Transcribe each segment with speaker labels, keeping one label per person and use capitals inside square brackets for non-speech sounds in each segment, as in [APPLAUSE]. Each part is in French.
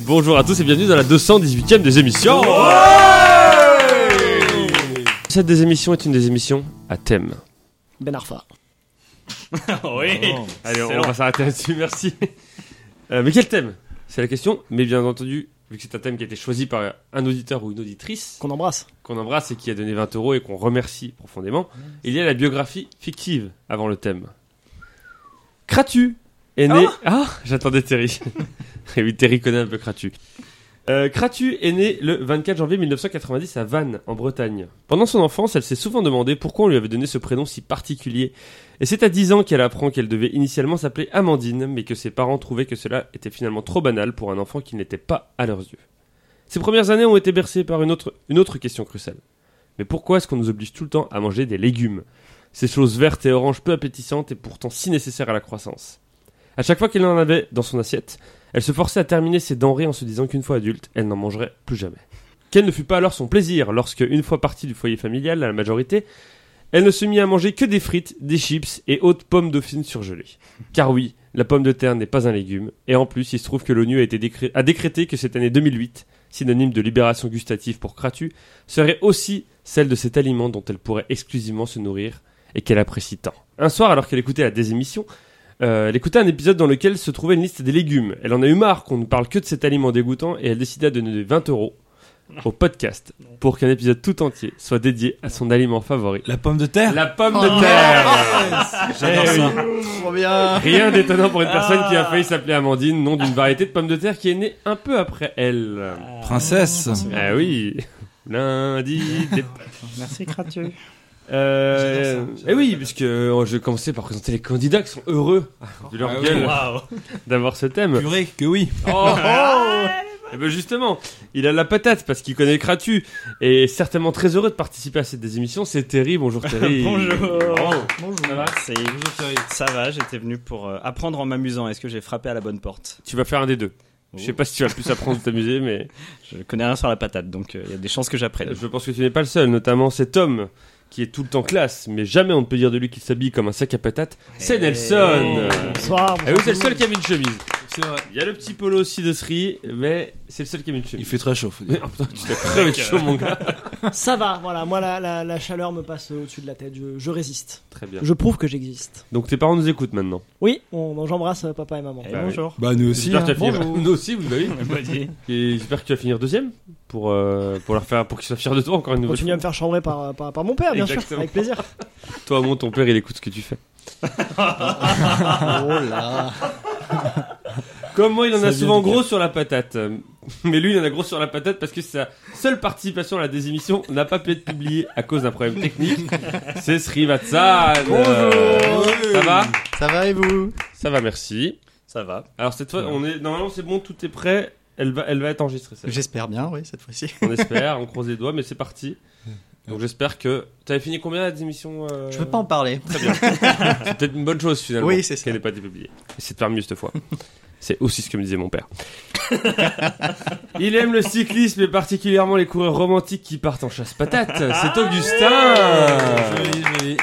Speaker 1: Bonjour à tous et bienvenue dans la 218ème des émissions. Cette des émissions est une des émissions à thème.
Speaker 2: Ben Arfa.
Speaker 3: oui.
Speaker 4: Oh,
Speaker 1: Allez, on
Speaker 3: Excellent.
Speaker 1: va s'arrêter là-dessus, [LAUGHS] merci. Euh, mais quel thème C'est la question, mais bien entendu, vu que c'est un thème qui a été choisi par un auditeur ou une auditrice,
Speaker 2: Qu'on embrasse.
Speaker 1: qu'on embrasse et qui a donné 20 euros et qu'on remercie profondément, il y a la biographie fictive avant le thème. Cratu est né. Ah, J'attendais Terry. [LAUGHS] et oui, Terry connaît un peu Cratu. Euh, Cratu est né le 24 janvier 1990 à Vannes, en Bretagne. Pendant son enfance, elle s'est souvent demandé pourquoi on lui avait donné ce prénom si particulier. Et c'est à 10 ans qu'elle apprend qu'elle devait initialement s'appeler Amandine, mais que ses parents trouvaient que cela était finalement trop banal pour un enfant qui n'était pas à leurs yeux. Ces premières années ont été bercées par une autre, une autre question cruciale. Mais pourquoi est-ce qu'on nous oblige tout le temps à manger des légumes Ces choses vertes et oranges peu appétissantes et pourtant si nécessaires à la croissance. À chaque fois qu'elle en avait dans son assiette, elle se forçait à terminer ses denrées en se disant qu'une fois adulte, elle n'en mangerait plus jamais. Quel ne fut pas alors son plaisir lorsque, une fois partie du foyer familial, à la majorité, elle ne se mit à manger que des frites, des chips et autres pommes dauphines surgelées. Car oui, la pomme de terre n'est pas un légume, et en plus, il se trouve que l'ONU a, été décré- a décrété que cette année 2008, synonyme de libération gustative pour Kratu, serait aussi celle de cet aliment dont elle pourrait exclusivement se nourrir et qu'elle apprécie tant. Un soir, alors qu'elle écoutait la désémission, euh, elle écoutait un épisode dans lequel se trouvait une liste des légumes. Elle en a eu marre qu'on ne parle que de cet aliment dégoûtant et elle décida de donner 20 euros au podcast pour qu'un épisode tout entier soit dédié à son aliment favori,
Speaker 3: La pomme de terre
Speaker 1: la pomme de terre
Speaker 3: J'adore
Speaker 1: Eh
Speaker 3: ça.
Speaker 2: Trop bien.
Speaker 1: Rien d'étonnant pour une personne qui a failli s'appeler Amandine, nom d'une variété de pommes de terre qui est née un peu après elle.
Speaker 3: Princesse.
Speaker 1: Ah oui Lundi des-
Speaker 2: Merci Cratu.
Speaker 1: Euh,
Speaker 3: J'adore ça,
Speaker 1: Eh
Speaker 3: j'adore
Speaker 1: oui,
Speaker 3: ça.
Speaker 1: puisque euh, je vais commencer par présenter les candidats qui sont heureux, vu leur
Speaker 3: Ah oui.
Speaker 1: gueule,
Speaker 3: Waouh.
Speaker 1: d'avoir ce thème.
Speaker 3: Purée, que oui. Ah
Speaker 1: Oh Et ben justement, il a la patate parce qu'il connaît Kratu et est certainement très heureux de participer à cette des émissions. C'est Terry,
Speaker 3: [LAUGHS]
Speaker 1: bonjour Terry.
Speaker 4: Bonjour.
Speaker 1: Bravo.
Speaker 4: Ça va C'est- Ça va, j'étais venu pour euh, apprendre en m'amusant. Est-ce que j'ai frappé à la bonne porte
Speaker 1: Tu vas faire un des deux. Je sais pas si tu vas plus apprendre ou t'amuser, mais
Speaker 4: Je connais rien sur la patate, donc euh, il y a des chances que j'apprenne.
Speaker 1: je pense que tu n'es pas le seul, notamment cet homme qui est tout le temps classe, mais jamais on ne peut dire de lui qu'il s'habille comme un sac à patates.
Speaker 3: Eh.
Speaker 1: C'est Nelson.
Speaker 2: Bonsoir.
Speaker 1: Ah oui, c'est le seul qui a mis une chemise.
Speaker 3: C'est vrai.
Speaker 1: Il y a le petit polo aussi de Sri, mais c'est le seul qui a mis une
Speaker 3: Il
Speaker 1: chemise.
Speaker 3: fait très chaud. faut dire.
Speaker 1: Mais, oh, putain, tu t'es crevé chaud, mon gars.
Speaker 2: Ça va, voilà. Moi, la, la- la chaleur me passe euh, au-dessus de la tête. Je, je résiste.
Speaker 1: Très bien.
Speaker 2: Je prouve que j'existe.
Speaker 1: Donc tes parents nous écoutent maintenant.
Speaker 2: Oui, on, on- j'embrasse euh, papa et maman.
Speaker 4: Eh,
Speaker 1: Bah oui.
Speaker 4: bonjour.
Speaker 3: Bah nous aussi.
Speaker 1: J'espère que
Speaker 3: hein.
Speaker 1: tu vas finir-
Speaker 3: Bonjour.
Speaker 1: Nous aussi, vous l'avez.
Speaker 4: [LAUGHS] Bah, dis.
Speaker 1: Et j'espère que tu vas finir deuxième pour, euh, pour, leur faire, pour qu'ils soient fiers de toi encore une nouvelle
Speaker 2: Continue à me faire chambrer par, par, par mon père, bien sûr.
Speaker 1: Exactement.
Speaker 2: Avec plaisir.
Speaker 1: fois. Toi, mon ton père, il écoute ce que tu
Speaker 3: [LAUGHS]
Speaker 1: fais.
Speaker 3: Oh là.
Speaker 1: Comme moi, il en
Speaker 3: Ça
Speaker 1: a
Speaker 3: vient
Speaker 1: souvent
Speaker 3: du
Speaker 1: gros sur la patate. Euh, Mais lui, il en a gros sur la patate parce que sa seule participation à la désémission n'a pas pu être publiée à cause d'un problème technique. C'est Srivatsan. Bonjour. Ça va
Speaker 5: Ça va et vous
Speaker 1: Ça va, merci.
Speaker 4: Ça va.
Speaker 1: Alors cette fois, on est normalement c'est bon, tout est prêt. Elle va, elle va être enregistrée.
Speaker 3: [LAUGHS]
Speaker 1: celle-là.
Speaker 5: J'espère bien, oui, cette fois-ci.
Speaker 1: On espère, on croise les doigts, mais c'est parti. Donc j'espère que t'avais fini combien à la démission euh,
Speaker 5: Je peux pas en parler.
Speaker 1: Très bien. c'est peut-être une bonne chose finalement.
Speaker 5: Oui, c'est ça.
Speaker 1: Qu'elle n'ait pas été publiée. Et c'est de faire mieux cette
Speaker 3: [LAUGHS]
Speaker 1: fois. C'est aussi ce que me disait mon père. Il aime le cyclisme et particulièrement les coureurs romantiques qui partent en chasse
Speaker 3: [LAUGHS]
Speaker 1: patate. C'est Augustin.
Speaker 3: Joli, joli.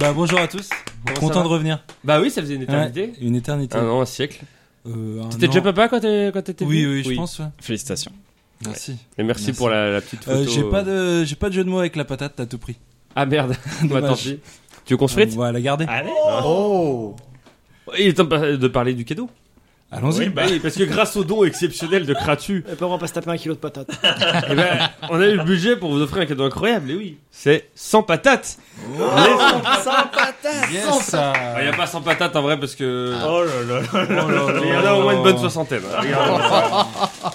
Speaker 3: Bah bonjour à tous.
Speaker 1: Comment ça
Speaker 3: Content
Speaker 1: va
Speaker 3: de revenir.
Speaker 1: Bah oui, ça faisait une éternité.
Speaker 3: Ouais, Une éternité.
Speaker 1: Un an, un siècle.
Speaker 3: Euh, un
Speaker 1: T'étais
Speaker 3: an.
Speaker 1: déjà papa quand t'es- quand t'étais
Speaker 3: Oui,
Speaker 1: venu
Speaker 3: oui, je pense. ouais.
Speaker 4: Félicitations.
Speaker 3: Merci.
Speaker 1: Et merci,
Speaker 3: Merci.
Speaker 1: pour la, la petite photo.
Speaker 3: Euh, J'ai pas de, j'ai pas de jeu de mots avec la patate à tout prix.
Speaker 1: Ah merde. Bah, tant
Speaker 3: [LAUGHS] Dommage.
Speaker 1: pis. Tu veux qu'on se frite
Speaker 3: On va la garder.
Speaker 1: Ah.
Speaker 4: Allez.
Speaker 5: Oh
Speaker 1: Il est temps de de parler du cadeau.
Speaker 3: Allons-y.
Speaker 1: Bah oui, parce que grâce au don exceptionnel de [LAUGHS] Kratu,
Speaker 2: Et puis, on va pas se taper un kilo de patates.
Speaker 1: eh ben, on a eu le budget pour vous offrir un cadeau incroyable. Et oui, c'est 100 patates.
Speaker 3: Yes.
Speaker 1: Il n'y Bah, a pas 100 patates en vrai parce que.
Speaker 4: Oh là là.
Speaker 3: Oh là là
Speaker 1: bah, Il y en a au moins une bonne soixantaine. hein. Regarde.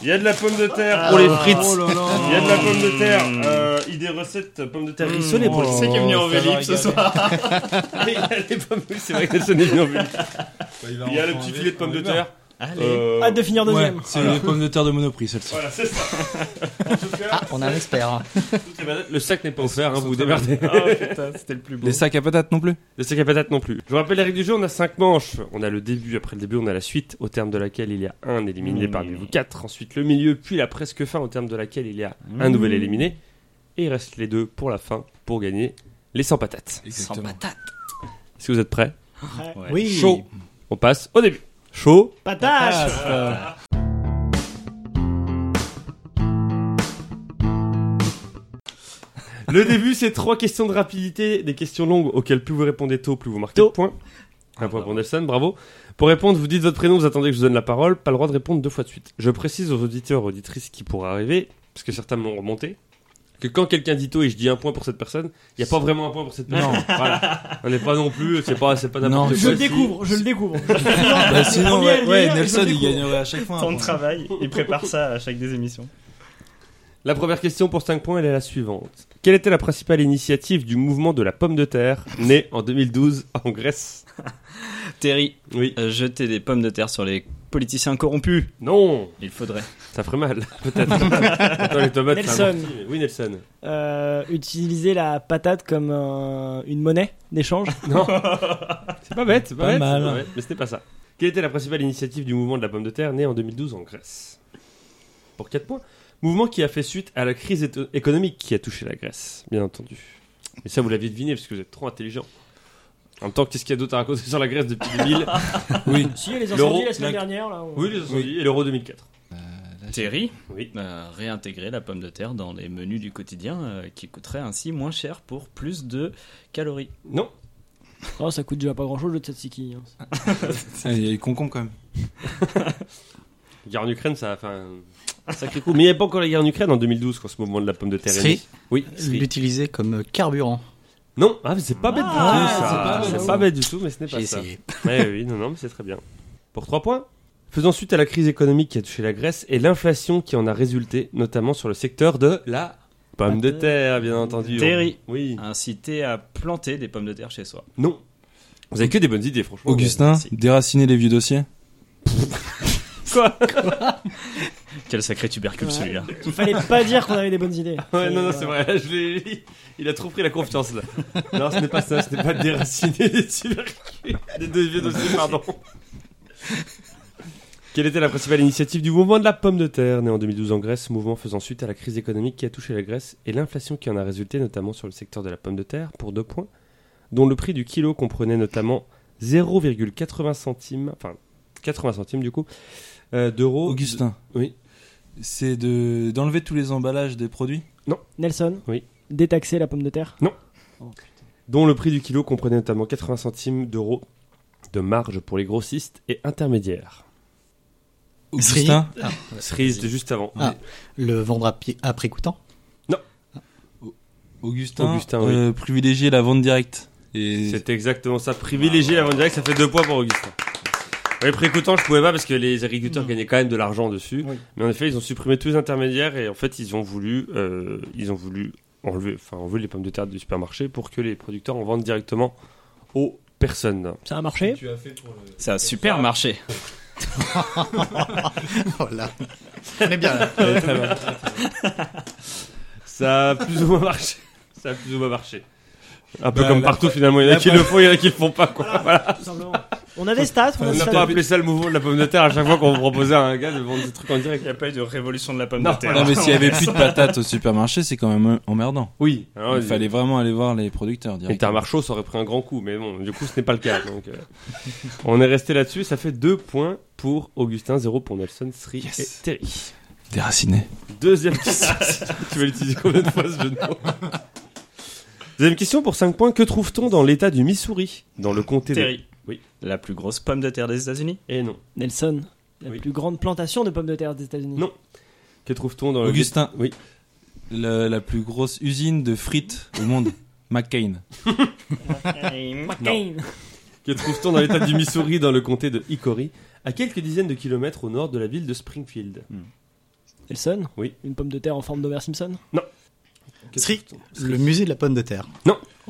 Speaker 1: Il y a de la pomme de terre pour les frites.
Speaker 3: Oh là là.
Speaker 1: Il y a de la pomme de terre. euh, il y a des recettes pommes de terre rissolées pour les
Speaker 3: Oh, ça va rigoler.
Speaker 1: Hmm. Ah, Il y a les pommes. oui, [LAUGHS] C'est vrai que ça n'est pas vu.
Speaker 3: Bah,
Speaker 1: Il y a le petit filet de pommes de terre.
Speaker 4: Allez.
Speaker 1: euh,
Speaker 2: [LAUGHS] Hâte de finir
Speaker 3: Ouais,
Speaker 2: deuxième.
Speaker 3: c'est les pommes de terre de Monoprix celle-ci.
Speaker 1: Voilà, c'est ça.
Speaker 5: Ah, on a un expert.
Speaker 1: Toutes les patates. Le sac n'est pas offert, hein, vous vous démerdez.
Speaker 4: [LAUGHS] Oh putain, c'était le plus beau.
Speaker 3: Les sacs à patates non plus
Speaker 1: Le sac à patates non plus. Je vous rappelle les règles du jeu, on a 5 manches. On a le début, après le début on a la suite, au terme de laquelle il y a un éliminé
Speaker 4: Mmh.
Speaker 1: parmi vous quatre. Ensuite le milieu, puis la presque fin, au terme de laquelle il y a un nouvel éliminé. Et il reste les deux pour la fin, pour gagner les 100 patates.
Speaker 3: Exactement.
Speaker 1: Est-ce que vous êtes prêts
Speaker 4: Ouais.
Speaker 5: Oui.
Speaker 1: Chaud. On passe au début. Chaud.
Speaker 2: Patates.
Speaker 3: Ah,
Speaker 1: Le début, c'est trois questions de rapidité, des questions longues auxquelles plus vous répondez tôt, plus vous marquez de
Speaker 2: Tôt.
Speaker 1: points. Un point pour Nelson, bravo. Pour répondre, vous dites votre prénom, vous attendez que je vous donne la parole, pas le droit de répondre deux fois de suite. Je précise aux auditeurs, auditrices qui pourraient arriver, parce que certains m'ont remonté, que quand quelqu'un dit tôt et je dis un point pour cette personne, il n'y a pas vraiment un point pour cette personne.
Speaker 3: Non.
Speaker 1: [LAUGHS] Voilà. On n'est pas non plus, c'est pas, c'est pas
Speaker 3: Non.
Speaker 1: n'importe
Speaker 2: Je
Speaker 1: quoi.
Speaker 2: le
Speaker 1: si-
Speaker 2: découvre, je le découvre.
Speaker 3: Bah, sinon,
Speaker 2: premier à
Speaker 3: ouais,
Speaker 2: le
Speaker 3: ouais,
Speaker 2: dire,
Speaker 3: Nelson,
Speaker 2: je le
Speaker 3: il
Speaker 2: découvre.
Speaker 3: gagnerait à chaque fois. hein, un
Speaker 4: Temps de
Speaker 3: point.
Speaker 4: travail, il prépare ça à chaque des émissions.
Speaker 1: La première question pour 5 points, elle est la suivante. Quelle était la principale initiative du mouvement de la pomme de terre, né en 2012 en Grèce
Speaker 4: Terry,
Speaker 1: Oui.
Speaker 4: euh, jeter des pommes de terre sur les politiciens corrompus,
Speaker 1: Non
Speaker 4: il faudrait.
Speaker 1: Ça ferait mal, [LAUGHS] peut-être. Attends, les tomates, c'est un
Speaker 2: Nelson.
Speaker 1: bon petit- Oui, Nelson.
Speaker 2: Euh, utiliser la patate comme un- une monnaie d'échange.
Speaker 1: Non C'est pas bête, c'est pas,
Speaker 3: Pas
Speaker 1: bête,
Speaker 3: mal.
Speaker 1: c'est pas bête, Mais c'était pas ça. Quelle était la principale initiative du mouvement de la pomme de terre, né en 2012 en Grèce Pour 4 points. Mouvement qui a fait suite à la crise éto- économique qui a touché la Grèce, bien entendu. Mais ça, vous l'aviez deviné, parce que vous êtes trop intelligent. En même temps, qu'est-ce qu'il y a d'autre à raconter sur la Grèce depuis [LAUGHS] 2000
Speaker 3: Oui.
Speaker 2: Si, les
Speaker 1: L'euro,
Speaker 2: incendies la semaine
Speaker 3: la-
Speaker 2: dernière. Là, on-
Speaker 1: Oui, les incendies et l'Euro 2004.
Speaker 4: Terry,
Speaker 1: Oui.
Speaker 4: euh, réintégrer la pomme de terre dans les menus du quotidien euh, qui coûterait ainsi moins cher pour plus de calories.
Speaker 1: Non.
Speaker 2: Oh, ça coûte déjà pas grand chose le tzatziki. hein.
Speaker 3: Ah, Il y a les concombres quand même.
Speaker 1: La guerre en Ukraine, ça a fait un sacré coup. Mais il n'y avait pas encore la guerre en Ukraine en 2012 quand ce mouvement de la pomme de terre est
Speaker 5: Sri.
Speaker 1: né. Oui, Sri.
Speaker 5: L'utiliser comme carburant.
Speaker 1: Non, ah, mais c'est pas bête du
Speaker 2: Ah,
Speaker 1: tout.
Speaker 2: c'est
Speaker 1: ça.
Speaker 2: pas
Speaker 1: C'est
Speaker 2: bête.
Speaker 1: pas, bête du tout, mais ce n'est
Speaker 5: J'ai
Speaker 1: pas
Speaker 2: [LAUGHS]
Speaker 1: ça.
Speaker 5: essayé.
Speaker 1: Ouais, oui, non, non, mais c'est très bien. Pour 3 points. Faisant suite à la crise économique qui a touché la Grèce et l'inflation qui en a résulté, notamment sur le secteur de la pomme de terre, bien entendu.
Speaker 4: Terry.
Speaker 1: Oui.
Speaker 4: Inciter à planter des pommes de terre chez soi.
Speaker 1: Non. Vous avez que des bonnes idées, franchement.
Speaker 3: Augustin,
Speaker 4: merci.
Speaker 3: déraciner les vieux dossiers.
Speaker 4: Quel sacré tubercule
Speaker 2: Ouais.
Speaker 4: celui-là.
Speaker 2: Il fallait pas dire qu'on avait des bonnes idées.
Speaker 1: [LAUGHS] Ouais, non, non,
Speaker 2: Euh,
Speaker 1: c'est vrai. je l'ai- Il a trop pris la confiance là. Non, ce n'est pas ça, ce n'est pas déraciner des tubercules. Des deux vieux dossiers, pardon. Quelle était la principale initiative du mouvement de la pomme de terre, né en 2012 en Grèce, mouvement faisant suite à la crise économique qui a touché la Grèce et l'inflation qui en a résulté, notamment sur le secteur de la pomme de terre, pour deux points, dont le prix du kilo comprenait notamment 0,80 centimes, enfin 80 centimes du coup, euh, d'euros.
Speaker 3: Augustin.
Speaker 1: Oui.
Speaker 3: C'est de d'enlever tous les emballages des produits.
Speaker 2: Nelson.
Speaker 1: Oui.
Speaker 2: Détaxer la pomme de terre.
Speaker 1: dont le prix du kilo comprenait notamment 80 centimes d'euros de marge pour les grossistes et intermédiaires.
Speaker 3: Augustin.
Speaker 5: Sri. Ah,
Speaker 1: Cerise, c'était juste avant.
Speaker 5: Ah. le vendre à pi- à prix coûtant.
Speaker 3: Augustin.
Speaker 1: Augustin, oui.
Speaker 3: euh, privilégier la vente directe. Et
Speaker 1: C'est exactement ça. Privilégier la vente directe, ça fait deux points pour Augustin. Oui, précoutant, je pouvais pas parce que les agriculteurs gagnaient quand même de l'argent dessus.
Speaker 2: Oui.
Speaker 1: Mais en effet, ils ont supprimé tous les intermédiaires et en fait, ils ont voulu, euh, ils ont voulu enlever, enfin, enlever les pommes de terre du supermarché pour que les producteurs en vendent directement aux personnes.
Speaker 2: Ça a marché.
Speaker 1: [LAUGHS]
Speaker 4: C'est un super marché.
Speaker 5: Oh là. [LAUGHS] On est bien là.
Speaker 1: Ça a plus ou moins marché. Ça a plus ou moins marché. Un peu
Speaker 3: Bah,
Speaker 1: comme
Speaker 3: la
Speaker 1: partout finalement, il y en a
Speaker 3: la
Speaker 1: qui
Speaker 3: pre-
Speaker 1: le font, il y en a qui le font pas quoi. Voilà.
Speaker 2: Tout simplement. On a des stats. On a
Speaker 1: On
Speaker 2: des
Speaker 1: n'a
Speaker 2: stats.
Speaker 1: pas appelé ça le mouvement de la pomme de terre à chaque fois qu'on vous proposait à un gars de vendre des trucs en direct.
Speaker 4: Il n'y a pas eu de révolution de la pomme
Speaker 1: Non,
Speaker 4: de terre.
Speaker 3: Non mais s'il y avait plus de patates au supermarché, c'est quand même emmerdant.
Speaker 1: Ah Oui. Alors,
Speaker 3: Il fallait vraiment aller voir les producteurs direct.
Speaker 1: Intermarchaux, ça aurait pris un grand coup, mais bon, du coup, ce n'est pas le cas. donc, euh, on est resté là-dessus, ça fait 2 points pour Augustin, 0 pour Nelson, Sri
Speaker 3: Yes.
Speaker 1: et Terry.
Speaker 3: Déraciner.
Speaker 1: Deuxième [LAUGHS] question. tu vas l'utiliser combien de fois ce jeu de mots Deuxième question pour 5 points. Que trouve-t-on dans l'état du Missouri Dans le comté de-
Speaker 4: [LAUGHS] Terry.
Speaker 1: Oui.
Speaker 4: La plus grosse pomme de terre des États-Unis.
Speaker 1: Eh non.
Speaker 2: Nelson. La
Speaker 1: Oui.
Speaker 2: plus grande plantation de pommes de terre des États-Unis.
Speaker 1: Non. Que trouve-t-on dans le.
Speaker 3: Augustin.
Speaker 1: Oui.
Speaker 3: Le- la plus grosse usine de frites au monde. McCain.
Speaker 2: McCain.
Speaker 1: que trouve-t-on dans l'état du Missouri dans le comté de Hickory, à quelques dizaines de kilomètres au nord de la ville de Springfield
Speaker 2: Nelson.
Speaker 1: Oui.
Speaker 2: Une pomme de terre en forme d'Homer Simpson.
Speaker 1: Que
Speaker 5: Sri.
Speaker 1: trouve-t-on
Speaker 5: Le musée de la pomme de terre.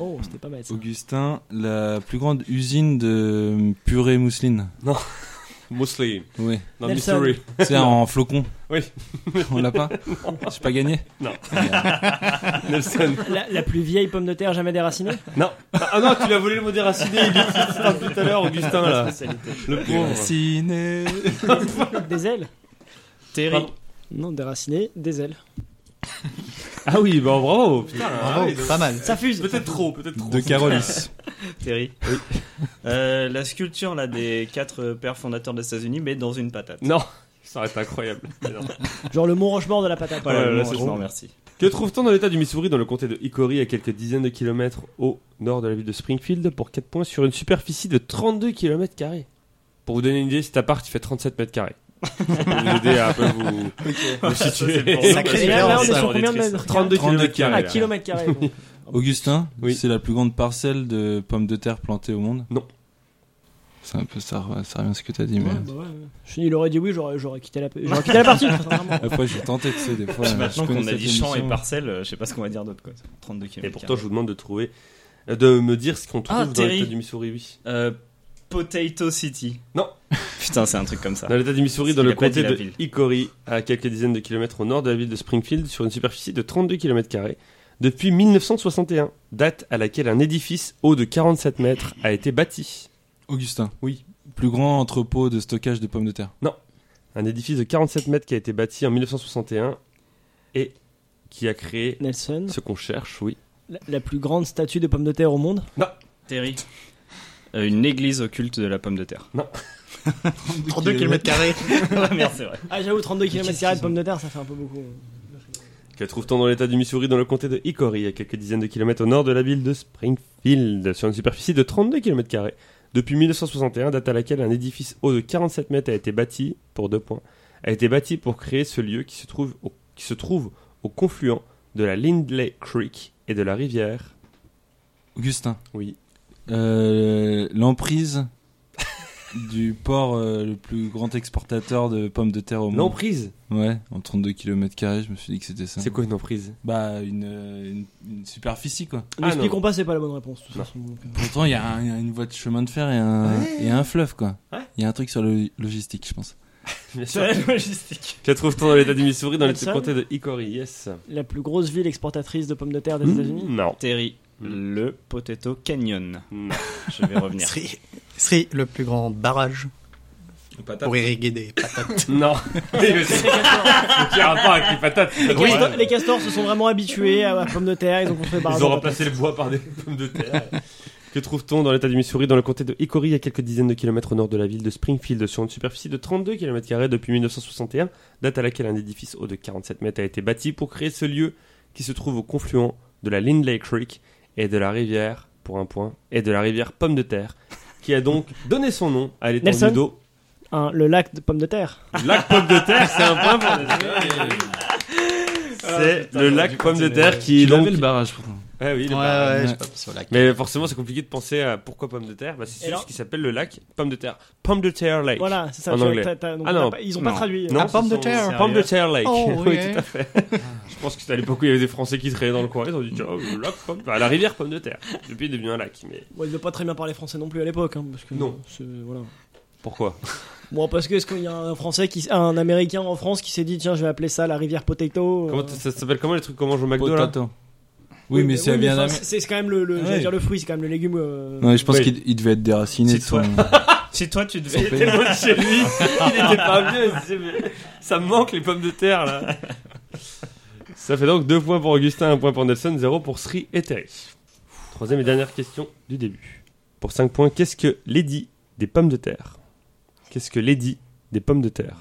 Speaker 2: Oh, c'était pas mal ça.
Speaker 3: Augustin, la plus grande usine de purée mousseline.
Speaker 1: Mosley,
Speaker 3: Oui.
Speaker 1: dans
Speaker 2: Nelson.
Speaker 1: Missouri. [LAUGHS]
Speaker 3: C'est en flocon.
Speaker 1: Oui.
Speaker 3: [LAUGHS] On
Speaker 1: [LAUGHS]
Speaker 3: l'a pas J'ai pas gagné
Speaker 1: Non.
Speaker 3: Merde.
Speaker 1: Nelson.
Speaker 2: La, la plus vieille pomme de terre jamais déracinée.
Speaker 1: Non. Ah non, tu lui as volé le mot déraciné. Il est tout à l'heure, Augustin,
Speaker 4: Ah.
Speaker 1: là. Le pauvre. [LAUGHS]
Speaker 3: Déraciné.
Speaker 2: Des ailes.
Speaker 4: Terry.
Speaker 1: Pardon.
Speaker 2: Non, déracinée, des ailes.
Speaker 1: Ah oui, bah bravo. Putain,
Speaker 5: Bravo, pas mal.
Speaker 2: Ça fuse.
Speaker 1: peut-être trop, peut-être trop.
Speaker 3: De Carolis.
Speaker 4: Terry. Euh, la sculpture là, des quatre euh, pères fondateurs des États-Unis, mais dans une patate.
Speaker 1: Non. Ça aurait été incroyable. Mais non.
Speaker 2: Genre le Mont Rochemort de la patate.
Speaker 1: Ouais,
Speaker 4: Voilà,
Speaker 1: là,
Speaker 4: bon,
Speaker 1: c'est
Speaker 4: je
Speaker 1: bon.
Speaker 4: vous remercie.
Speaker 1: Que trouve-t-on dans l'état du Missouri, dans le comté de Hickory, à quelques dizaines de kilomètres au nord de la ville de Springfield, pour 4 points sur une superficie de 32 km Pour vous donner une idée, cet appart, il fait 37 mètres carrés. Ça peut vous aider à un peu
Speaker 4: [LAUGHS]
Speaker 1: vous, vous situer.
Speaker 5: nous, Sacré parce
Speaker 2: Et
Speaker 5: que
Speaker 2: là, là, on est
Speaker 5: ça,
Speaker 2: sur
Speaker 5: on
Speaker 2: combien de mètres Ah,
Speaker 1: 32 km
Speaker 3: 32
Speaker 2: À
Speaker 1: carrés.
Speaker 4: Ah,
Speaker 1: là.
Speaker 2: kilomètre
Speaker 1: [LAUGHS]
Speaker 2: carré. donc.
Speaker 3: Augustin,
Speaker 1: Oui.
Speaker 3: c'est la plus grande parcelle de pommes de terre plantées au monde
Speaker 1: Non.
Speaker 3: C'est un peu ça, ouais, ça revient à ce que t'as dit, mais.
Speaker 2: Ouais, bah ouais. Je- Il aurait dit oui, j'aurais j'aurais quitté la
Speaker 1: [LAUGHS]
Speaker 2: j'aurais quitté la partie. sincèrement.
Speaker 3: Après, j'ai tenté, tu sais, des fois.
Speaker 4: Puis
Speaker 3: euh,
Speaker 4: maintenant
Speaker 3: je connais
Speaker 4: qu'on a
Speaker 3: cette
Speaker 4: dit champ
Speaker 3: émission.
Speaker 4: et parcelle, euh, je sais pas ce qu'on va dire d'autre. quoi. 32 km.
Speaker 1: Et pourtant, je vous demande de trouver, euh, de me dire ce qu'on trouve
Speaker 4: Ah,
Speaker 1: dans
Speaker 4: Terry.
Speaker 1: l'état du Missouri, oui.
Speaker 4: Euh, Potato City.
Speaker 1: Non.
Speaker 4: [LAUGHS] Putain, c'est un truc comme ça.
Speaker 1: Dans l'état du Missouri,
Speaker 4: Il
Speaker 1: dans
Speaker 4: a
Speaker 1: le
Speaker 4: pas
Speaker 1: comté
Speaker 4: dit la
Speaker 1: de
Speaker 4: ville.
Speaker 1: Hickory, à quelques dizaines de kilomètres au nord de la ville de Springfield, sur une superficie de 32 km, depuis 1961, date à laquelle un édifice haut de 47 mètres a été bâti.
Speaker 3: Augustin.
Speaker 1: Oui.
Speaker 3: Plus grand entrepôt de stockage de pommes de terre.
Speaker 1: Un édifice de 47 mètres qui a été bâti en 1961 et qui a créé
Speaker 2: Nelson,
Speaker 1: ce qu'on cherche, oui.
Speaker 2: la, la plus grande statue de pommes de terre au monde.
Speaker 4: Terry. Euh, une église occulte de la pomme de terre.
Speaker 3: [LAUGHS]
Speaker 5: 32 km carrés.
Speaker 4: [LAUGHS] ouais, merde, c'est vrai.
Speaker 2: Ah, j'avoue, 32 km carrés de pommes de terre, ça fait un peu beaucoup.
Speaker 1: Que trouve-t-on dans l'état du Missouri dans le comté de Hickory, à quelques dizaines de kilomètres au nord de la ville de Springfield, sur une superficie de 32 km depuis 1961, date à laquelle un édifice haut de 47 mètres a été bâti, pour deux points, a été bâti pour créer ce lieu qui se trouve au, qui se trouve au confluent de la Lindley Creek et de la rivière.
Speaker 3: Augustin.
Speaker 1: Oui.
Speaker 3: Euh, L'emprise [LAUGHS] du port euh, le plus grand exportateur de pommes de terre au monde.
Speaker 1: L'emprise
Speaker 3: Ouais, en 32 km, je me suis dit que c'était ça.
Speaker 1: C'est quoi une emprise
Speaker 3: Bah, une, euh, une, une superficie, quoi.
Speaker 1: Ah,
Speaker 2: N'expliquons pas, c'est pas la bonne réponse. de toute
Speaker 1: Non.
Speaker 2: façon, donc,
Speaker 1: [LAUGHS]
Speaker 2: euh.
Speaker 3: Pourtant, il y, a un- il y a une voie de chemin de fer et un, et un fleuve, quoi. Il
Speaker 1: Ouais.
Speaker 3: y a un truc sur le logistique, je pense.
Speaker 1: Bien
Speaker 4: C'est la logistique.
Speaker 1: Que trouve-t-on dans l'état du Missouri dans le
Speaker 2: Hudson
Speaker 1: comté de Hickory Yes.
Speaker 2: La plus grosse ville exportatrice de pommes de terre des
Speaker 1: Hmm.
Speaker 2: États-Unis.
Speaker 1: Non. Hmm.
Speaker 4: Terry.
Speaker 1: Mm.
Speaker 4: Le Potato Canyon.
Speaker 1: Non.
Speaker 4: Je vais revenir.
Speaker 5: Serait, serait le plus grand barrage pour irriguer
Speaker 1: [LAUGHS]
Speaker 5: des patates.
Speaker 2: [LAUGHS]
Speaker 1: Non. Oui, mais c'est- Aucun rapport avec les patates.
Speaker 2: Les, castors, les castors se sont vraiment habitués à la pomme de terre, ils ont construit
Speaker 1: Ils ont remplacé le bois par des pommes de terre. que trouve-t-on dans l'état du Missouri, dans le comté de Hickory, à quelques dizaines de kilomètres au nord de la ville de Springfield, sur une superficie de 32 km depuis 1961, date à laquelle un édifice haut de 47 mètres a été bâti pour créer ce lieu qui se trouve au confluent de la Lindley Creek et de la rivière, pour un point, et de la rivière Pomme de Terre, qui a donc donné son nom à l'étendue
Speaker 2: Nelson
Speaker 1: d'eau.
Speaker 2: Hein, le lac de pommes de terre.
Speaker 1: Lac Pomme de Terre, c'est un point pour Nelson. C'est le lac Pomme de Terre qui est
Speaker 3: Tu l'avais,
Speaker 1: donc.
Speaker 3: le barrage, pourtant.
Speaker 1: Ah oui, il
Speaker 5: ouais,
Speaker 1: est pas-
Speaker 5: ouais,
Speaker 3: ouais.
Speaker 5: je sais pas,
Speaker 1: [LAUGHS]
Speaker 5: sur la
Speaker 1: Mais forcément, c'est compliqué de penser à pourquoi pomme de terre. Bah, c'est
Speaker 2: Et
Speaker 1: celui
Speaker 2: alors
Speaker 1: qui s'appelle le lac pomme de terre. Pomme de terre lake.
Speaker 2: Voilà, c'est ça.
Speaker 1: En
Speaker 2: tu vois,
Speaker 1: anglais.
Speaker 2: t'as- t'as- donc
Speaker 1: Ah
Speaker 2: on a
Speaker 1: non.
Speaker 2: pas- ils ont
Speaker 4: Non.
Speaker 2: pas traduit. euh.
Speaker 1: Non,
Speaker 5: Ah,
Speaker 1: ce
Speaker 5: pomme de
Speaker 1: sont-
Speaker 5: terre.
Speaker 1: Pomme de terre lake.
Speaker 5: Oh,
Speaker 1: oui,
Speaker 5: ouais.
Speaker 1: tout à fait. Je pense que c'était à l'époque où il y avait des Français qui traînaient dans le coin. Ils ont dit tiens, oh, le lac pomme. Enfin, la rivière pomme de terre. Depuis, il est devenu un lac. Mais
Speaker 2: Ouais, ils ne pas très bien parler français non plus à l'époque. hein, parce que
Speaker 1: Non.
Speaker 2: c'est- Voilà.
Speaker 1: pourquoi
Speaker 2: Bon, parce que est-ce qu'il y a un français, qui, un américain en France qui s'est dit tiens, je vais appeler ça la rivière Potato euh,
Speaker 1: Comment t- ça s'appelle comment les trucs qu'on mange au McDo là
Speaker 3: Potato. Oui, mais c'est bien Ah
Speaker 2: enfin,
Speaker 3: d'Amérique.
Speaker 2: c'est- C'est quand même le, le, j'allais
Speaker 3: Ouais.
Speaker 2: dire le fruit, c'est quand même le légume. euh,
Speaker 3: Non, mais je pense
Speaker 1: Oui.
Speaker 3: qu'il il devait être déraciné de
Speaker 4: C'est
Speaker 3: son.
Speaker 4: Si toi tu devais.
Speaker 1: Il était loin de chez lui. Il était pas bien. Il se disait, mais ça me manque les pommes de terre là. Ça fait donc deux points pour Augustin, un point pour Nelson, zéro pour Sri et Terry. Troisième et dernière question du début. Pour cinq points, qu'est-ce que l'édit des pommes de terre Qu'est-ce que l'édit des pommes de terre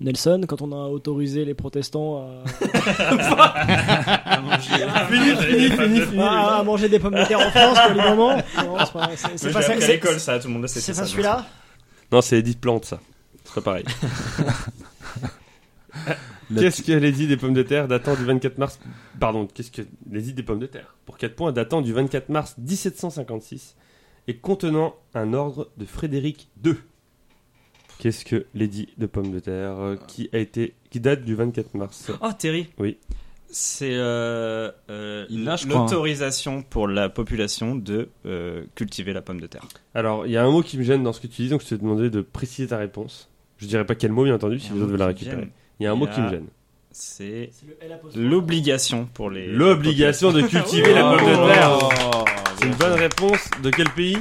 Speaker 2: Nelson, quand on a autorisé les protestants
Speaker 4: [LAUGHS]
Speaker 2: à,
Speaker 1: Ah, Fini, fini, fini,
Speaker 2: à- à manger des pommes de terre en
Speaker 4: [LAUGHS]
Speaker 2: France pour le moment. Non, c'est pas- c'est-
Speaker 4: C'est
Speaker 2: c'est
Speaker 4: pas
Speaker 2: pas ça.
Speaker 4: à
Speaker 2: c'est-
Speaker 4: l'école, ça, tout le monde le sait.
Speaker 2: C'est
Speaker 4: ça,
Speaker 2: pas celui-là
Speaker 1: Non, c'est l'édit plante ça. C'est pas pareil.
Speaker 3: La-
Speaker 1: Qu'est-ce que l'édit des pommes de terre datant du 24 mars Pardon, qu'est-ce que l'édit des pommes de terre Pour 4 points, datant du 24 mars 1756 et contenant un ordre de Frédéric II. Qu'est-ce que l'édit de pommes de terre euh, qui a été qui date du 24 mars
Speaker 4: Oh, Terry.
Speaker 1: Oui.
Speaker 4: C'est euh, euh,
Speaker 3: Il l'a, je crois, hein.
Speaker 4: l'autorisation pour la population de euh, cultiver la pomme de terre.
Speaker 1: Alors, il y a un mot qui me gêne dans ce que tu dis, donc je te demandais de préciser ta réponse. Je dirais pas quel mot, bien entendu, si vous devez la récupérer. Il y a un mot qui me gêne.
Speaker 4: C'est
Speaker 2: L'eau.
Speaker 4: l'obligation pour les.
Speaker 1: L'obligation de [LAUGHS] cultiver
Speaker 3: Oh.
Speaker 1: la pomme de terre. C'est une bonne réponse. De quel pays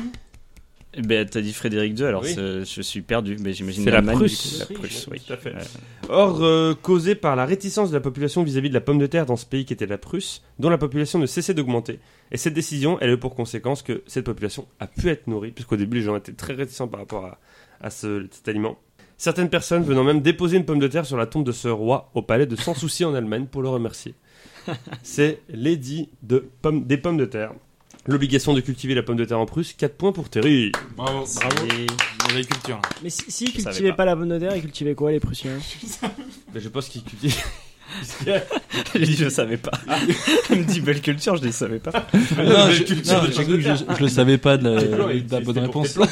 Speaker 4: Eh Ben, t'as dit Frédéric II, alors
Speaker 1: Oui.
Speaker 4: c'est- je suis perdu, mais j'imagine
Speaker 1: C'est la
Speaker 4: l'Allemagne,
Speaker 1: Prusse.
Speaker 4: du coup, La Prusse, oui.
Speaker 1: Tout à fait.
Speaker 4: Ouais.
Speaker 1: Or, euh, causée par la réticence de la population vis-à-vis de la pomme de terre dans ce pays qui était la Prusse, dont la population ne cessait d'augmenter. Et cette décision, elle a eu pour conséquence que cette population a pu être nourrie, puisqu'au début, les gens étaient très réticents par rapport à, à ce- cet aliment. Certaines [LAUGHS] personnes venant même déposer une pomme de terre sur la tombe de ce roi au palais de Sans Souci en Allemagne pour le remercier. c'est Lady de pommes, des pommes de terre. L'obligation de cultiver la pomme de terre en Prusse, 4 points pour Terry.
Speaker 3: Bravo, bravo. L'agriculture.
Speaker 2: Mais si, si
Speaker 4: savais
Speaker 2: cultivaient
Speaker 4: pas.
Speaker 2: pas. la pomme de terre, ils cultivaient quoi les Prussiens
Speaker 1: Ben, je pense qu'il cultive. [LAUGHS]
Speaker 4: J'ai dit, [LAUGHS] je savais pas.
Speaker 3: Ah.
Speaker 4: [LAUGHS] Elle me dit belle culture, je ne savais pas.
Speaker 3: Non,
Speaker 1: Belle
Speaker 3: je,
Speaker 1: culture
Speaker 3: non,
Speaker 1: de
Speaker 3: j'ai cru que je, je le savais pas de la,
Speaker 1: Tes plans,
Speaker 3: de la
Speaker 1: ils- c'était pour
Speaker 3: bonne
Speaker 1: tes
Speaker 3: réponse.
Speaker 1: plans.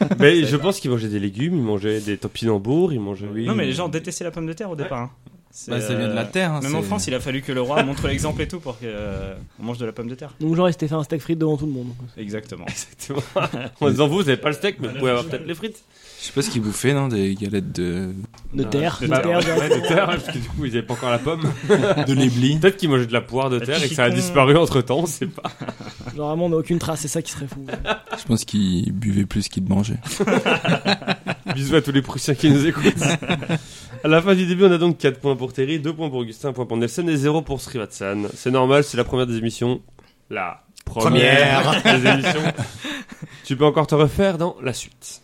Speaker 1: Ah, Mais je pense qu'il mangeait des légumes, il mangeait des topinambours, il mangeait.
Speaker 3: Oui.
Speaker 4: Non, mais les gens détestaient la pomme de terre au départ. hein. C'est,
Speaker 3: Bah, ça vient de la
Speaker 4: euh,
Speaker 3: terre. hein,
Speaker 4: Même en
Speaker 3: c'est-
Speaker 4: France, il a fallu que le roi montre l'exemple et tout pour qu'on mange de la pomme de terre.
Speaker 2: Donc genre ils s'étaient fait un steak frites devant tout le monde.
Speaker 3: [LAUGHS]
Speaker 4: Exactement.
Speaker 1: Exactement. [LAUGHS] en disant, vous, vous n'avez pas le steak, mais vous pouvez avoir peut-être les frites.
Speaker 3: Je sais pas ce qu'ils bouffaient, non Des galettes de.
Speaker 2: De
Speaker 4: Ouais,
Speaker 2: terre,
Speaker 4: Ah, c'est
Speaker 2: de
Speaker 1: Bah,
Speaker 2: terre.
Speaker 1: ouais,
Speaker 2: direct.
Speaker 1: de terre, parce que du coup, ils n'avaient pas encore la pomme. [LAUGHS]
Speaker 3: de l'éblis.
Speaker 1: Peut-être qu'ils mangeaient de la poire de
Speaker 4: La
Speaker 1: terre et que ça a
Speaker 4: chicon.
Speaker 1: disparu entre temps, on sait pas.
Speaker 2: Genre vraiment on n'a aucune trace, c'est ça qui
Speaker 4: [LAUGHS]
Speaker 2: serait fou.
Speaker 3: Je pense qu'ils buvaient plus qu'ils ne mangeaient.
Speaker 1: Bisous à tous les Prussiens qui nous écoutent. à la fin du début, on a donc 4 points pour Terry, 2 points pour Augustin, 1 point pour Nelson et 0 pour Srivatsan. C'est normal, c'est la première des émissions. La première, des émissions. Tu peux encore te refaire dans la suite.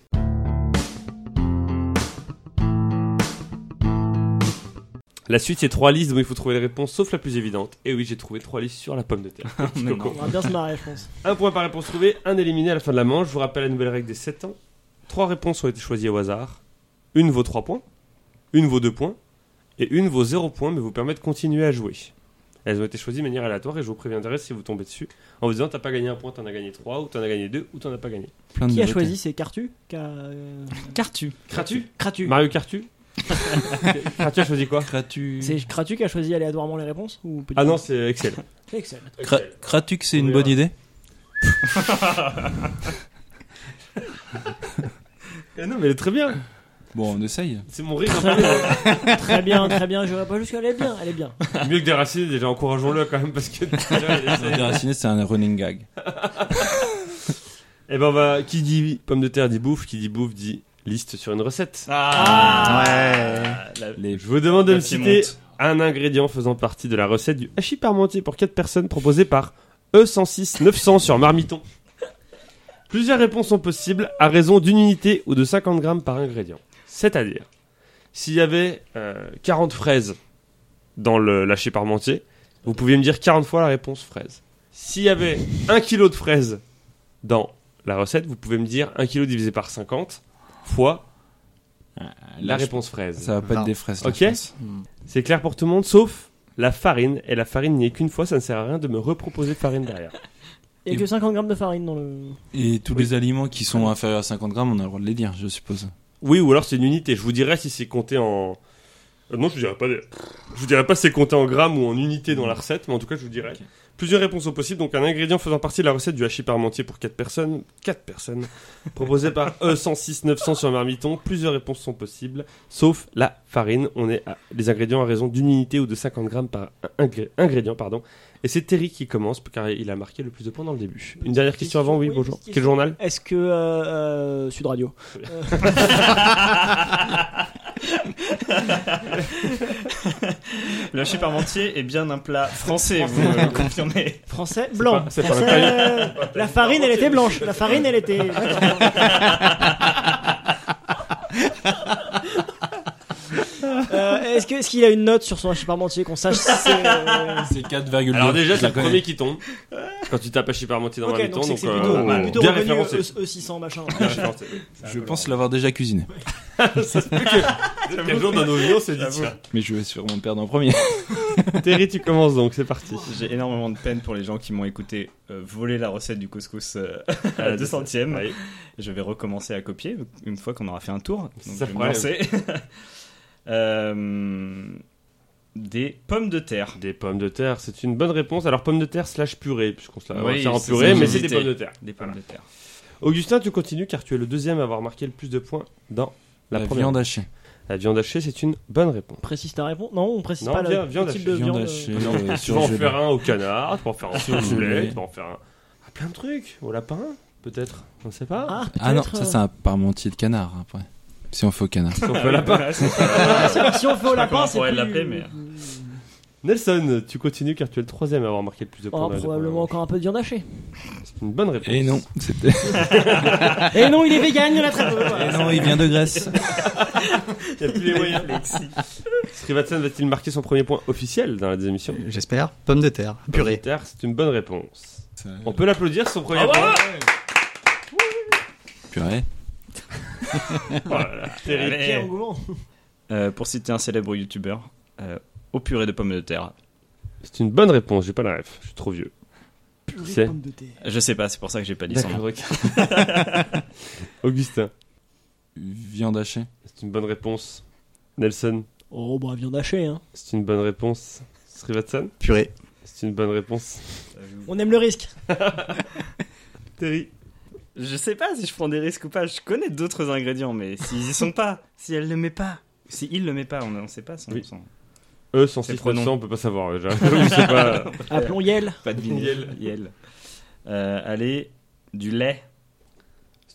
Speaker 1: La suite, c'est trois listes dont il faut trouver les réponses, sauf la plus évidente. Et oui, j'ai trouvé trois listes sur la pomme de terre.
Speaker 4: [LAUGHS] Mais non.
Speaker 2: On va bien se marrer je pense.
Speaker 1: Un point par réponse trouvée, un éliminé à la fin de la manche. Je vous rappelle la nouvelle règle des 7 ans. Trois réponses ont été choisies au hasard. Une vaut 3 points, une vaut 2 points, et une vaut 0 points, mais vous permet de continuer à jouer. Elles ont été choisies de manière aléatoire et je vous préviendrai si vous tombez dessus en vous disant t'as pas gagné un point, t'en as gagné 3, ou t'en as gagné 2, ou t'en as pas gagné.
Speaker 3: Plein de
Speaker 2: Qui a
Speaker 3: nouveautés.
Speaker 2: choisi C'est Cartu qui a, euh,
Speaker 4: Cartu.
Speaker 1: Cratu
Speaker 2: Cratu.
Speaker 1: Mario Cartu Cratu a choisi quoi
Speaker 3: Cratu.
Speaker 2: C'est Cratu qui a choisi aléatoirement les réponses ou pas du
Speaker 1: Ah
Speaker 2: tout
Speaker 1: non, c'est Excel.
Speaker 2: C'est Excel.
Speaker 3: Cra- Cratu que c'est une
Speaker 1: hein.
Speaker 3: bonne idée
Speaker 1: Eh non, mais elle est très bien.
Speaker 3: Bon, on essaye.
Speaker 1: C'est mon rire.
Speaker 2: Très bien, très bien, très bien. J'aurais pas jusqu'à elle est bien, elle est bien.
Speaker 1: Mieux que des racines, déjà encourageons-le quand même parce que déjà, il essaie.
Speaker 3: Déraciné, c'est un running gag.
Speaker 1: Eh ben, bah, qui dit pomme de terre dit bouffe, qui dit bouffe dit liste sur une recette.
Speaker 4: Ah, ouais.
Speaker 3: Les
Speaker 1: Je vous demande de me citer
Speaker 4: Piémonte.
Speaker 1: un ingrédient faisant partie de la recette du hachis parmentier pour 4 personnes proposé par E E106-900 sur Marmiton. Plusieurs réponses sont possibles à raison d'une unité ou de 50 grammes par ingrédient. C'est-à-dire, s'il y avait euh, 40 fraises dans le lâcher parmentier, vous pouviez me dire 40 fois la réponse fraise. S'il y avait 1 kg de fraises dans la recette, vous pouvez me dire 1 kg divisé par 50 fois la
Speaker 3: je-
Speaker 1: réponse fraise.
Speaker 3: Ça va pas
Speaker 5: Non.
Speaker 3: être des fraises.
Speaker 1: Ok. C'est clair pour tout le monde, sauf la farine. Et la farine n'y est qu'une fois, ça ne sert à rien de me reproposer farine derrière.
Speaker 2: Il y a que 50 grammes de farine dans le.
Speaker 3: Et tous les aliments qui sont inférieurs à 50 grammes, on a le droit de les dire, je suppose.
Speaker 1: Oui, ou alors c'est une unité. Je vous dirai si c'est compté en. Euh, non, je vous dirai pas. des- Je vous dirai pas si c'est compté en grammes ou en unité dans la recette, mais en tout cas, je vous dirai.
Speaker 3: Ok.
Speaker 1: Plusieurs réponses sont possibles. Donc, un ingrédient faisant partie de la recette du hachis parmentier pour 4 personnes. 4 personnes. proposé par E E106-900 sur Marmiton. Plusieurs réponses sont possibles, sauf la farine. On est à les ingrédients à raison d'une unité ou de 50 grammes par ingré- ingrédient. pardon. Et c'est Terry qui commence, car il a marqué le plus de points dans le début. Une dernière question avant, oui,
Speaker 2: Oui,
Speaker 1: bonjour.
Speaker 2: question.
Speaker 1: Quel journal
Speaker 2: Est-ce que euh, euh, Sud Radio
Speaker 4: Le hachis parmentier est bien un plat français, vous me confirmez.
Speaker 2: français blanc
Speaker 1: pas- c'est
Speaker 2: [LAUGHS]
Speaker 1: pas le
Speaker 2: Français, euh, La farine, elle était blanche. La farine,
Speaker 1: [LAUGHS]
Speaker 2: elle était. Euh, Est-ce que- est-ce qu'il a une note sur son hachis parmentier qu'on sache si c'est. euh,
Speaker 3: C'est 4,2.
Speaker 1: Alors déjà,
Speaker 3: Je
Speaker 1: c'est
Speaker 3: la
Speaker 1: le
Speaker 3: connais.
Speaker 1: premier qui tombe. Quand tu tapes à Chiparmentier dans
Speaker 2: ok,
Speaker 1: ma mi-temps,
Speaker 2: donc
Speaker 1: donc,
Speaker 2: c'est
Speaker 1: euh,
Speaker 2: plutôt,
Speaker 1: voilà.
Speaker 2: plutôt
Speaker 1: bien
Speaker 2: Ah, revenu
Speaker 1: référencé.
Speaker 2: E- E- E600 machin.
Speaker 1: Bien
Speaker 2: [LAUGHS]
Speaker 1: référencé.
Speaker 3: Je pense l'avoir déjà cuisiné.
Speaker 1: Quel jour dans nos vies, on s'est dit tiens.
Speaker 3: Mais je vais sûrement le perdre en premier.
Speaker 1: Terry, tu commences donc, c'est parti.
Speaker 4: J'ai énormément de peine pour les gens qui m'ont écouté euh, voler la recette du couscous euh, à
Speaker 1: Ah,
Speaker 4: la 200ème.
Speaker 1: oui.
Speaker 4: Je vais recommencer à copier une fois qu'on aura fait un tour. Donc
Speaker 1: Ça
Speaker 4: je vais me
Speaker 1: fera-
Speaker 4: lancer. [LAUGHS] Euh, des pommes de terre.
Speaker 1: Des pommes de terre, c'est une bonne réponse. Alors pommes de terre slash purée, puisqu'on se la on va
Speaker 4: Oui,
Speaker 1: faire en
Speaker 4: c'est
Speaker 1: purée,
Speaker 4: ça,
Speaker 1: mais c'est
Speaker 4: j'hésitais.
Speaker 1: des pommes de terre.
Speaker 4: Des pommes de terre.
Speaker 1: Augustin, tu continues car tu es le deuxième à avoir marqué le plus de points dans la,
Speaker 3: La,
Speaker 1: première.
Speaker 3: viande hachée.
Speaker 1: La viande hachée, c'est une bonne réponse.
Speaker 2: Précise ta réponse. Non, on précise
Speaker 1: Non,
Speaker 2: pas
Speaker 1: viande-
Speaker 2: le
Speaker 1: viande
Speaker 2: type de
Speaker 3: Viande
Speaker 2: viande. euh,
Speaker 3: hachée.
Speaker 1: Non,
Speaker 3: euh,
Speaker 1: Tu vas en
Speaker 3: surgelée.
Speaker 1: faire un au canard, tu vas en faire [LAUGHS] un sur poulet,
Speaker 3: Surgelé.
Speaker 1: tu vas en faire un à plein de trucs, au lapin, peut-être, on ne sait pas.
Speaker 2: Ah,
Speaker 3: Ah non,
Speaker 2: peut-être,
Speaker 3: ça
Speaker 2: euh,
Speaker 3: c'est un parmentier de canard après. Si on fait au canard.
Speaker 1: Sauf le lapin.
Speaker 4: Ouais, Ah c'est-
Speaker 2: si on fait au [LAUGHS]
Speaker 4: pas
Speaker 2: lapin,
Speaker 4: comment on
Speaker 2: c'est
Speaker 1: euh,
Speaker 4: pourrait
Speaker 2: plus- Oh,
Speaker 4: l'appeler, mais-
Speaker 1: Nelson, tu continues car tu es le troisième à avoir marqué le plus de points.
Speaker 2: Oh,
Speaker 1: dans les deux
Speaker 2: probablement encore un peu de viande hachée.
Speaker 1: premières manches. C'est une bonne réponse.
Speaker 3: Et non, c'était. [LAUGHS]
Speaker 2: Et Eh non, il est vegan, il en a très peu.
Speaker 3: Et non, il vient de Grèce.
Speaker 1: Il n'y a plus les
Speaker 2: [LAUGHS]
Speaker 1: moyens. Srivatsan va-t-il marquer son premier point officiel dans la deuxième émission
Speaker 5: J'espère. Pomme de terre, purée.
Speaker 1: Terre, C'est une bonne réponse. On peut l'applaudir, son
Speaker 2: Ah
Speaker 1: premier point.
Speaker 3: Purée.
Speaker 1: Voilà, terrible.
Speaker 4: Allez.
Speaker 2: Quel engouement.
Speaker 4: Euh, pour citer un célèbre youtubeur, euh, au purée de pommes de terre.
Speaker 1: C'est une bonne réponse, j'ai pas la ref, je suis trop vieux.
Speaker 2: Purée
Speaker 1: C'est-
Speaker 2: de pommes de thé.
Speaker 4: Je sais pas, c'est pour ça que j'ai pas dit son nom.
Speaker 1: ok. Augustin,
Speaker 3: Viande hachée.
Speaker 1: c'est une bonne réponse. Nelson,
Speaker 2: Oh, bah, viande hachée, hein.
Speaker 1: c'est une bonne réponse. Srivatsan,
Speaker 5: Purée.
Speaker 1: c'est une bonne réponse.
Speaker 2: On aime le risque.
Speaker 1: Terry,
Speaker 4: Je sais pas si je prends des risques ou pas. Je connais d'autres ingrédients, mais s'ils y sont pas, [LAUGHS] si elle le met pas, si il le met pas, on on sait pas son.
Speaker 1: Oui.
Speaker 4: son-
Speaker 1: eux, sans
Speaker 4: C'est
Speaker 1: E six
Speaker 4: trop non.
Speaker 1: on peut pas savoir déjà. Je [LAUGHS] sais pas.
Speaker 2: Appelons Ah, Yel.
Speaker 4: Pas de
Speaker 1: Miel.
Speaker 4: [LAUGHS] vinyle. Miel. Euh, allez, du lait.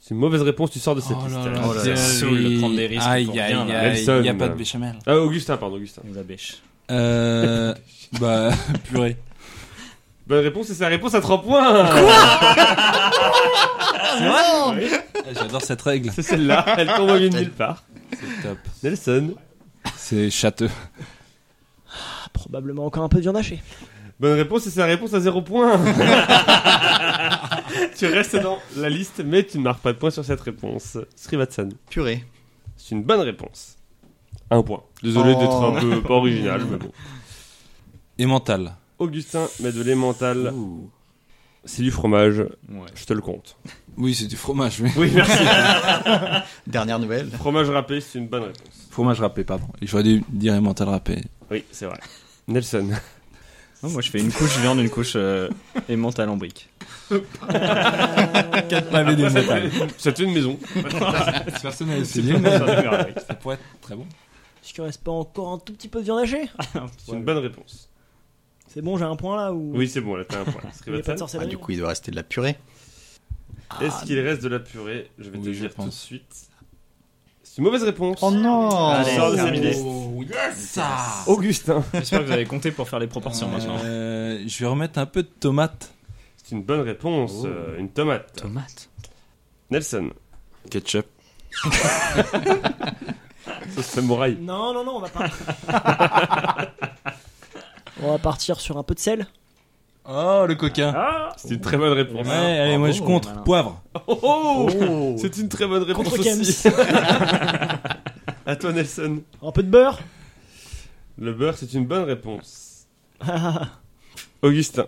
Speaker 1: C'est une mauvaise réponse, tu sors de cette liste.
Speaker 4: là. Oh là là, saoul, prendre des risques
Speaker 3: Aïe,
Speaker 4: pour
Speaker 3: aïe,
Speaker 4: rien, là.
Speaker 3: aïe. Il n'y a
Speaker 1: Nelson.
Speaker 3: pas de béchamel.
Speaker 1: Ah, Augustin, pardon, Augustin.
Speaker 4: On la bêche.
Speaker 3: Euh. [LAUGHS] bah, purée.
Speaker 1: Bonne réponse, et c'est la réponse à 3 points Quoi
Speaker 3: Ah, J'adore cette règle.
Speaker 1: C'est celle-là, elle tombe au milieu de nulle part.
Speaker 3: C'est top.
Speaker 1: Nelson,
Speaker 3: C'est châteux.
Speaker 2: Ah, probablement encore un peu de viande hachée.
Speaker 1: bonne réponse, et c'est la réponse à 0 [LAUGHS] points Tu restes dans la liste, mais tu ne marques pas de points sur cette réponse. Srivatsan,
Speaker 5: Purée.
Speaker 1: c'est une bonne réponse. Un point. Désolé
Speaker 5: Oh.
Speaker 1: d'être un peu pas original, mais bon.
Speaker 3: Et mental.
Speaker 1: Augustin met de l'émental. C'est du fromage,
Speaker 4: Ouais.
Speaker 1: je te le compte.
Speaker 3: Oui, c'est du fromage, oui.
Speaker 1: Oui, merci.
Speaker 5: Dernière nouvelle.
Speaker 1: [LAUGHS] fromage râpé, c'est une bonne réponse.
Speaker 3: Fromage râpé, pardon. Et J'aurais dû dire mental râpé.
Speaker 1: Oui, c'est vrai. Nelson,
Speaker 4: Non, moi je fais une couche viande, une couche euh, mentale en [LAUGHS] brique.
Speaker 2: Euh,
Speaker 3: Quatre pavés de
Speaker 1: ça te fait une maison.
Speaker 3: Personne n'a essayé, mais ça
Speaker 4: J'en
Speaker 3: pourrait être très bon.
Speaker 2: Est-ce qu'il reste pas encore un tout petit peu de viande hachée
Speaker 1: C'est une bonne réponse.
Speaker 2: C'est bon, j'ai un point là ou
Speaker 1: Oui, c'est bon, là, t'as un point.
Speaker 2: il n'y a pas
Speaker 1: Srivatsan
Speaker 2: de
Speaker 5: Ah,
Speaker 2: sorcellerie
Speaker 5: du coup, il doit rester de la purée.
Speaker 1: Est-ce qu'il reste de la purée Je vais te
Speaker 3: Oui,
Speaker 1: le
Speaker 3: je
Speaker 1: dire tout de
Speaker 3: pense.
Speaker 1: suite. C'est une mauvaise réponse.
Speaker 5: Oh non
Speaker 1: Allez, sors de cette liste.
Speaker 3: Oh, Ça
Speaker 1: Augustin.
Speaker 4: J'espère que vous avez compté pour faire les proportions maintenant.
Speaker 3: Oh. Euh, je vais remettre un peu de tomate.
Speaker 1: C'est une bonne réponse. euh, une tomate.
Speaker 4: Tomate.
Speaker 1: Nelson.
Speaker 3: Ketchup.
Speaker 1: Sauce samouraï.
Speaker 2: Non, non, non, on va pas.
Speaker 5: [LAUGHS]
Speaker 2: on va partir sur un peu de sel.
Speaker 3: Oh, le coquin.
Speaker 1: Ah C'est une très bonne réponse.
Speaker 3: ouais, allez, moi je
Speaker 4: Bravo,
Speaker 3: compte.
Speaker 4: malin.
Speaker 3: Poivre.
Speaker 1: Oh, oh
Speaker 5: Oh.
Speaker 1: C'est une très bonne réponse
Speaker 2: Contre
Speaker 1: aussi.
Speaker 2: Kems.
Speaker 1: À toi, Nelson.
Speaker 2: un peu de beurre.
Speaker 1: Le beurre, c'est une bonne réponse. Augustin.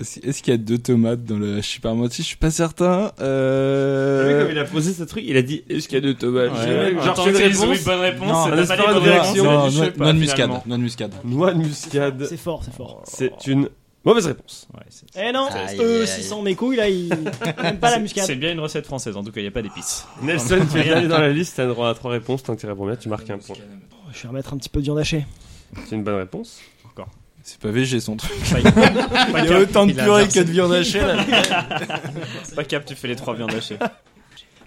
Speaker 3: Est-ce est-ce qu'il y a deux tomates dans le supermarché Je suis pas certain.
Speaker 1: T'as vu comme
Speaker 3: Euh...
Speaker 1: il a posé ce truc Il a dit Est-ce qu'il y a deux tomates J'ai-
Speaker 4: Ouais.
Speaker 1: Genre, c'est une réponse.
Speaker 4: bonne réponse,
Speaker 1: on espère une réaction.
Speaker 3: Non,
Speaker 1: Il a dit, je
Speaker 3: noix-
Speaker 1: sais pas,
Speaker 3: noix de muscade.
Speaker 1: finalement.
Speaker 3: Noix de muscade.
Speaker 1: Noix de muscade.
Speaker 2: C'est fort, c'est fort.
Speaker 1: C'est une mauvaise réponse.
Speaker 2: Eh non,
Speaker 5: Aïe,
Speaker 2: eux,
Speaker 5: aïe,
Speaker 2: s'ils
Speaker 5: aïe.
Speaker 2: sont mes couilles là, ils
Speaker 5: [LAUGHS]
Speaker 2: n'aiment pas la muscade.
Speaker 4: C'est bien une recette française, en tout cas, il n'y a pas d'épices.
Speaker 1: Nelson, tu es dernier dans la liste, t'as droit à trois réponses. Tant que tu réponds bien, tu marques un point.
Speaker 2: Je vais remettre un petit peu de viande hachée.
Speaker 1: C'est une bonne réponse.
Speaker 3: C'est pas végé son truc.
Speaker 4: Pas cap,
Speaker 3: autant
Speaker 5: de Oh, il a purée inversé. que de
Speaker 3: viande hachée là.
Speaker 4: pas cap, tu fais les trois viandes hachées.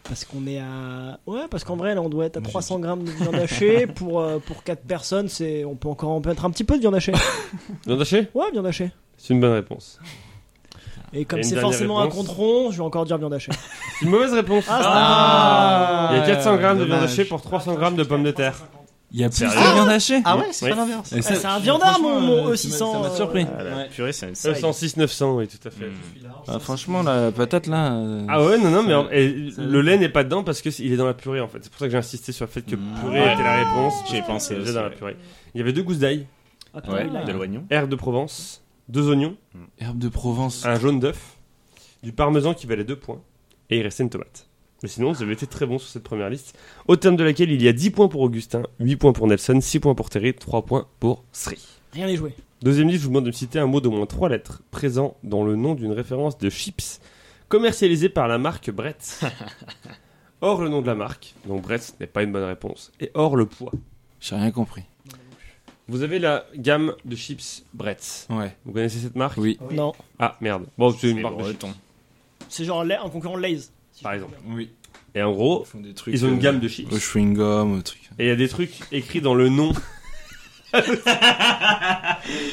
Speaker 2: Parce qu'on est à. Ouais, parce qu'en vrai, là, on doit être à 300 grammes de viande
Speaker 3: [LAUGHS]
Speaker 2: hachée. pour, euh, pour 4 personnes, c'est... on peut encore en mettre un petit peu de viande hachée.
Speaker 1: Viande hachée
Speaker 2: Ouais, viande hachée.
Speaker 1: C'est une bonne réponse.
Speaker 2: Et
Speaker 1: Et
Speaker 2: comme
Speaker 1: une
Speaker 2: c'est
Speaker 1: dernière
Speaker 2: forcément un
Speaker 1: réponse.
Speaker 2: compte rond, je vais encore dire viande
Speaker 3: [LAUGHS]
Speaker 2: hachée. Eh,
Speaker 1: C'est une mauvaise réponse.
Speaker 2: Ah,
Speaker 1: Il y a 400 grammes de viande
Speaker 5: dommage.
Speaker 1: hachée pour 300 grammes de pommes de terre.
Speaker 4: Ah,
Speaker 3: Il y a plus
Speaker 4: Sérieux
Speaker 3: de viande hachée
Speaker 5: Ah ouais, c'est
Speaker 1: Oui.
Speaker 5: pas l'inverse.
Speaker 3: Et ça-
Speaker 2: c'est un viandard, mon- mon
Speaker 3: franchement, euh,
Speaker 2: E600,
Speaker 3: Ça m'a
Speaker 2: euh,
Speaker 3: surpris.
Speaker 4: Ah Purée, c'est une side.
Speaker 1: 106 900, oui, tout à
Speaker 4: Hmm.
Speaker 1: fait.
Speaker 3: Ah, franchement, la patate là. euh,
Speaker 1: Ah ouais, non, non, mais en- et
Speaker 3: ça-
Speaker 1: le lait n'est pas dedans parce qu'il est dans la purée en fait. C'est pour ça que j'ai insisté sur le fait que
Speaker 3: Mm.
Speaker 1: purée était la réponse.
Speaker 4: Hmm. J'y ai pensé
Speaker 1: Déjà
Speaker 4: aussi,
Speaker 1: dans la
Speaker 4: ouais.
Speaker 1: purée. Il y avait deux gousses d'ail,
Speaker 2: Ah, putain,
Speaker 4: Ouais,
Speaker 2: là.
Speaker 4: de l'oignon.
Speaker 1: herbe de Provence, deux oignons,
Speaker 3: Herbe de Provence.
Speaker 1: un jaune d'œuf, du parmesan qui valait deux points, et il restait une tomate. Mais sinon, vous avez été très bon sur cette première liste, au terme de laquelle il y a 10 points pour Augustin, 8 points pour Nelson, 6 points pour Terry, 3 points pour Sri.
Speaker 2: Rien n'est joué.
Speaker 1: Deuxième liste, je vous demande de me citer un mot d'au moins trois lettres présent dans le nom d'une référence de chips commercialisée par la marque Brett. Or le nom de la marque, donc Brett n'est pas une bonne réponse, et or le poids.
Speaker 3: J'ai rien compris.
Speaker 1: Vous avez la gamme de chips Brett.
Speaker 3: Ouais.
Speaker 1: Vous connaissez cette marque
Speaker 3: Oui.
Speaker 2: Non.
Speaker 1: Ah merde.
Speaker 3: Oh,
Speaker 1: Bon, c'est une
Speaker 4: Les
Speaker 1: marque de chips,
Speaker 4: Bretons.
Speaker 2: C'est genre lait- un concurrent de Lay's.
Speaker 1: par exemple.
Speaker 3: Oui.
Speaker 1: Et en gros,
Speaker 3: font des trucs. euh,
Speaker 1: ils ont une gamme de chips.
Speaker 3: Au chewing gum, au euh, truc.
Speaker 1: [LAUGHS] Et il y a des trucs écrits dans le nom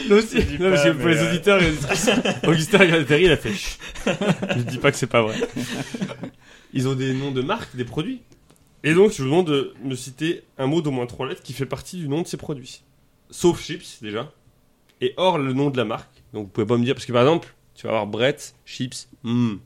Speaker 1: L'aussi-
Speaker 4: dis
Speaker 1: Non, parce que
Speaker 4: pas,
Speaker 1: pour
Speaker 4: mais,
Speaker 1: les
Speaker 4: euh,
Speaker 1: auditeurs, [LAUGHS] et auditrices, Augustin regarde Terry, il a fait Chut. Je dis pas que c'est pas vrai. [LAUGHS] Ils ont des noms de marques, des produits. Et donc, je vous demande de me citer un mot d'au moins trois lettres qui fait partie du nom de ces produits. Sauf chips, déjà. Et hors le nom de la marque. Donc, vous pouvez pas me dire, parce que par exemple, tu vas avoir Brett, chips, hmm.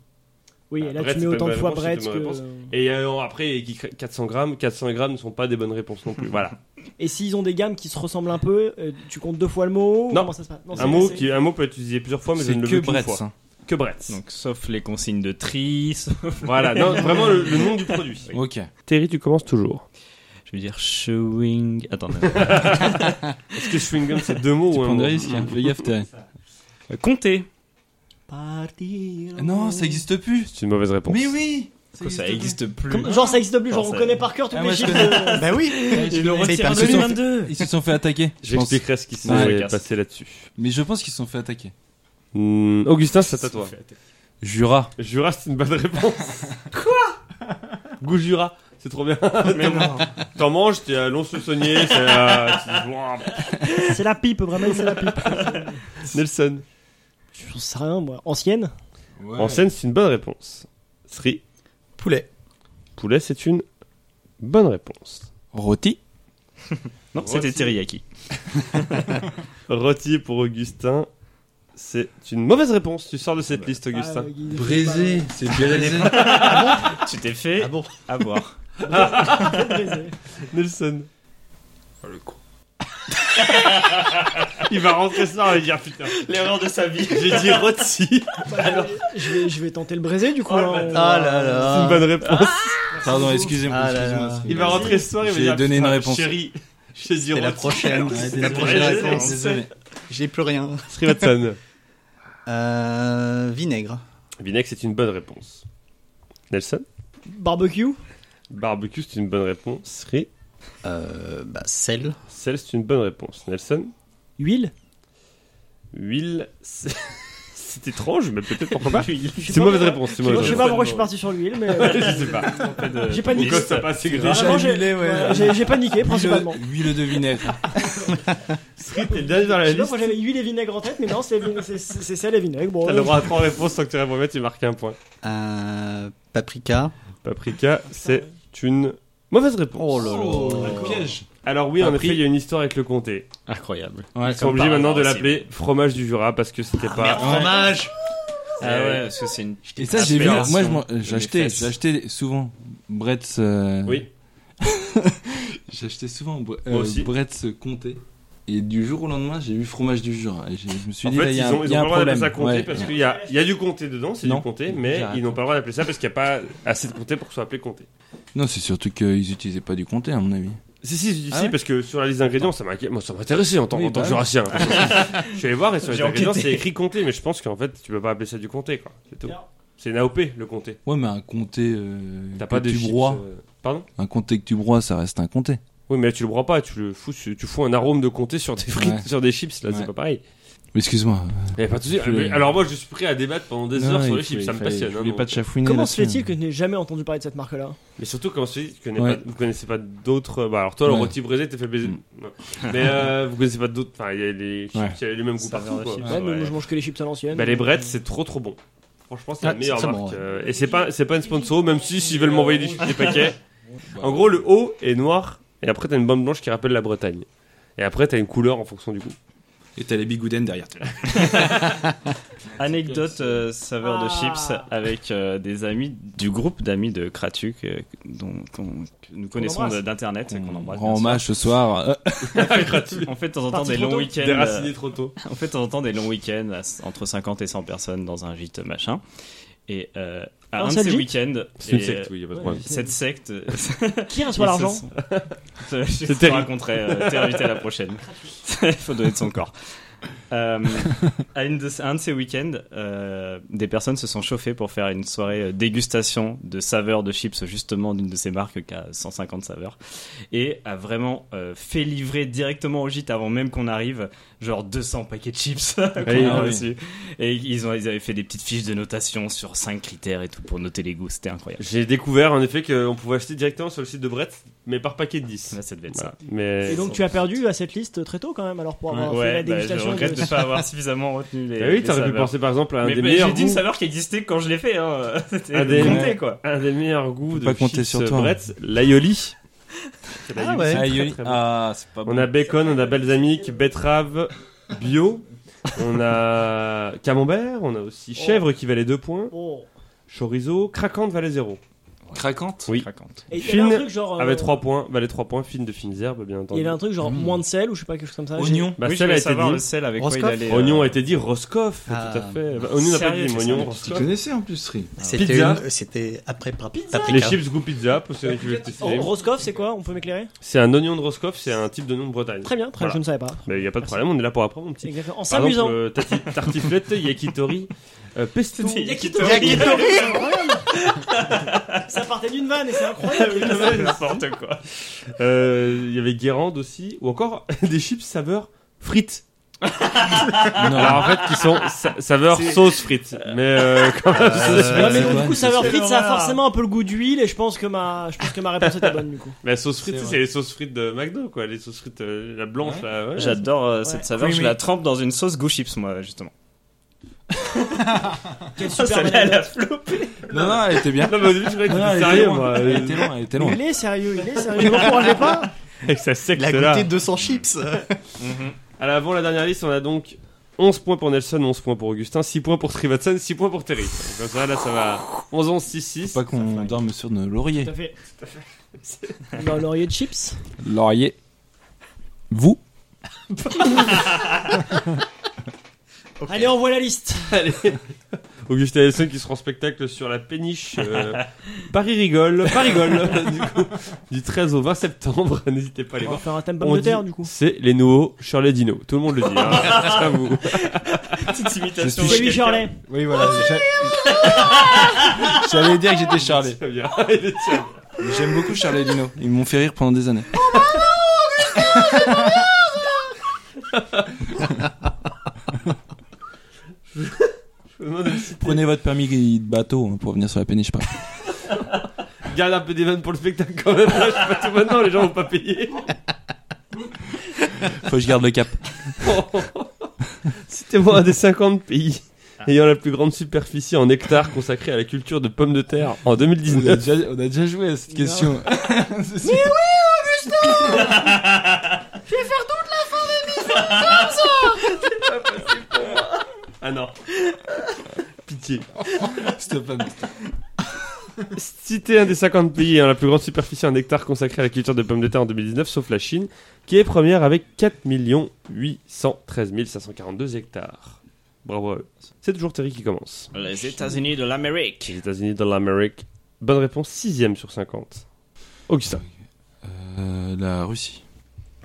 Speaker 2: Oui,
Speaker 1: Ah,
Speaker 2: et là
Speaker 1: Brett,
Speaker 2: tu
Speaker 1: c'est pas
Speaker 2: mets autant
Speaker 1: une bonne
Speaker 2: de fois
Speaker 1: réponse,
Speaker 2: Brett
Speaker 1: c'est une bonne
Speaker 2: que.
Speaker 1: Et euh, après, qui crée 400 grammes, 400 grammes ne sont pas des bonnes réponses non plus. Voilà.
Speaker 2: Et s'ils ont des gammes qui se ressemblent un peu, euh, tu comptes deux fois le mot ou
Speaker 1: Non.
Speaker 2: Comment ça se passe Non,
Speaker 1: Un
Speaker 2: c'est-
Speaker 1: mot,
Speaker 2: c'est-
Speaker 1: qui, un mot peut être utilisé plusieurs fois, mais je
Speaker 3: C'est
Speaker 1: ne le
Speaker 3: que
Speaker 1: veux qu'une
Speaker 3: Bretz.
Speaker 1: fois.
Speaker 3: hein.
Speaker 1: Que Bretz.
Speaker 4: Donc, sauf les consignes de tri, sauf-
Speaker 1: Voilà, non, vraiment le, le nom du produit.
Speaker 3: Ok.
Speaker 1: Terry, tu commences toujours.
Speaker 4: [LAUGHS] je veux dire chewing.
Speaker 3: [LAUGHS]
Speaker 4: Attendez.
Speaker 1: Est-ce que chewing gum c'est deux mots
Speaker 3: Tu
Speaker 1: ou un
Speaker 3: prends
Speaker 1: mot
Speaker 3: des risques, hein. fais gaffe. t'es-
Speaker 4: Euh, Comptez.
Speaker 2: Partir en-
Speaker 3: Non, ça existe plus.
Speaker 1: C'est une mauvaise réponse.
Speaker 3: Mais oui
Speaker 4: Quoi, ça existe plus.
Speaker 2: Comme- Genre ça existe plus, genre
Speaker 4: Non,
Speaker 2: on
Speaker 4: ça-
Speaker 2: connaît par cœur tous
Speaker 3: Ah,
Speaker 2: les
Speaker 3: moi, je
Speaker 2: chiffres. de-
Speaker 5: Bah oui
Speaker 2: [LAUGHS]
Speaker 3: plus.
Speaker 4: Ils le
Speaker 5: Mais
Speaker 4: retirent en
Speaker 5: parce que-
Speaker 4: 2022.
Speaker 3: Ils se sont fait attaquer. je pense.
Speaker 1: J'expliquerai ce qui s'est
Speaker 3: Ouais.
Speaker 1: passé là-dessus.
Speaker 3: Mais je pense qu'ils se sont fait attaquer.
Speaker 1: Hmm, Augustin, c'est à toi.
Speaker 3: Jura.
Speaker 1: Jura, c'est une bonne réponse.
Speaker 3: [LAUGHS]
Speaker 1: Quoi Goût Jura, c'est trop bien.
Speaker 4: Mais non.
Speaker 1: T'en manges, t'es à long soupçonnier, c'est à- tu dis, Ouah,
Speaker 2: C'est la pipe, vraiment c'est la pipe.
Speaker 1: [LAUGHS] Nelson.
Speaker 2: J'en sais rien moi. Ancienne
Speaker 1: Ah,
Speaker 3: Ouais.
Speaker 1: En scène, c'est une bonne réponse. Sri,
Speaker 5: Poulet.
Speaker 1: poulet, c'est une bonne réponse.
Speaker 3: Rôti.
Speaker 4: Non, c'était
Speaker 1: Rôti.
Speaker 4: teriyaki.
Speaker 1: Rôti pour Augustin, c'est une mauvaise réponse. Tu sors de cette liste, Augustin.
Speaker 2: Ah, Guy-
Speaker 3: C'est braisé.
Speaker 4: Tu t'es fait
Speaker 5: Ah bon
Speaker 4: [LAUGHS] avoir.
Speaker 2: Braisé.
Speaker 1: Nelson. [LAUGHS] Il va rentrer ce soir et dire putain.
Speaker 4: L'erreur de sa vie.
Speaker 1: J'ai dit rôti.
Speaker 2: je, vais, je vais tenter le braisé du coup.
Speaker 1: Oh, le
Speaker 2: hein, on-
Speaker 5: Ah là là
Speaker 1: C'est une bonne réponse.
Speaker 3: Pardon, excusez-moi.
Speaker 5: Ah là
Speaker 3: excusez-moi,
Speaker 5: là.
Speaker 3: c'est-
Speaker 1: il va rentrer ce soir et il va
Speaker 3: J'ai
Speaker 1: dire
Speaker 3: donné une
Speaker 1: putain,
Speaker 3: réponse.
Speaker 1: Chérie, j'ai dit
Speaker 5: C'est la
Speaker 1: rôti. [LAUGHS]
Speaker 5: prochaine.
Speaker 3: Ouais,
Speaker 5: C'est la
Speaker 3: désolé,
Speaker 5: prochaine
Speaker 1: désolé,
Speaker 5: réponse.
Speaker 3: Désolé.
Speaker 5: J'ai plus rien.
Speaker 1: [LAUGHS] Srivatsan.
Speaker 5: Euh, vinaigre.
Speaker 1: Vinec, c'est une bonne réponse. Nelson.
Speaker 2: Barbecue
Speaker 1: Barbecue, c'est une bonne réponse. Sri.
Speaker 5: Euh, bah, sel.
Speaker 1: Sel, c'est une bonne réponse. Nelson.
Speaker 2: Huile
Speaker 1: Huile. C'est c'est étrange, mais peut-être pourquoi pas.
Speaker 2: Je
Speaker 1: C'est
Speaker 2: sais
Speaker 1: une
Speaker 2: pas
Speaker 1: mauvaise
Speaker 2: pourquoi-
Speaker 1: réponse. C'est une
Speaker 2: Je
Speaker 1: mauvaise
Speaker 2: sais pas
Speaker 1: réponse.
Speaker 2: pourquoi je suis parti sur l'huile,
Speaker 1: [LAUGHS]
Speaker 2: mais. euh,
Speaker 1: Je sais pas.
Speaker 2: J'ai pas de
Speaker 1: Mon
Speaker 2: liste.
Speaker 1: gosse, c'est pas assez grave.
Speaker 2: Vraiment, j'ai-
Speaker 3: annulé, ouais.
Speaker 2: ouais, j'ai- j'ai paniqué principalement.
Speaker 1: Ah,
Speaker 3: Huile, huile de vinaigre.
Speaker 1: Sri, t'es le dernier dans la
Speaker 2: Je sais pas
Speaker 1: liste.
Speaker 2: pourquoi j'avais huile et vinaigre en tête, mais non, c'est c'est- c'est- c'est sel et vinaigre. Bon, euh,
Speaker 1: T'as le droit à trois réponses tant que tu réponds bien, tu marques un point.
Speaker 5: Euh, paprika.
Speaker 1: Paprika, c'est une mauvaise réponse.
Speaker 5: Oh
Speaker 3: Piège.
Speaker 1: Alors oui, en
Speaker 4: Papri-
Speaker 1: effet, il y a une histoire avec le comté.
Speaker 4: Incroyable.
Speaker 3: Ouais,
Speaker 1: Ils sont obligés
Speaker 4: par
Speaker 1: maintenant de
Speaker 4: hasard,
Speaker 1: l'appeler fromage du Jura parce que c'était pas...
Speaker 5: Merde, fromage
Speaker 4: Ah ouais, parce que c'est une.
Speaker 3: Et ça, j'ai vu.
Speaker 4: Appellation
Speaker 3: Moi, je m'en- euh,
Speaker 4: de mes
Speaker 3: j'achetais,
Speaker 4: fesses.
Speaker 3: j'achetais souvent Bretz. euh,
Speaker 1: Oui,
Speaker 3: J'achetais souvent Bre-
Speaker 1: Moi
Speaker 3: euh,
Speaker 1: aussi.
Speaker 3: Bretz Comté. Et du jour au lendemain, j'ai eu fromage du Jura. Et je je me suis
Speaker 1: en
Speaker 3: dit, là,
Speaker 1: fait,
Speaker 3: il y
Speaker 1: ils
Speaker 3: a,
Speaker 1: ont,
Speaker 3: un-
Speaker 1: ils
Speaker 3: il y a
Speaker 1: ont
Speaker 3: un
Speaker 1: pas le droit
Speaker 3: problème.
Speaker 1: d'appeler ça comté
Speaker 3: Ouais.
Speaker 1: parce qu'il y a, il y a du comté dedans, c'est
Speaker 3: Non.
Speaker 1: du comté, mais
Speaker 3: J'arrête.
Speaker 1: ils n'ont pas le droit d'appeler ça parce qu'il n'y a pas assez de comté pour que ce soit appelé comté.
Speaker 3: Non, c'est surtout qu'ils utilisaient pas du comté, à mon avis.
Speaker 1: Si, si, si,
Speaker 3: Ah
Speaker 1: si,
Speaker 3: ouais
Speaker 1: parce que sur la liste d'ingrédients, ça m'inquiète- moi, ça m'intéressait en tant,
Speaker 3: Oui,
Speaker 1: en tant
Speaker 3: bah
Speaker 1: que
Speaker 3: oui. [LAUGHS]
Speaker 1: jurassien. je suis allé voir et sur les
Speaker 4: J'ai
Speaker 1: ingrédients,
Speaker 4: enquêté.
Speaker 1: c'est écrit comté, mais je pense qu'en fait, tu peux pas appeler ça du comté, quoi. C'est tout.
Speaker 2: Non.
Speaker 1: C'est une AOP, le comté.
Speaker 3: Ouais, mais un comté euh,
Speaker 1: T'as pas
Speaker 3: que
Speaker 1: de
Speaker 3: tu
Speaker 1: chips,
Speaker 3: broies,
Speaker 1: euh, Pardon
Speaker 3: un comté que tu broies, ça reste un comté.
Speaker 1: Oui, mais là, tu le broies pas, tu le fous, sur- tu fous un arôme de comté sur des frites,
Speaker 3: Ouais.
Speaker 1: sur des chips, là, c'est
Speaker 3: Ouais.
Speaker 1: pas pareil.
Speaker 3: Mais Excuse-moi.
Speaker 1: Y a pas de souci.
Speaker 3: Je voulais-
Speaker 1: Alors moi, je suis prêt à débattre pendant des
Speaker 3: Non,
Speaker 1: heures
Speaker 3: il
Speaker 1: sur les
Speaker 3: faut-
Speaker 1: chips,
Speaker 3: il
Speaker 1: ça me
Speaker 3: fallait-
Speaker 1: passionne.
Speaker 3: Je
Speaker 1: hein,
Speaker 3: voulais
Speaker 1: donc.
Speaker 3: pas te chafouiner.
Speaker 2: Comment se
Speaker 3: là-dessus.
Speaker 2: fait-il que je n'ai jamais entendu parler de cette marque-là
Speaker 1: Mais surtout, comme je te dis, tu connais
Speaker 3: Ouais.
Speaker 1: pas- vous connaissez pas d'autres. euh, Bah, alors toi, le
Speaker 3: Ouais.
Speaker 1: rôti braisé, t'es fait baiser.
Speaker 3: Mm.
Speaker 1: Non. Mais euh, vous connaissez pas d'autres. Enfin, il y a les chips,
Speaker 3: Ouais.
Speaker 1: il y a les mêmes goûts
Speaker 4: Saveur
Speaker 1: partout.
Speaker 4: de
Speaker 1: quoi.
Speaker 4: chips.
Speaker 2: Ouais, mais moi je mange que les chips à l'ancienne.
Speaker 1: Ah, Bah, les brettes, c'est trop trop bon. Franchement, c'est
Speaker 3: Ah,
Speaker 1: la meilleure
Speaker 3: c'est
Speaker 1: marque.
Speaker 3: bon, ouais.
Speaker 1: euh, et c'est pas, c'est pas une sponsor, même si s'ils veulent m'envoyer des, des paquets. Bah, En gros, le haut est noir, et après, t'as une bande blanche qui rappelle la Bretagne. Et après, t'as une couleur en fonction du goût.
Speaker 6: Et t'as les bigouden derrière.
Speaker 1: [LAUGHS]
Speaker 4: Anecdote euh, saveur de
Speaker 2: Ah.
Speaker 4: chips avec euh, des amis du groupe d'amis de Kratu que, dont, qu'on- que nous connaissons
Speaker 2: embrasse.
Speaker 4: de- d'internet et qu'on
Speaker 3: On
Speaker 4: embrasse.
Speaker 3: rend
Speaker 4: bien
Speaker 3: hommage ce soir. Euh,
Speaker 4: sûr. On fait de temps en temps
Speaker 2: Parti
Speaker 4: des
Speaker 2: trop
Speaker 4: longs
Speaker 2: tôt.
Speaker 4: week-ends.
Speaker 1: Déraciné trop tôt.
Speaker 4: euh, on fait de temps en temps des longs week-ends à s- entre 50 et 100 personnes dans un gîte machin. Et euh, à
Speaker 2: Un
Speaker 4: un, de
Speaker 2: seul
Speaker 4: ces
Speaker 2: gîte
Speaker 4: week-ends,
Speaker 1: C'est une
Speaker 4: et,
Speaker 1: secte, oui, y a pas de
Speaker 2: ouais.
Speaker 1: problème.
Speaker 4: euh, cette
Speaker 2: [LAUGHS]
Speaker 4: secte,
Speaker 2: Qui reçoit l'argent
Speaker 4: Je
Speaker 1: terrible. [LAUGHS]
Speaker 4: [LAUGHS] te raconterai. euh, T'es invité à la prochaine. Il faut donner de son corps.
Speaker 1: [LAUGHS]
Speaker 4: Euh, à, une de- à un de ces week-ends, euh, des personnes se sont chauffées pour faire une soirée euh, dégustation de saveurs de chips, justement d'une de ces marques qui a 150 saveurs, et a vraiment euh, fait livrer directement au gîte avant même qu'on arrive, genre 200 paquets de chips [LAUGHS] qu'on
Speaker 1: Oui,
Speaker 4: a
Speaker 1: oui.
Speaker 4: reçus. Et ils, ont, ils avaient fait des petites fiches de notation sur 5 critères et tout pour noter les goûts, c'était incroyable.
Speaker 1: J'ai découvert en effet qu'on pouvait acheter directement sur le site de Brett, mais par paquet de 10.
Speaker 4: Là, ça devait être ça.
Speaker 1: Voilà. Mais...
Speaker 2: Et donc tu as perdu à cette liste très tôt quand même alors pour avoir fait la
Speaker 4: Ouais, bah, je
Speaker 2: dégustation.
Speaker 4: regrette de
Speaker 2: de-
Speaker 4: ne pas avoir suffisamment
Speaker 1: [LAUGHS]
Speaker 4: retenu les.
Speaker 1: Ah oui,
Speaker 4: les
Speaker 1: t'aurais pu
Speaker 4: saveurs.
Speaker 1: penser par exemple à un
Speaker 4: Mais
Speaker 1: des
Speaker 4: bah,
Speaker 1: meilleurs
Speaker 4: j'ai dit une
Speaker 1: goûts.
Speaker 4: saveur qui existait quand je l'ai fait. Hein. [LAUGHS] C'était
Speaker 1: Ah, des-
Speaker 4: compté, quoi.
Speaker 1: Un des meilleurs goûts
Speaker 3: Faut
Speaker 1: de
Speaker 3: pas compter
Speaker 1: chips
Speaker 3: sur toi.
Speaker 1: Bretz, l'aioli.
Speaker 5: Ah ouais.
Speaker 3: Ah,
Speaker 1: très,
Speaker 3: Yoli-
Speaker 1: très bon.
Speaker 3: ah, c'est pas bon.
Speaker 1: On a bacon, on a balsamique, betterave, bio. On a camembert, on a aussi chèvre qui valait 2 points,
Speaker 2: Oh.
Speaker 1: chorizo, craquante valait 0.
Speaker 6: Craquante
Speaker 1: Oui.
Speaker 4: Craquante.
Speaker 2: Et il y
Speaker 1: Fine
Speaker 2: avait
Speaker 1: Ah, bah,
Speaker 2: un truc genre. euh,
Speaker 1: Avait 3 points, valait 3 points, fine de fines herbes bien
Speaker 2: Il y
Speaker 1: entendu.
Speaker 2: avait un truc genre moins de sel ou je sais pas quelque chose comme ça. j'ai-
Speaker 6: Oignon
Speaker 1: Bah,
Speaker 4: oui, je
Speaker 1: celle a
Speaker 4: voulais
Speaker 1: été
Speaker 4: savoir le
Speaker 1: dit.
Speaker 4: sel avec
Speaker 5: Roscoff
Speaker 4: quoi il allait.
Speaker 1: Oignon a
Speaker 4: euh,
Speaker 1: été dit, Roscoff,
Speaker 5: Ah.
Speaker 1: tout à fait. Bah, Oignon n'a pas
Speaker 4: Sérieux,
Speaker 1: dit, mais
Speaker 4: c'est ça,
Speaker 1: oignon,
Speaker 4: le
Speaker 6: Tu
Speaker 1: Roscoff.
Speaker 6: connaissais en plus, Sri
Speaker 5: C'était
Speaker 1: Pizza.
Speaker 5: une- c'était après pra-
Speaker 1: Les
Speaker 5: paprika.
Speaker 1: chips goût pizza, pour ceux qui veulent
Speaker 2: Oh,
Speaker 1: tester.
Speaker 2: Roscoff, c'est quoi On peut m'éclairer
Speaker 1: C'est un oignon de Roscoff, c'est un type d'oignon de Bretagne.
Speaker 2: Très bien, très
Speaker 1: Voilà.
Speaker 2: bien, je ne savais pas.
Speaker 1: Mais il n'y a pas de problème, on est là pour apprendre, mon petit.
Speaker 2: Exactement. En
Speaker 1: Par exemple,
Speaker 2: s'amusant.
Speaker 1: euh, tati- tartiflette, [LAUGHS] yakitori, euh, pesto.
Speaker 2: Yakitori.
Speaker 5: Yakitori.
Speaker 2: Ça partait d'une vanne et c'est incroyable.
Speaker 1: [LAUGHS]
Speaker 4: N'importe quoi.
Speaker 1: Euh, Il y avait guérande aussi, ou encore [LAUGHS] des chips saveur frites.
Speaker 3: Non.
Speaker 1: Alors en fait, qui sont sa- saveur sauce frites. Mais euh, [LAUGHS] quand même,
Speaker 5: Euh,
Speaker 2: Ouais, mais
Speaker 3: c'est
Speaker 2: donc, du
Speaker 3: bon,
Speaker 2: coup, saveur
Speaker 4: c'est
Speaker 2: frite,
Speaker 4: bon.
Speaker 2: ça a forcément un peu le goût d'huile et je pense que ma, je pense que ma réponse était bonne
Speaker 1: [LAUGHS]
Speaker 2: du coup.
Speaker 1: la sauce frite,
Speaker 3: C'est
Speaker 1: tu sais,
Speaker 3: vrai.
Speaker 1: c'est les sauces frites de McDo, quoi. Les sauces frites, euh, la blanche, là. ouais.
Speaker 4: J'adore euh, cette saveur, je
Speaker 3: Creamy.
Speaker 4: la trempe dans une sauce goût chips, moi, justement.
Speaker 2: Quelle super
Speaker 4: Celle-là,
Speaker 2: vanne.
Speaker 1: [LAUGHS]
Speaker 4: elle a flopé.
Speaker 3: non, non, elle était bien.
Speaker 1: Non, mais au début, je croyais que
Speaker 3: Non,
Speaker 1: c'était
Speaker 3: non, elle était
Speaker 1: sérieux,
Speaker 3: loin.
Speaker 1: moi.
Speaker 3: Elle était loin, elle était loin.
Speaker 2: Il est sérieux, il est sérieux. Vous m'encouragez pas
Speaker 1: Avec sa secte,
Speaker 5: Il a
Speaker 1: là.
Speaker 5: goûté 200 [LAUGHS] chips.
Speaker 1: À l'avant, la dernière liste, on a donc 11 points pour Nelson, 11 points pour Augustin, 6 points pour Strivatson, 6 points pour Terry. Donc, Comme ça, là, ça va 11, 11, 6, 6.
Speaker 3: Pas qu'on dorme sur nos lauriers.
Speaker 2: Tout à fait. Dans laurier de chips.
Speaker 3: Laurier. Vous
Speaker 5: Ok.
Speaker 2: Allez, on voit la liste.
Speaker 1: Allez. Augustin Nelson qui sera en spectacle sur la péniche
Speaker 3: [LAUGHS]
Speaker 1: euh, Paris rigole, Paris rigole, [LAUGHS] du, coup, du 13 au 20 septembre. [LAUGHS] N'hésitez pas à les
Speaker 2: On va
Speaker 1: voir.
Speaker 2: faire un thème
Speaker 1: On
Speaker 2: pomme de
Speaker 1: dit-
Speaker 2: terre du coup.
Speaker 1: C'est les nouveaux Shirley Dino. Tout le monde le dit. hein. [LAUGHS]
Speaker 3: [LAUGHS]
Speaker 1: J'avoue.
Speaker 4: Petite imitation.
Speaker 3: Je
Speaker 4: de
Speaker 3: suis-
Speaker 2: Salut
Speaker 4: quelqu'un.
Speaker 2: Shirley.
Speaker 3: Oui, voilà.
Speaker 1: Oh,
Speaker 3: j'a- J'allais dire que j'étais Charlie.
Speaker 1: Très bien. [LAUGHS] Il est tiens.
Speaker 3: J'aime beaucoup Charlie et Lino. Ils m'ont fait rire pendant des années.
Speaker 1: Je me demande si-
Speaker 3: Prenez votre permis de bateau hein, pour venir sur la péniche. Pas.
Speaker 1: Garde un peu des vannes pour le spectacle quand même. Là, je fais pas tout maintenant, les gens vont pas [LAUGHS] payer.
Speaker 3: Faut que je garde le cap.
Speaker 1: Citez-moi un des 50 pays ayant la plus grande superficie en hectares consacrée à la culture de pommes de terre en 2019.
Speaker 3: déjà, on a déjà joué à
Speaker 1: [LAUGHS]
Speaker 3: cette
Speaker 2: question.
Speaker 1: Ah non. Pitié. Citez un des 50 pays ayant la plus grande superficie en hectares consacrée à la culture de pommes de terre en 2019, sauf la Chine, qui est première avec 4 813 542 hectares. Bravo à eux. C'est toujours Terry qui commence.
Speaker 4: Les États-Unis de l'Amérique.
Speaker 1: Les États-Unis de l'Amérique. Bonne réponse, 6 sur 50. Augustin.
Speaker 3: Euh, la Russie.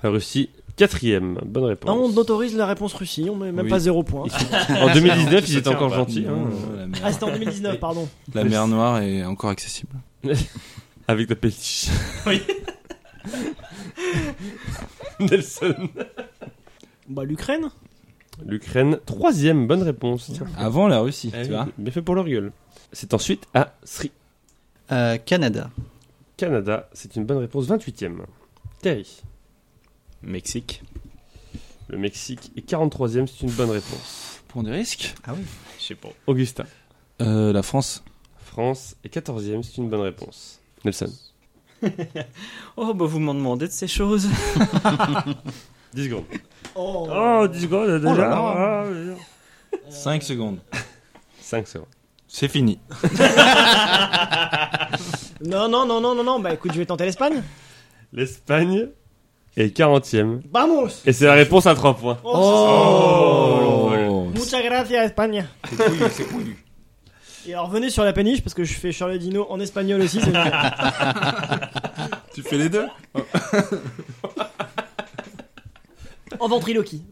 Speaker 1: La Russie, 4 Bonne
Speaker 2: Ah, on
Speaker 1: réponse.
Speaker 2: autorise la réponse Russie, on met même
Speaker 3: Oui.
Speaker 2: pas zéro point.
Speaker 1: En 2019, ils étaient
Speaker 4: Tiens,
Speaker 1: encore
Speaker 4: bah,
Speaker 1: gentils. hein.
Speaker 3: Euh, la,
Speaker 2: Ah,
Speaker 3: mer,
Speaker 2: c'était en 2019, pardon.
Speaker 3: la mer Noire est encore accessible.
Speaker 1: [LAUGHS] Avec la pétiche.
Speaker 4: Oui.
Speaker 1: [LAUGHS] Nelson.
Speaker 2: Bah, l'Ukraine
Speaker 1: L'Ukraine, troisième, bonne réponse. Tiens.
Speaker 3: Avant la Russie,
Speaker 1: Eh oui,
Speaker 3: tu vois.
Speaker 1: Bien fait pour leur gueule. C'est ensuite à Sri
Speaker 5: Euh, Canada.
Speaker 1: Canada. C'est une bonne réponse, 28ème. Terry.
Speaker 4: Mexique.
Speaker 1: Le Mexique est 43ème, c'est une bonne réponse.
Speaker 3: Prends des risques.
Speaker 4: Je sais pas.
Speaker 1: Augustin.
Speaker 3: Euh, la France.
Speaker 1: France est 14ème, c'est une bonne réponse. Nelson.
Speaker 4: Oh, bah vous m'en demandez de ces choses. [LAUGHS]
Speaker 1: 10 secondes.
Speaker 2: Oh,
Speaker 1: 10 secondes Ah,
Speaker 3: Oh là là. 5 secondes.
Speaker 1: 5 secondes.
Speaker 3: C'est fini.
Speaker 2: Non, non, non, non, non, non, bah écoute, je vais tenter l'Espagne.
Speaker 1: L'Espagne est 40ème.
Speaker 2: Vamos
Speaker 1: Et c'est la réponse à 3 points.
Speaker 3: Oh,
Speaker 2: Muchas gracias, Espagne. Et alors, venez sur la péniche parce que je fais Charlie Dino en espagnol aussi. c'est génial.
Speaker 6: Tu fais les deux
Speaker 2: [LAUGHS] en ventriloquie.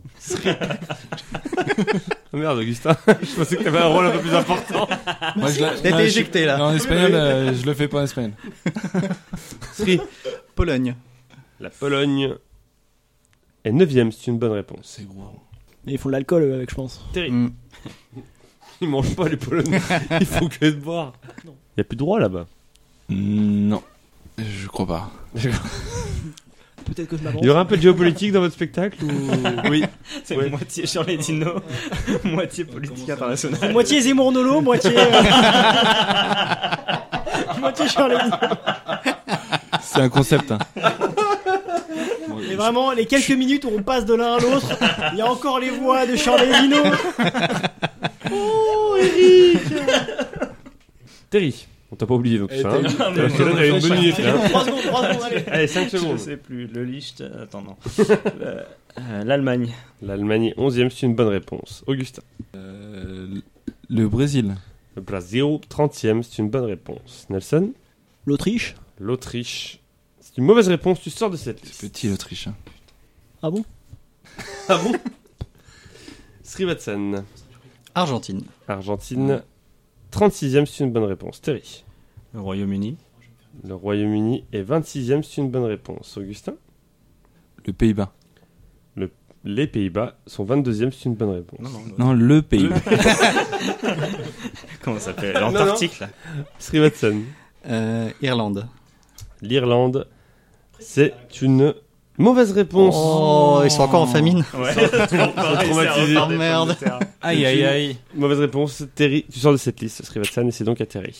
Speaker 1: Oh Merde, Augustin, [LAUGHS] je pensais que t'avais un rôle un peu plus important.
Speaker 3: Moi, je la-
Speaker 5: T'as
Speaker 3: non,
Speaker 5: été
Speaker 3: je-
Speaker 5: éjecté là.
Speaker 3: non, en espagnol, euh, je le fais pas en espagnol.
Speaker 5: Sri. Pologne.
Speaker 1: La Pologne est 9 c'est une bonne réponse.
Speaker 3: C'est gros.
Speaker 2: Et ils font de l'alcool eux, avec, je pense.
Speaker 5: Mm.
Speaker 1: Ils mangent pas les [LAUGHS] Polonais, ils font que de boire. Il n'y a plus de droit là-bas.
Speaker 3: Mm, Non, je crois pas.
Speaker 2: Peut-être que je m'avance.
Speaker 1: Il y aura un peu de géopolitique dans votre spectacle ou... Oui.
Speaker 4: C'est
Speaker 1: Ouais.
Speaker 4: moitié Charles Dino, [LAUGHS] moitié politique internationale.
Speaker 2: Moitié Zemmour Nolo, moitié. euh, [LAUGHS] moitié Charlie.
Speaker 3: C'est un [LAUGHS] concept. Hein.
Speaker 2: Mais vraiment, les quelques minutes où on passe de l'un à l'autre, il y a encore les voix de Charlie Dino. [LAUGHS] Oh, Eric
Speaker 1: Terry, on t'a pas oublié donc
Speaker 3: Eh,
Speaker 1: ça. hein.
Speaker 3: Terry.
Speaker 1: Parce que là, t'avais une bonne minute là.
Speaker 2: 3 secondes, 3 secondes, allez.
Speaker 1: Allez, 5
Speaker 4: [LAUGHS] Je
Speaker 1: secondes.
Speaker 4: sais plus, le Licht, euh, attends, non. [LAUGHS] Le- euh, L'Allemagne.
Speaker 1: L'Allemagne est 11 c'est une bonne réponse. Augustin.
Speaker 3: Euh, le Brésil.
Speaker 1: Le Brésil, 30e, c'est une bonne réponse. Nelson.
Speaker 2: L'Autriche
Speaker 1: L'Autriche. C'est une mauvaise réponse, tu sors de cette liste.
Speaker 3: Petit l'Autriche. hein.
Speaker 2: Ah bon
Speaker 1: Ah bon Srivatsan.
Speaker 5: Argentine.
Speaker 1: Argentine. 36e, c'est une bonne réponse. Terry.
Speaker 4: Le Royaume-Uni.
Speaker 1: Le Royaume-Uni est 26e, c'est une bonne réponse. Augustin.
Speaker 3: Le Pays-Bas.
Speaker 1: Les Pays-Bas sont 22e, c'est une bonne réponse.
Speaker 4: Non, non, non.
Speaker 3: Non, le Pays-Bas.
Speaker 4: Comment ça s'appelle L'Antarctique, là.
Speaker 1: Srivatsan.
Speaker 5: Euh, Irlande.
Speaker 1: L'Irlande, c'est une mauvaise réponse.
Speaker 5: Oh, ils sont encore en famine.
Speaker 4: Ouais, [LAUGHS] traumatisé.
Speaker 5: Oh, merde.
Speaker 1: Aïe, aïe, aïe. Mauvaise réponse, Terry. Tu sors de cette liste, Srivatsan, et c'est donc à Terry.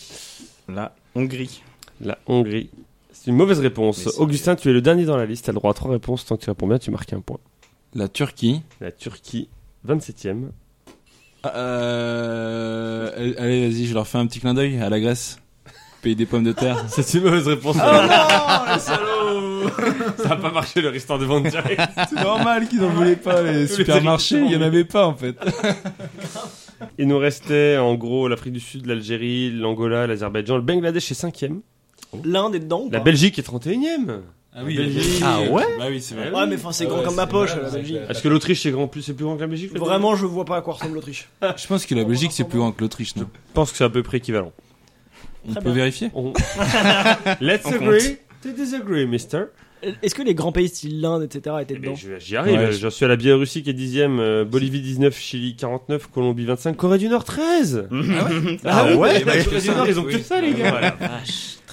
Speaker 4: La Hongrie.
Speaker 1: La Hongrie, c'est une mauvaise réponse.
Speaker 4: Mais c'est-
Speaker 1: Augustin, tu es le dernier dans la liste. Tu as le droit à trois réponses. Tant que tu réponds bien, tu marques un point.
Speaker 3: La Turquie.
Speaker 1: La Turquie, 27e.
Speaker 3: Ah, Euh, allez, vas-y, je leur fais un petit clin d'œil à la Grèce. Pays des pommes de [LAUGHS] terre.
Speaker 1: [LAUGHS] C'est une mauvaise réponse.
Speaker 3: non, les salauds
Speaker 1: ça n'a pas marché leur histoire de vente directe.
Speaker 3: C'est normal qu'ils n'en voulaient pas, les
Speaker 1: Tous les
Speaker 3: supermarchés, il n'y en avait pas en fait.
Speaker 1: [LAUGHS] Il nous restait en gros l'Afrique du Sud, l'Algérie, l'Angola, l'Azerbaïdjan. Le Bangladesh est 5e.
Speaker 2: L'Inde est dedans ou
Speaker 1: La
Speaker 2: pas
Speaker 1: Belgique est 31e.
Speaker 3: Ah
Speaker 1: oui,
Speaker 5: Ah ouais
Speaker 3: Bah oui, c'est vrai.
Speaker 2: Ouais, mais enfin, c'est grand comme ma poche, la Belgique.
Speaker 1: Est-ce que l'Autriche est grand plus, c'est plus grand que la Belgique la
Speaker 2: Vraiment, je vois pas à quoi ressemble l'Autriche.
Speaker 3: Je pense que la Belgique c'est plus grand que l'Autriche, non
Speaker 1: Je pense que c'est à peu près équivalent.
Speaker 3: On
Speaker 2: Très
Speaker 3: peut
Speaker 2: bien.
Speaker 3: vérifier
Speaker 1: [LAUGHS] On- Let's
Speaker 4: On
Speaker 1: agree to disagree, mister.
Speaker 2: Euh, Est-ce que les grands pays style l'Inde, etc., étaient
Speaker 1: Eh ben,
Speaker 2: dedans
Speaker 1: je- J'y arrive.
Speaker 3: Ouais,
Speaker 1: je...
Speaker 3: je-
Speaker 1: suis à la Biélorussie qui est 10e, euh, Bolivie 19, Chili 49, Colombie 25, Corée du Nord 13.
Speaker 5: Ah
Speaker 1: oui,
Speaker 4: [LAUGHS]
Speaker 5: ouais
Speaker 1: bah, Corée du Nord, Ah ils ont que ça, les gars.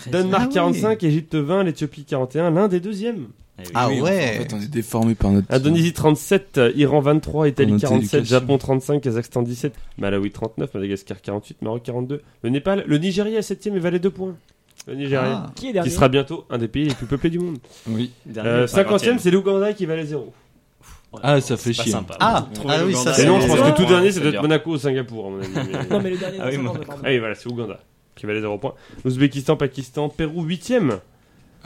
Speaker 1: Danemark
Speaker 5: Ah oui.
Speaker 1: 45, Égypte 20, l'Éthiopie 41, l'Inde est deuxième.
Speaker 4: Eh
Speaker 5: Ah
Speaker 3: Oui, En
Speaker 5: ouais
Speaker 3: fait, on est déformé par notre.
Speaker 1: Indonésie 37, euh, Iran 23, Italie
Speaker 3: Notre
Speaker 1: 47,
Speaker 3: éducation.
Speaker 1: Japon 35, Kazakhstan 17, Malawi 39, Madagascar 48, Maroc 42, le Népal, le Nigeria est 7 et valait 2 points. Le Nigeria,
Speaker 5: Ah.
Speaker 2: Qui est dernier
Speaker 1: qui sera bientôt un des pays les plus peuplés du monde.
Speaker 3: Oui.
Speaker 1: Euh, 50e, c'est l'Ouganda qui valait 0.
Speaker 3: Ah, ça fait chier.
Speaker 5: Ah, ah oui, ça
Speaker 1: C'est
Speaker 5: c'est
Speaker 1: non, je pense que
Speaker 2: c'est
Speaker 1: tout dernier, ça doit
Speaker 4: Oh.
Speaker 1: être Monaco ou Singapour, à mon avis. mais-
Speaker 2: Non, mais le dernier,
Speaker 4: Ah oui,
Speaker 2: c'est
Speaker 4: moi,
Speaker 2: bon, pardon.
Speaker 1: [LAUGHS] Ah oui, voilà, c'est Ouganda qui valait 0 points. L'Ouzbékistan, Pakistan, Pérou 8ème.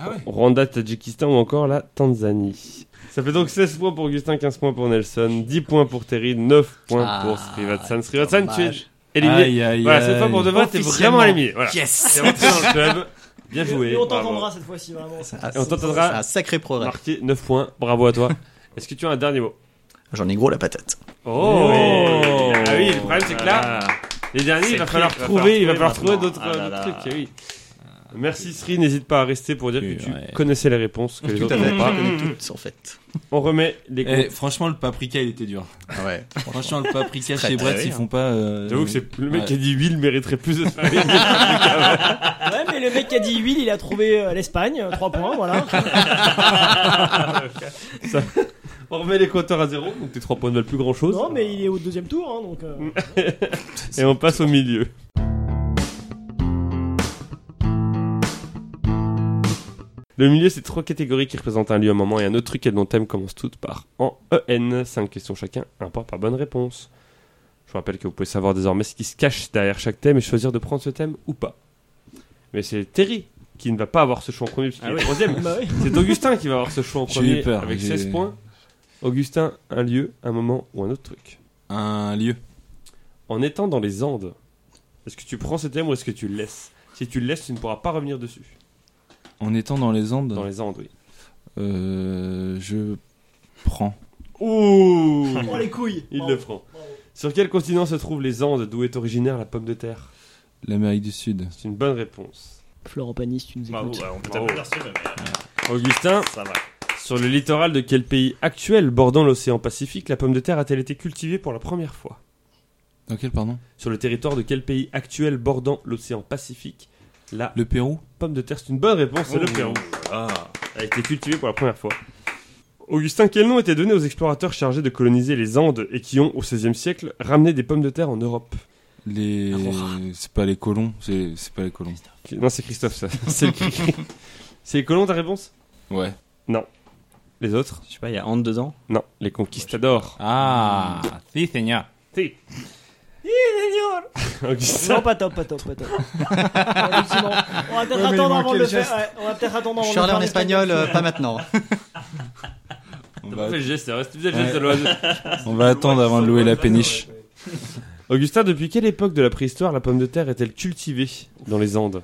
Speaker 3: Ah ouais
Speaker 1: Rwanda, Tadjikistan ou encore la Tanzanie. Ça fait donc 16 points pour Augustin, 15 points pour Nelson, 10 points pour Terry, 9 points
Speaker 5: Ah,
Speaker 1: pour Srivatsan. Srivatsan, tu es
Speaker 5: dommage.
Speaker 1: éliminé.
Speaker 3: Aïe, aïe,
Speaker 1: voilà, cette fois
Speaker 3: aïe.
Speaker 1: pour de vrai, t'es
Speaker 5: Officiellement.
Speaker 1: vraiment éliminé. Voilà.
Speaker 5: Yes
Speaker 1: T'es rentré dans le club. Bien joué.
Speaker 2: Et on
Speaker 1: bravo.
Speaker 2: t'entendra cette fois-ci, vraiment.
Speaker 5: Ah,
Speaker 1: Et on t'entendra.
Speaker 5: c'est un sacré progrès.
Speaker 1: Marqué 9 points. Bravo à toi. Est-ce que tu as un dernier mot
Speaker 5: J'en ai gros la patate.
Speaker 1: Oh Ah oui, le problème c'est que là,
Speaker 4: Ah.
Speaker 1: les derniers,
Speaker 4: C'est
Speaker 1: il va
Speaker 4: pris,
Speaker 1: falloir
Speaker 4: il va
Speaker 1: trouver, il va falloir
Speaker 4: falloir
Speaker 1: trouver
Speaker 4: trouver
Speaker 1: d'autres
Speaker 4: maintenant.
Speaker 1: d'autres
Speaker 4: Ah là Ah,
Speaker 1: trucs. eh oui. Merci Sri, n'hésite pas à rester pour dire que tu
Speaker 3: Ouais.
Speaker 1: connaissais les réponses, que les
Speaker 5: Tout
Speaker 1: autres
Speaker 5: à fait,
Speaker 1: n'ont pas.
Speaker 5: je connais toutes en fait.
Speaker 1: On remet les comptes.
Speaker 3: Eh, franchement, le paprika il était dur.
Speaker 5: Ah Ouais.
Speaker 3: Franchement, le paprika
Speaker 5: très,
Speaker 3: chez
Speaker 5: très
Speaker 3: Brett,
Speaker 4: bien.
Speaker 3: ils font pas. euh,
Speaker 1: J'avoue que c'est le mec
Speaker 3: ouais.
Speaker 1: qui a dit huile mériterait plus de se
Speaker 4: [LAUGHS]
Speaker 1: faire aider.
Speaker 2: Ouais, mais le mec qui a dit 8, il a trouvé euh, l'Espagne, 3 points, voilà.
Speaker 1: On remet les compteurs à zéro, donc tes 3 points ne valent plus grand [LAUGHS] chose.
Speaker 2: Non, mais il est au deuxième tour, hein, donc. euh,
Speaker 1: Et on passe au milieu. Le milieu, c'est trois catégories qui représentent un lieu, un moment et un autre truc et dont thème commence toutes par en EN. Cinq questions chacun, un point par bonne réponse. Je vous rappelle que vous pouvez savoir désormais ce qui se cache derrière chaque thème et choisir de prendre ce thème ou pas. Mais c'est Terry qui ne va pas avoir ce choix en premier puisqu'il
Speaker 4: Ah
Speaker 1: est
Speaker 4: oui. [LAUGHS]
Speaker 1: troisième.
Speaker 2: bah
Speaker 1: [LAUGHS]
Speaker 2: oui.
Speaker 1: C'est Augustin qui va avoir ce choix en
Speaker 3: J'ai
Speaker 1: premier
Speaker 3: eu peur,
Speaker 1: avec
Speaker 3: j'ai-
Speaker 1: 16 points. Augustin, un lieu, un moment ou un autre truc.
Speaker 3: Un lieu.
Speaker 1: En étant dans les Andes, est-ce que tu prends ce thème ou est-ce que tu le laisses Si tu le laisses, tu ne pourras pas revenir dessus.
Speaker 3: En étant dans les Andes,
Speaker 1: Dans les Andes, oui.
Speaker 3: euh, je prends.
Speaker 1: Ouh [LAUGHS]
Speaker 2: Oh les couilles
Speaker 1: Il
Speaker 2: Bravo.
Speaker 1: le prend. Sur quel continent se trouvent les Andes d'où est originaire la pomme de terre
Speaker 3: L'Amérique du Sud.
Speaker 1: C'est une bonne réponse.
Speaker 2: Florent Panis, tu nous écoutes. [LAUGHS]
Speaker 4: Bravo, bah, on peut
Speaker 1: Bravo.
Speaker 4: t'applaudir si tu veux, mais
Speaker 1: Augustin,
Speaker 4: ça va.
Speaker 1: sur le littoral de quel pays actuel bordant l'océan Pacifique la pomme de terre a-t-elle été cultivée pour la première fois
Speaker 3: Dans quel, pardon
Speaker 1: Sur le territoire de quel pays actuel bordant l'océan Pacifique la
Speaker 3: Le Pérou
Speaker 1: pomme de terre C'est une bonne réponse, c'est le
Speaker 4: Oh.
Speaker 1: Pérou.
Speaker 4: Ah.
Speaker 1: a été cultivée pour la première fois. Augustin, quel nom était donné aux explorateurs chargés de coloniser les Andes et qui ont, au XVIe siècle, ramené des pommes de terre en Europe
Speaker 3: Les. C'est pas les colons. C'est c'est pas les colons.
Speaker 1: Non, c'est Christophe, ça. [LAUGHS] C'est le cri. C'est les colons, ta réponse
Speaker 3: Ouais.
Speaker 1: Les autres
Speaker 4: Je sais pas, il y a Ant dedans
Speaker 1: Non, les conquistadors.
Speaker 3: Ah Si, Seigneur.
Speaker 1: [LAUGHS] Augustin,
Speaker 2: Non, pas top, pas top,
Speaker 1: [LAUGHS]
Speaker 2: pas top. Ouais, effectivement. on va peut-être
Speaker 5: Ouais, mais il
Speaker 2: attendre avant
Speaker 5: manquait
Speaker 2: de
Speaker 5: le
Speaker 2: le faire.
Speaker 5: geste.
Speaker 2: ouais, on va peut-être attendre avant
Speaker 5: Je
Speaker 2: de
Speaker 5: suis
Speaker 2: le
Speaker 5: allé
Speaker 2: faire.
Speaker 5: en espagnol, euh, pas maintenant.
Speaker 3: On
Speaker 1: T'as
Speaker 3: va,
Speaker 4: Bah,
Speaker 1: pas fait le geste, c'est vrai, si tu faisais le geste de l'oiseau.
Speaker 3: on va attendre avant de louer la péniche.
Speaker 1: Augustin, depuis quelle époque de la préhistoire la pomme de terre est-elle cultivée dans les Andes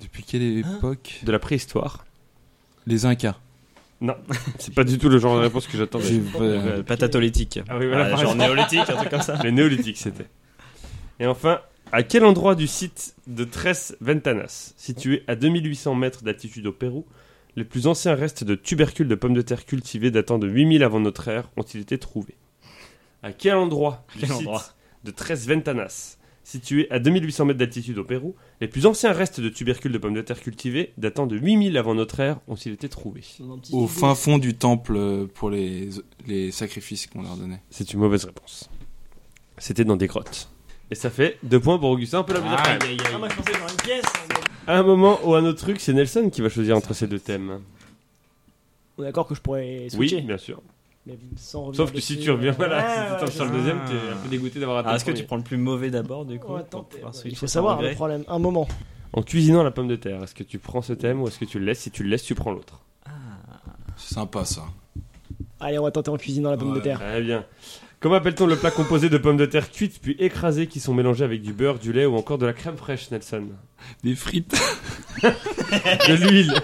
Speaker 3: Depuis quelle époque
Speaker 1: De la préhistoire
Speaker 3: Les Incas.
Speaker 1: C'est pas du tout le genre de réponse que
Speaker 3: J'ai
Speaker 1: j'attendais.
Speaker 3: pas-
Speaker 4: Euh, Patatolytique.
Speaker 1: Ah oui, voilà,
Speaker 4: Ah,
Speaker 1: par
Speaker 4: genre
Speaker 1: exemple.
Speaker 4: néolithique, un truc comme ça.
Speaker 1: Le néolithique, c'était. Et enfin, à quel endroit du site de Tres Ventanas, situé à 2800 mètres d'altitude au Pérou, les plus anciens restes de tubercules de pommes de terre cultivés datant de 8000 avant notre ère ont-ils été trouvés À quel endroit du
Speaker 4: Quel
Speaker 1: site
Speaker 4: endroit
Speaker 1: de Tres Ventanas, situé à 2800 mètres d'altitude au Pérou, les plus anciens restes de tubercules de pommes de terre cultivés datant de 8000 avant notre ère ont-ils été trouvés
Speaker 2: Dans un petit studio.
Speaker 3: Au fin fond du temple euh, pour les, les sacrifices qu'on leur donnait.
Speaker 1: C'est une mauvaise réponse. C'était dans des grottes. Et ça fait deux points pour Augustin, un peu la misère quand même.
Speaker 2: Ah, moi je pensais dans une pièce. hein,
Speaker 1: À un moment ou à un autre truc, c'est Nelson qui va choisir entre ces deux thèmes.
Speaker 2: On est d'accord que je pourrais switcher.
Speaker 1: Oui, bien sûr.
Speaker 2: Mais sans revenir
Speaker 1: Sauf que
Speaker 2: dessus,
Speaker 1: si tu reviens,
Speaker 2: euh, ouais,
Speaker 1: voilà, si
Speaker 2: ouais,
Speaker 1: tu sur le
Speaker 4: ouais.
Speaker 1: deuxième, t'es un peu dégoûté d'avoir raté
Speaker 4: Ah,
Speaker 1: le
Speaker 4: est-ce que tu
Speaker 1: premier.
Speaker 4: prends le plus mauvais d'abord du coup
Speaker 2: On va
Speaker 4: pour
Speaker 2: tenter,
Speaker 4: pouvoir
Speaker 2: ouais. Oh, bah, Il
Speaker 4: switcher
Speaker 2: faut
Speaker 4: sans
Speaker 2: savoir hein.
Speaker 4: regret
Speaker 2: le problème. Un moment.
Speaker 1: En cuisinant la pomme de terre, est-ce que tu prends ce thème ou est-ce que tu le laisses Si tu le laisses, tu prends l'autre.
Speaker 3: C'est sympa ça.
Speaker 2: Allez, on va tenter en cuisinant la pomme de
Speaker 3: Ouais.
Speaker 2: terre.
Speaker 1: Très bien. Comment appelle-t-on le plat composé de pommes de terre cuites puis écrasées qui sont mélangées avec du beurre, du lait ou encore de la crème fraîche, Nelson
Speaker 3: Des frites.
Speaker 1: De l'huile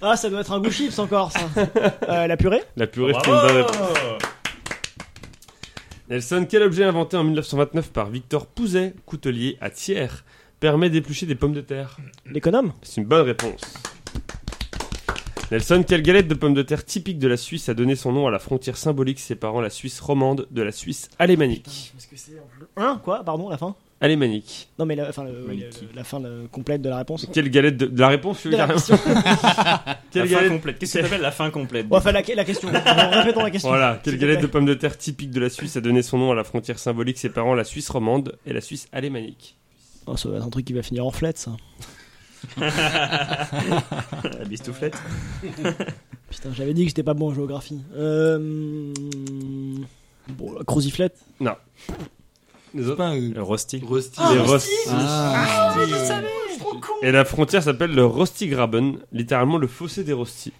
Speaker 2: Ah, ça doit être un goût chips
Speaker 1: [LAUGHS]
Speaker 2: encore, ça. Euh, la purée
Speaker 1: La purée, c'est une bonne
Speaker 4: Bravo
Speaker 1: réponse. Nelson, quel objet inventé en 1929 par Victor Pouzet, coutelier à Thiers, permet d'éplucher des pommes de terre
Speaker 2: L'économe
Speaker 1: C'est une bonne réponse. Nelson, quelle galette de pommes de terre typique de la Suisse a donné son nom à la frontière symbolique séparant la Suisse romande de la Suisse alémanique
Speaker 2: Hein Quoi Pardon, la fin
Speaker 1: Alémanique.
Speaker 2: Non, mais la, enfin, le- oui, le- la fin le- complète de la réponse.
Speaker 1: Quelle galette de, de la réponse tu veux
Speaker 2: De la
Speaker 1: dire
Speaker 2: question.
Speaker 1: [LAUGHS] Quelle
Speaker 4: La fin
Speaker 1: galette
Speaker 4: complète. Qu'est-ce que t'appelles la fin complète
Speaker 2: Ouais, enfin, la, la question. Répétons la question.
Speaker 1: Voilà,
Speaker 2: S'il
Speaker 1: quelle
Speaker 2: te
Speaker 1: galette de
Speaker 2: plaît.
Speaker 1: pommes de terre typique de la Suisse a donné son nom à la frontière symbolique séparant la Suisse romande et la Suisse alémanique
Speaker 2: Oh, ça va être un truc qui va finir en flat, ça.
Speaker 4: La bistouflette
Speaker 2: Putain, j'avais dit que j'étais pas bon en géographie. Euh. Bon, la croziflette.
Speaker 1: Les autres
Speaker 4: Le rosti.
Speaker 6: Rusty.
Speaker 2: Ah,
Speaker 1: Les Rosti.
Speaker 3: euh, Ah,
Speaker 1: Et la frontière s'appelle le Rostigraben, littéralement le fossé des Rostis.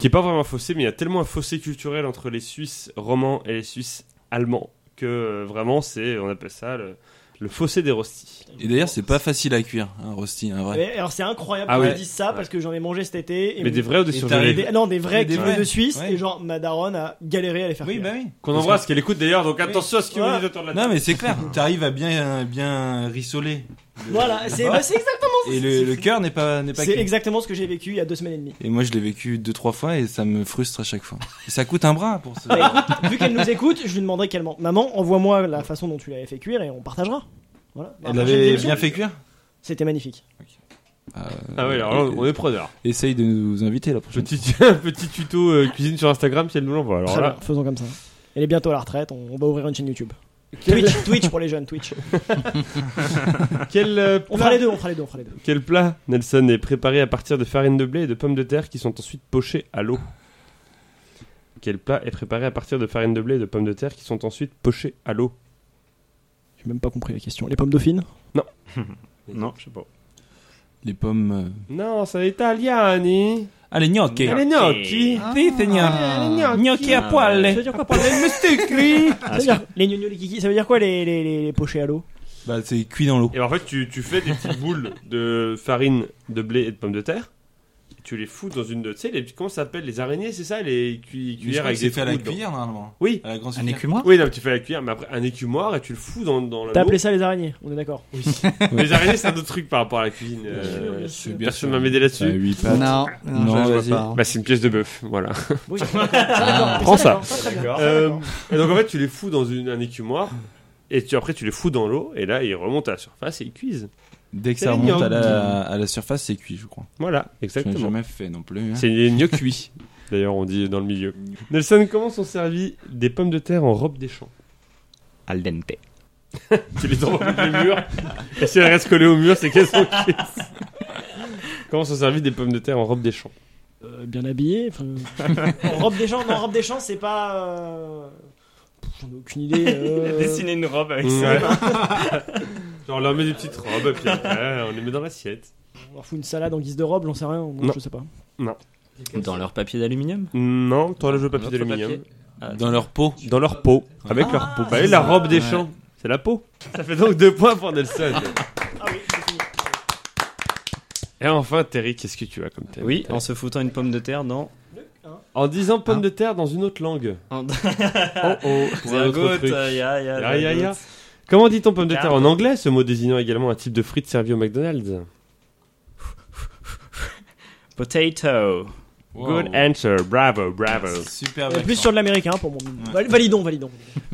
Speaker 1: qui est pas vraiment un fossé, mais il y a tellement un fossé culturel entre les Suisses romans et les Suisses allemands que euh, vraiment c'est, on appelle ça le, le fossé des Rostis.
Speaker 3: Et d'ailleurs, c'est pas facile à cuire, un rosti, un vrai.
Speaker 2: Mais alors, c'est incroyable
Speaker 1: Ah
Speaker 2: qu'on
Speaker 1: ouais.
Speaker 2: me dise ça parce que j'en ai mangé cet été. Et
Speaker 1: Mais des vrais ou des
Speaker 3: Et
Speaker 1: surgelés
Speaker 3: t'arrives-
Speaker 2: Des- ah non, des vrais
Speaker 3: Des
Speaker 2: kilos
Speaker 3: vrais.
Speaker 2: de Suisse
Speaker 3: Ouais.
Speaker 2: et genre ma daronne a galéré à les faire. cuire.
Speaker 3: oui.
Speaker 1: Qu'on embrasse, qu'elle écoute d'ailleurs, donc attention à ce qu'ils vous
Speaker 2: Voilà.
Speaker 1: disent autour de la
Speaker 3: Non,
Speaker 1: table.
Speaker 3: mais c'est clair. T'arrives à bien, bien rissoler.
Speaker 2: Voilà, c'est bah, c'est exact-
Speaker 3: Et le, le cœur n'est pas, n'est pas
Speaker 2: c'est
Speaker 3: cuit.
Speaker 2: exactement ce que j'ai vécu il y a deux semaines et demie.
Speaker 3: Et moi, je l'ai vécu deux, trois fois et ça me frustre à chaque fois. Et ça coûte un bras pour ce.
Speaker 2: Bah, écoute, vu qu'elle nous écoute, je lui demanderai qu'elle mente. Maman, envoie-moi la façon dont tu l'avais fait cuire et on partagera. Voilà. Bah,
Speaker 3: Elle
Speaker 2: prochaine
Speaker 3: l'avait
Speaker 2: émission.
Speaker 3: bien fait cuire
Speaker 2: C'était magnifique.
Speaker 1: Ah ouais, alors là, on est preneur.
Speaker 3: Essaye de nous inviter la prochaine
Speaker 1: Petit, [LAUGHS] petit tuto euh, cuisine sur Instagram si elle nous l'envoie. Alors
Speaker 2: Très
Speaker 1: là,
Speaker 2: bien, faisons comme ça. Elle est bientôt à la retraite, on, on va ouvrir une chaîne YouTube. [LAUGHS] Twitch, Twitch pour les jeunes, Twitch.
Speaker 1: quel euh,
Speaker 2: On fera
Speaker 1: plat,
Speaker 2: les deux, on fera les deux, on fera les deux.
Speaker 1: quel plat, Nelson, est préparé à partir de farine de blé et de pommes de terre qui sont ensuite pochées à l'eau Quel plat est préparé à partir de farine de blé et de pommes de terre qui sont ensuite pochées à l'eau
Speaker 2: J'ai même pas compris la question. Les pommes dauphines
Speaker 4: Non, je sais pas.
Speaker 3: Les pommes. euh,
Speaker 1: No, sono italiani.
Speaker 3: Ah, les gnocchi
Speaker 1: Alle gnocchi.
Speaker 3: Si, Seigneur Gnocchi
Speaker 1: Ah,
Speaker 4: à poil.
Speaker 2: Ça veut dire quoi pour les
Speaker 3: Musticri
Speaker 2: ça veut dire- Les gnocchis, les kikis, ça veut dire quoi les, les, les, les pochés à l'eau
Speaker 3: Bah, c'est cuit dans l'eau.
Speaker 1: Et ben, en fait, tu, tu fais des petites boules de farine de blé et de pommes de terre. tu les fous dans une. Tu sais, les, comment ça s'appelle Les araignées, c'est ça Les cu-
Speaker 3: Je crois
Speaker 1: cuillères avec
Speaker 3: que c'est
Speaker 1: des
Speaker 3: fait à la
Speaker 1: trous dedans.
Speaker 3: cuillère Ah. normalement.
Speaker 1: Oui.
Speaker 3: À la grande
Speaker 5: Un
Speaker 3: cuillère.
Speaker 5: écumoire
Speaker 1: Oui, non, mais tu fais la cuillère, mais après un écumoire et tu le fous dans, dans la.
Speaker 2: T'as appelé ça les araignées, on est d'accord. [LAUGHS]
Speaker 1: Les araignées, c'est un autre truc par rapport à la cuisine. euh,
Speaker 2: Bien
Speaker 3: sûr, bien
Speaker 1: personne
Speaker 3: sûr.
Speaker 1: m'a aidé
Speaker 3: À
Speaker 1: là-dessus.
Speaker 3: huit pattes.
Speaker 5: Non, non,
Speaker 3: Non,
Speaker 5: je vois
Speaker 3: vas-y.
Speaker 5: pas. hein.
Speaker 1: Bah, c'est une pièce de bœuf, voilà.
Speaker 2: [LAUGHS] Oui, d'accord.
Speaker 1: Prends ça.
Speaker 2: d'accord, très bien.
Speaker 1: Euh, et donc en fait, tu les fous dans une, un écumoire et tu, après tu les fous dans l'eau et là ils remontent à la surface et ils cuisent.
Speaker 3: Dès que
Speaker 1: C'est
Speaker 3: ça remonte à la,
Speaker 1: mignon.
Speaker 3: à la surface, c'est cuit, je crois.
Speaker 1: Voilà,
Speaker 3: Je l'ai
Speaker 1: exactement.
Speaker 3: jamais fait non plus. hein.
Speaker 1: C'est des gnocchis cuits, d'ailleurs on dit dans le milieu. Nelson, comment sont servies des pommes de terre en robe des champs
Speaker 4: Al dente.
Speaker 1: Tu les envoies contre les murs et si elles restent collées au mur, c'est qu'elles sont cuites. Comment sont servies des pommes de terre en robe des champs
Speaker 2: Euh, bien habillé. enfin,
Speaker 4: [LAUGHS]
Speaker 2: en robe des champs, non, robe des champs, c'est pas. euh, pff, J'en ai aucune
Speaker 4: [LAUGHS]
Speaker 2: idée.
Speaker 4: Il a
Speaker 2: euh,
Speaker 4: dessiné une robe avec ses
Speaker 1: Ouais.
Speaker 4: mains.
Speaker 1: Genre on leur met des petites robes et puis après, on les met dans l'assiette.
Speaker 2: On leur fout une salade en guise de robe, j'en sais rien. moi,
Speaker 1: Non.
Speaker 2: Je sais pas.
Speaker 4: [LAUGHS] Dans leur papier d'aluminium
Speaker 1: Non, toi le jeu papier
Speaker 4: Notre
Speaker 1: d'aluminium.
Speaker 4: papier. Ah,
Speaker 3: Dans leur peau.
Speaker 1: Dans leur peau, avec leur peau. Bah oui, la robe des champs, c'est la peau. [LAUGHS] Ah Ça fait donc deux points pour Nelson. Ah Et enfin, Terry, qu'est-ce que tu as comme thème
Speaker 4: Oui,
Speaker 1: Terry
Speaker 4: en se foutant une pomme de terre dans.
Speaker 1: En disant pomme de terre dans une autre langue.
Speaker 4: En-
Speaker 1: Ah. [LAUGHS] Oh oh, pour un autre
Speaker 4: Zergote,
Speaker 1: truc.
Speaker 4: euh, ya, ya,
Speaker 1: Ya, ya, ya.
Speaker 4: zergote.
Speaker 1: Comment dit-on pomme de terre en
Speaker 4: Garde.
Speaker 1: anglais, ce mot désignant également un type de frites servie au McDonald's
Speaker 4: Potato.
Speaker 1: Good answer, bravo, [LAUGHS] bravo.
Speaker 4: Ah
Speaker 3: Super
Speaker 2: Euh, Plus sur de l'américain pour mon. Val- Validons, validons.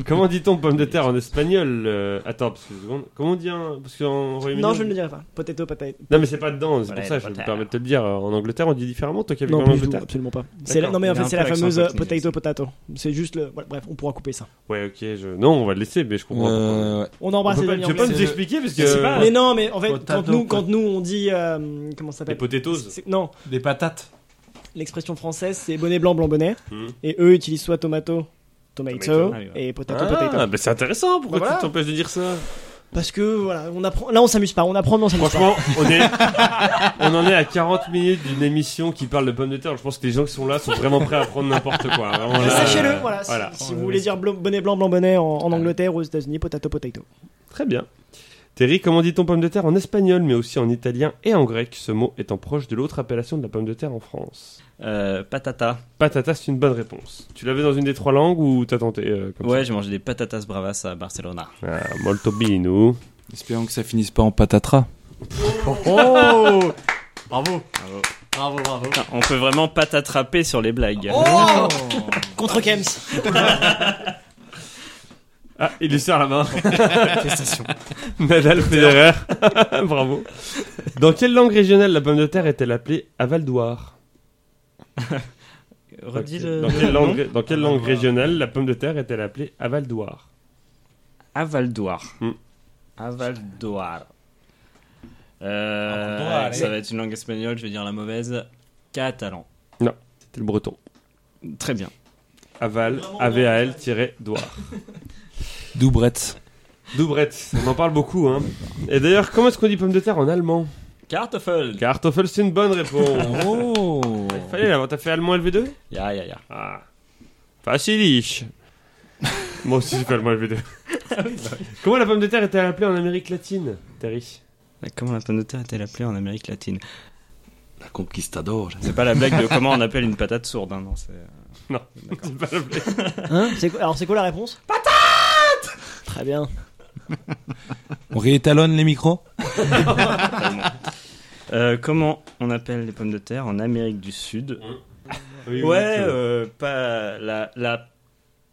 Speaker 1: Comment dit-on pomme de terre en espagnol euh, Attends, parce que une seconde. Comment on dit un... Parce qu'en Royaume-Uni...
Speaker 2: Non, je ne le dirai pas. Potato, potato.
Speaker 1: Non, mais c'est pas dedans, c'est
Speaker 4: Voilà,
Speaker 1: pour ça que je
Speaker 4: potato.
Speaker 1: me permets de te le dire. euh, En Angleterre, on dit différemment, toi qui habites
Speaker 2: Non,
Speaker 1: en
Speaker 2: pas du tout,
Speaker 1: Angleterre.
Speaker 2: absolument pas. C'est la-
Speaker 1: D'accord.
Speaker 2: non, mais en
Speaker 4: Il a
Speaker 2: fait,
Speaker 4: un
Speaker 2: c'est
Speaker 4: peu
Speaker 2: la fameuse euh,
Speaker 4: l'accent cockney,
Speaker 2: potato, potato. C'est juste le. voilà, bref, on pourra couper ça.
Speaker 1: Ouais, ok, je... non, on va le laisser, mais je comprends pas.
Speaker 3: Euh,
Speaker 2: On
Speaker 1: Euh, On
Speaker 2: embrasse
Speaker 1: peut
Speaker 2: les
Speaker 1: pas-
Speaker 2: amis
Speaker 1: je peux pas
Speaker 2: anglais.
Speaker 1: nous
Speaker 3: C'est le-
Speaker 1: expliquer parce
Speaker 3: c'est
Speaker 1: que.
Speaker 3: pas-
Speaker 2: Mais non, mais en fait, quand
Speaker 3: Potato,
Speaker 2: nous,
Speaker 3: quoi.
Speaker 2: quand nous, on dit euh, comment ça
Speaker 1: Les
Speaker 2: s'appelle
Speaker 1: potatoes.
Speaker 2: C'est- Non,
Speaker 3: Des patates.
Speaker 2: l'expression française, c'est bonnet blanc, blanc bonnet,
Speaker 1: Hmm.
Speaker 2: et eux utilisent soit tomato, tomato,
Speaker 4: Tomato. Ah oui, ouais.
Speaker 2: et potato, potato.
Speaker 1: bah c'est intéressant, pourquoi
Speaker 2: Bah voilà.
Speaker 1: tu t'empêches de dire [LAUGHS] ça
Speaker 2: Parce que voilà, on apprend. Là, on s'amuse pas, on apprend, mais on s'amuse pas.
Speaker 1: Franchement, on, est... on en est à 40 minutes d'une émission qui parle de pommes de terre. Je pense que les gens qui sont là sont vraiment prêts à prendre n'importe quoi. Vraiment,
Speaker 2: Mais
Speaker 1: là,
Speaker 2: Sachez-le,
Speaker 1: euh,
Speaker 2: voilà. si-
Speaker 1: voilà.
Speaker 2: Si, vous voulez dire blanc- bonnet blanc, blanc bonnet en, en Angleterre ou aux États-Unis, potato, potato.
Speaker 1: Très bien. Terry, comment dit-on pomme de terre en espagnol, mais aussi en italien et en grec Ce mot étant proche de l'autre appellation de la pomme de terre en France.
Speaker 4: Euh, patata.
Speaker 1: Patata, c'est une bonne réponse. Tu l'avais dans une des trois langues ou t'as tenté euh, comme
Speaker 4: Ouais, j'ai mangé des patatas bravas à Barcelona.
Speaker 1: ça Ah, Molto [LAUGHS] bino.
Speaker 3: Espérons que ça finisse pas en patatras.
Speaker 5: Oh Bravo Bravo, bravo.
Speaker 4: Putain, On peut vraiment pas t'attraper sur les blagues.
Speaker 2: Oh, Contre Kems.
Speaker 1: Ah, il lui serre la
Speaker 4: [LAUGHS]
Speaker 1: main. Nadal Federer. [LAUGHS] Bravo. Dans quelle langue régionale la pomme de terre est-elle appelée avaldoir
Speaker 4: Redis
Speaker 1: Dans-
Speaker 4: le.
Speaker 1: Dans quelle
Speaker 4: le nom
Speaker 1: langue, dans quelle langue régionale la pomme de terre est-elle appelée avaldoir
Speaker 4: Avaldoir.
Speaker 1: Hmm.
Speaker 4: Avaldoir. Euh,
Speaker 3: Avaldoir, allez.
Speaker 4: ça va être une langue espagnole, je vais dire la mauvaise. Catalan.
Speaker 1: C'était le breton.
Speaker 4: Très bien.
Speaker 1: Aval, A-V-A-L, tiré, doir.
Speaker 3: Doubrette.
Speaker 1: Doubrette, on en parle beaucoup. Hein. Et d'ailleurs, comment est-ce qu'on dit pomme de terre en allemand
Speaker 4: Kartoffel.
Speaker 1: Kartoffel, c'est une bonne réponse.
Speaker 3: Oh
Speaker 1: Fallait l'avoir, t'as fait allemand LV2
Speaker 4: Ya, ya, ya.
Speaker 1: Ah. Faciliche. Moi aussi, j'ai fait allemand LV2. [LAUGHS] Comment la pomme de terre est-elle appelée en Amérique latine, Terry
Speaker 4: Comment la pomme de terre est-elle appelée en Amérique latine
Speaker 6: La conquistador.
Speaker 4: C'est pas la blague de comment on appelle une patate sourde, hein, non, c'est...
Speaker 1: C'est pas la blague.
Speaker 2: Hein C'est quoi- Alors, c'est quoi la réponse Patate Très bien.
Speaker 3: On réétalonne les micros
Speaker 4: Euh, comment on appelle les pommes de terre en Amérique du Sud
Speaker 1: Oui, oui,
Speaker 4: Ouais,
Speaker 1: tu veux.
Speaker 4: euh, pas la, la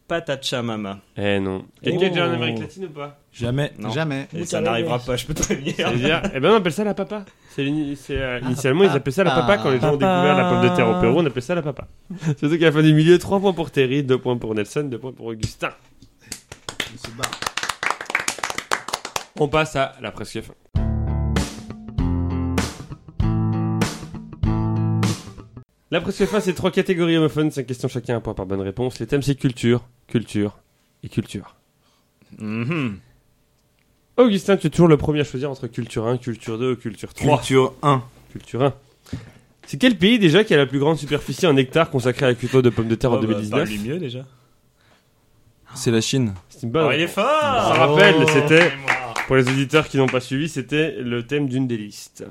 Speaker 4: patachamama.
Speaker 1: Eh non. Quelqu'un
Speaker 3: Oh.
Speaker 1: est déjà en Amérique latine ou pas
Speaker 3: Jamais.
Speaker 4: Non,
Speaker 5: Jamais.
Speaker 4: Et ça n'arrivera pas, je peux te prévenir.
Speaker 1: C'est-à-dire, eh ben on appelle ça la papa. C'est l'uni- c'est,
Speaker 4: Ah,
Speaker 1: euh, initialement, ils appelaient ça la papa
Speaker 5: papa.
Speaker 1: quand les gens ont
Speaker 3: Papa.
Speaker 1: découvert la pomme de terre au Pérou, on appelait ça la papa. Surtout qu'à la fin du milieu, 3 points pour Terry, 2 points pour Nelson, 2 points pour Augustin. On passe à la presque fin. La presque fin, c'est trois catégories homophones, 5 questions chacun, un point par bonne réponse. Les thèmes, c'est culture, culture et culture.
Speaker 4: Mhm.
Speaker 1: Augustin, tu es toujours le premier à choisir entre culture 1, culture 2 ou culture 3.
Speaker 6: Culture 1.
Speaker 1: Culture 1. C'est quel pays déjà qui a la plus grande superficie en hectare consacrée à la culture de pommes de terre en
Speaker 4: Oh, bah,
Speaker 1: 2019
Speaker 4: parle-lui mieux déjà.
Speaker 3: C'est la Chine.
Speaker 1: C'est une bonne
Speaker 4: Oh, il est
Speaker 1: réponse.
Speaker 4: fort
Speaker 1: Ça rappelle, c'était, pour les auditeurs qui n'ont pas suivi, c'était le thème d'une des listes.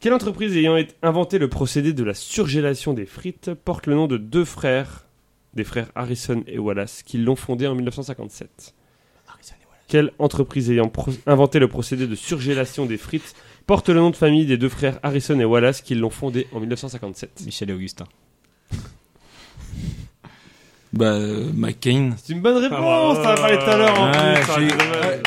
Speaker 1: Quelle entreprise ayant été- inventé le procédé de la surgélation des frites porte le nom de deux frères, des frères Harrison et Wallace, qui l'ont fondée en 1957 Quelle entreprise ayant pro- inventé le procédé de surgélation des frites porte le nom de famille des deux frères Harrison et Wallace, qui l'ont fondée en 1957
Speaker 4: Michel et Augustin.
Speaker 3: Bah, euh, McCain.
Speaker 1: C'est une bonne réponse, on en a parlé tout à l'heure en
Speaker 3: Ouais,
Speaker 1: plus, hein. ça,
Speaker 3: j'ai-
Speaker 1: c'est dommage.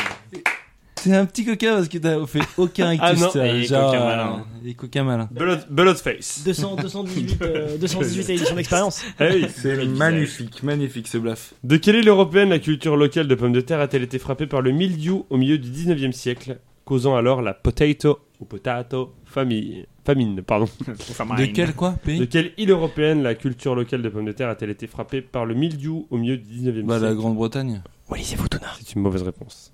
Speaker 3: C'est un petit coquin parce que t'as fait aucun
Speaker 1: [LAUGHS] Ah
Speaker 3: ictus.
Speaker 1: non,
Speaker 3: t'as
Speaker 4: et
Speaker 3: genre,
Speaker 4: coquin
Speaker 3: euh,
Speaker 4: malin.
Speaker 3: Et coquin malin.
Speaker 1: Bullet- Bullet Face.
Speaker 2: 200, 218, euh, 218 éditions d'expérience.
Speaker 1: Ah oui.
Speaker 3: C'est magnifique, magnifique ce bluff.
Speaker 1: De quelle île européenne la culture locale de pommes de terre a-t-elle été frappée par le mildiou au milieu du 19e siècle, causant alors la potato ou potato famille, famine pardon.
Speaker 4: bah,
Speaker 3: De quel quoi
Speaker 1: De
Speaker 3: pays
Speaker 1: quelle île européenne la culture locale de pommes de terre a-t-elle été frappée par le mildiou au milieu du 19e
Speaker 3: Bah, la
Speaker 1: siècle
Speaker 3: Grande-Bretagne.
Speaker 1: C'est une mauvaise
Speaker 3: [LAUGHS]
Speaker 1: réponse.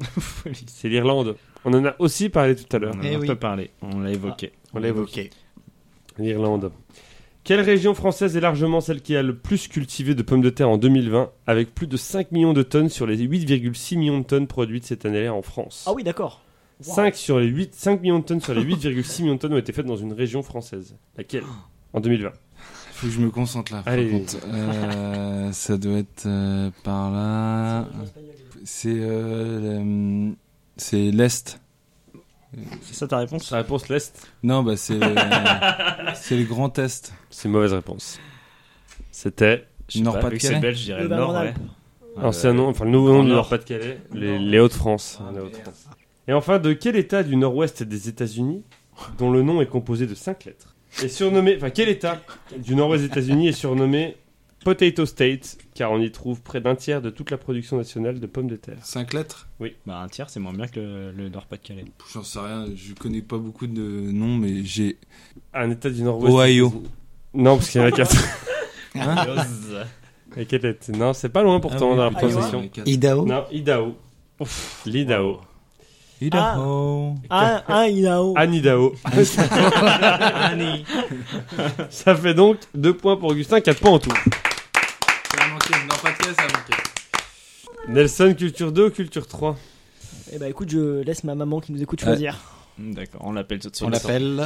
Speaker 1: C'est l'Irlande. On en a aussi parlé tout à l'heure.
Speaker 4: On en a
Speaker 5: Eh
Speaker 4: un
Speaker 5: oui.
Speaker 4: peu parlé, on l'a évoqué.
Speaker 1: On l'a évoqué.
Speaker 5: Ok.
Speaker 1: L'Irlande. Quelle région française est largement celle qui a le plus cultivé de pommes de terre en 2020, avec plus de 5 millions de tonnes sur les 8,6 millions de tonnes produites cette année-là en France
Speaker 2: Ah oui, d'accord. Wow.
Speaker 1: 5, sur les 8, 5 millions de tonnes sur les 8,6 millions de tonnes ont été faites dans une région française. Laquelle En 2020.
Speaker 3: Faut que je me concentre là. par
Speaker 1: Allez.
Speaker 3: contre. Euh, ça doit être euh, par là. C'est euh, le- c'est l'est.
Speaker 4: C'est ça ta réponse
Speaker 1: La réponse l'Est
Speaker 3: Non, bah c'est
Speaker 1: [LAUGHS]
Speaker 3: euh, c'est le grand est.
Speaker 1: C'est une mauvaise réponse. C'était.
Speaker 4: pas, vu que c'est
Speaker 3: Nord-Pas-de-Calais.
Speaker 4: belge, je dirais
Speaker 2: Le
Speaker 4: Nord,
Speaker 2: Bas-Rhône-Alpes.
Speaker 4: ouais. Ah, Euh,
Speaker 1: Ancien nom, enfin le nouveau nom
Speaker 4: en
Speaker 1: du
Speaker 4: Nord.
Speaker 1: Nord-Pas-de-Calais, les, les Hauts-de-France. Ah, Les Hauts-de-France. Et enfin, de quel état du nord-ouest des États-Unis, dont le nom est composé de 5 lettres, est surnommé. Enfin, quel état du nord-ouest des États-Unis est surnommé Potato State, car on y trouve près d'un tiers de toute la production nationale de pommes de terre
Speaker 3: 5 lettres
Speaker 4: Bah, un tiers, c'est moins bien que le, le Nord-Pas-de-Calais.
Speaker 3: J'en sais rien, je connais pas beaucoup de noms, mais j'ai.
Speaker 1: Un état du nord-ouest. des
Speaker 3: Ohio.
Speaker 1: États-Unis. Non, parce qu'il y en a 4.
Speaker 4: Ah.
Speaker 3: Hein
Speaker 1: Et quelle est- Non, c'est pas
Speaker 3: Ah
Speaker 1: loin pourtant dans la
Speaker 2: putain,
Speaker 1: proposition.
Speaker 5: Idaho
Speaker 1: Non, Idaho. L'Idaho.
Speaker 3: Idaho.
Speaker 2: Un, un Idaho.
Speaker 1: Anne Idaho.
Speaker 4: Annie
Speaker 1: [LAUGHS] Ça fait donc 2 points pour Augustin, 4 points en tout.
Speaker 3: Ça a manqué, Nord-Pas-de-Calais, ça a manqué.
Speaker 1: Nelson, culture 2 ou culture 3
Speaker 2: Eh bah écoute, je laisse ma maman qui nous écoute choisir.
Speaker 4: Hmm, D'accord, on l'appelle tout de suite.
Speaker 5: On [LAUGHS] l'appelle.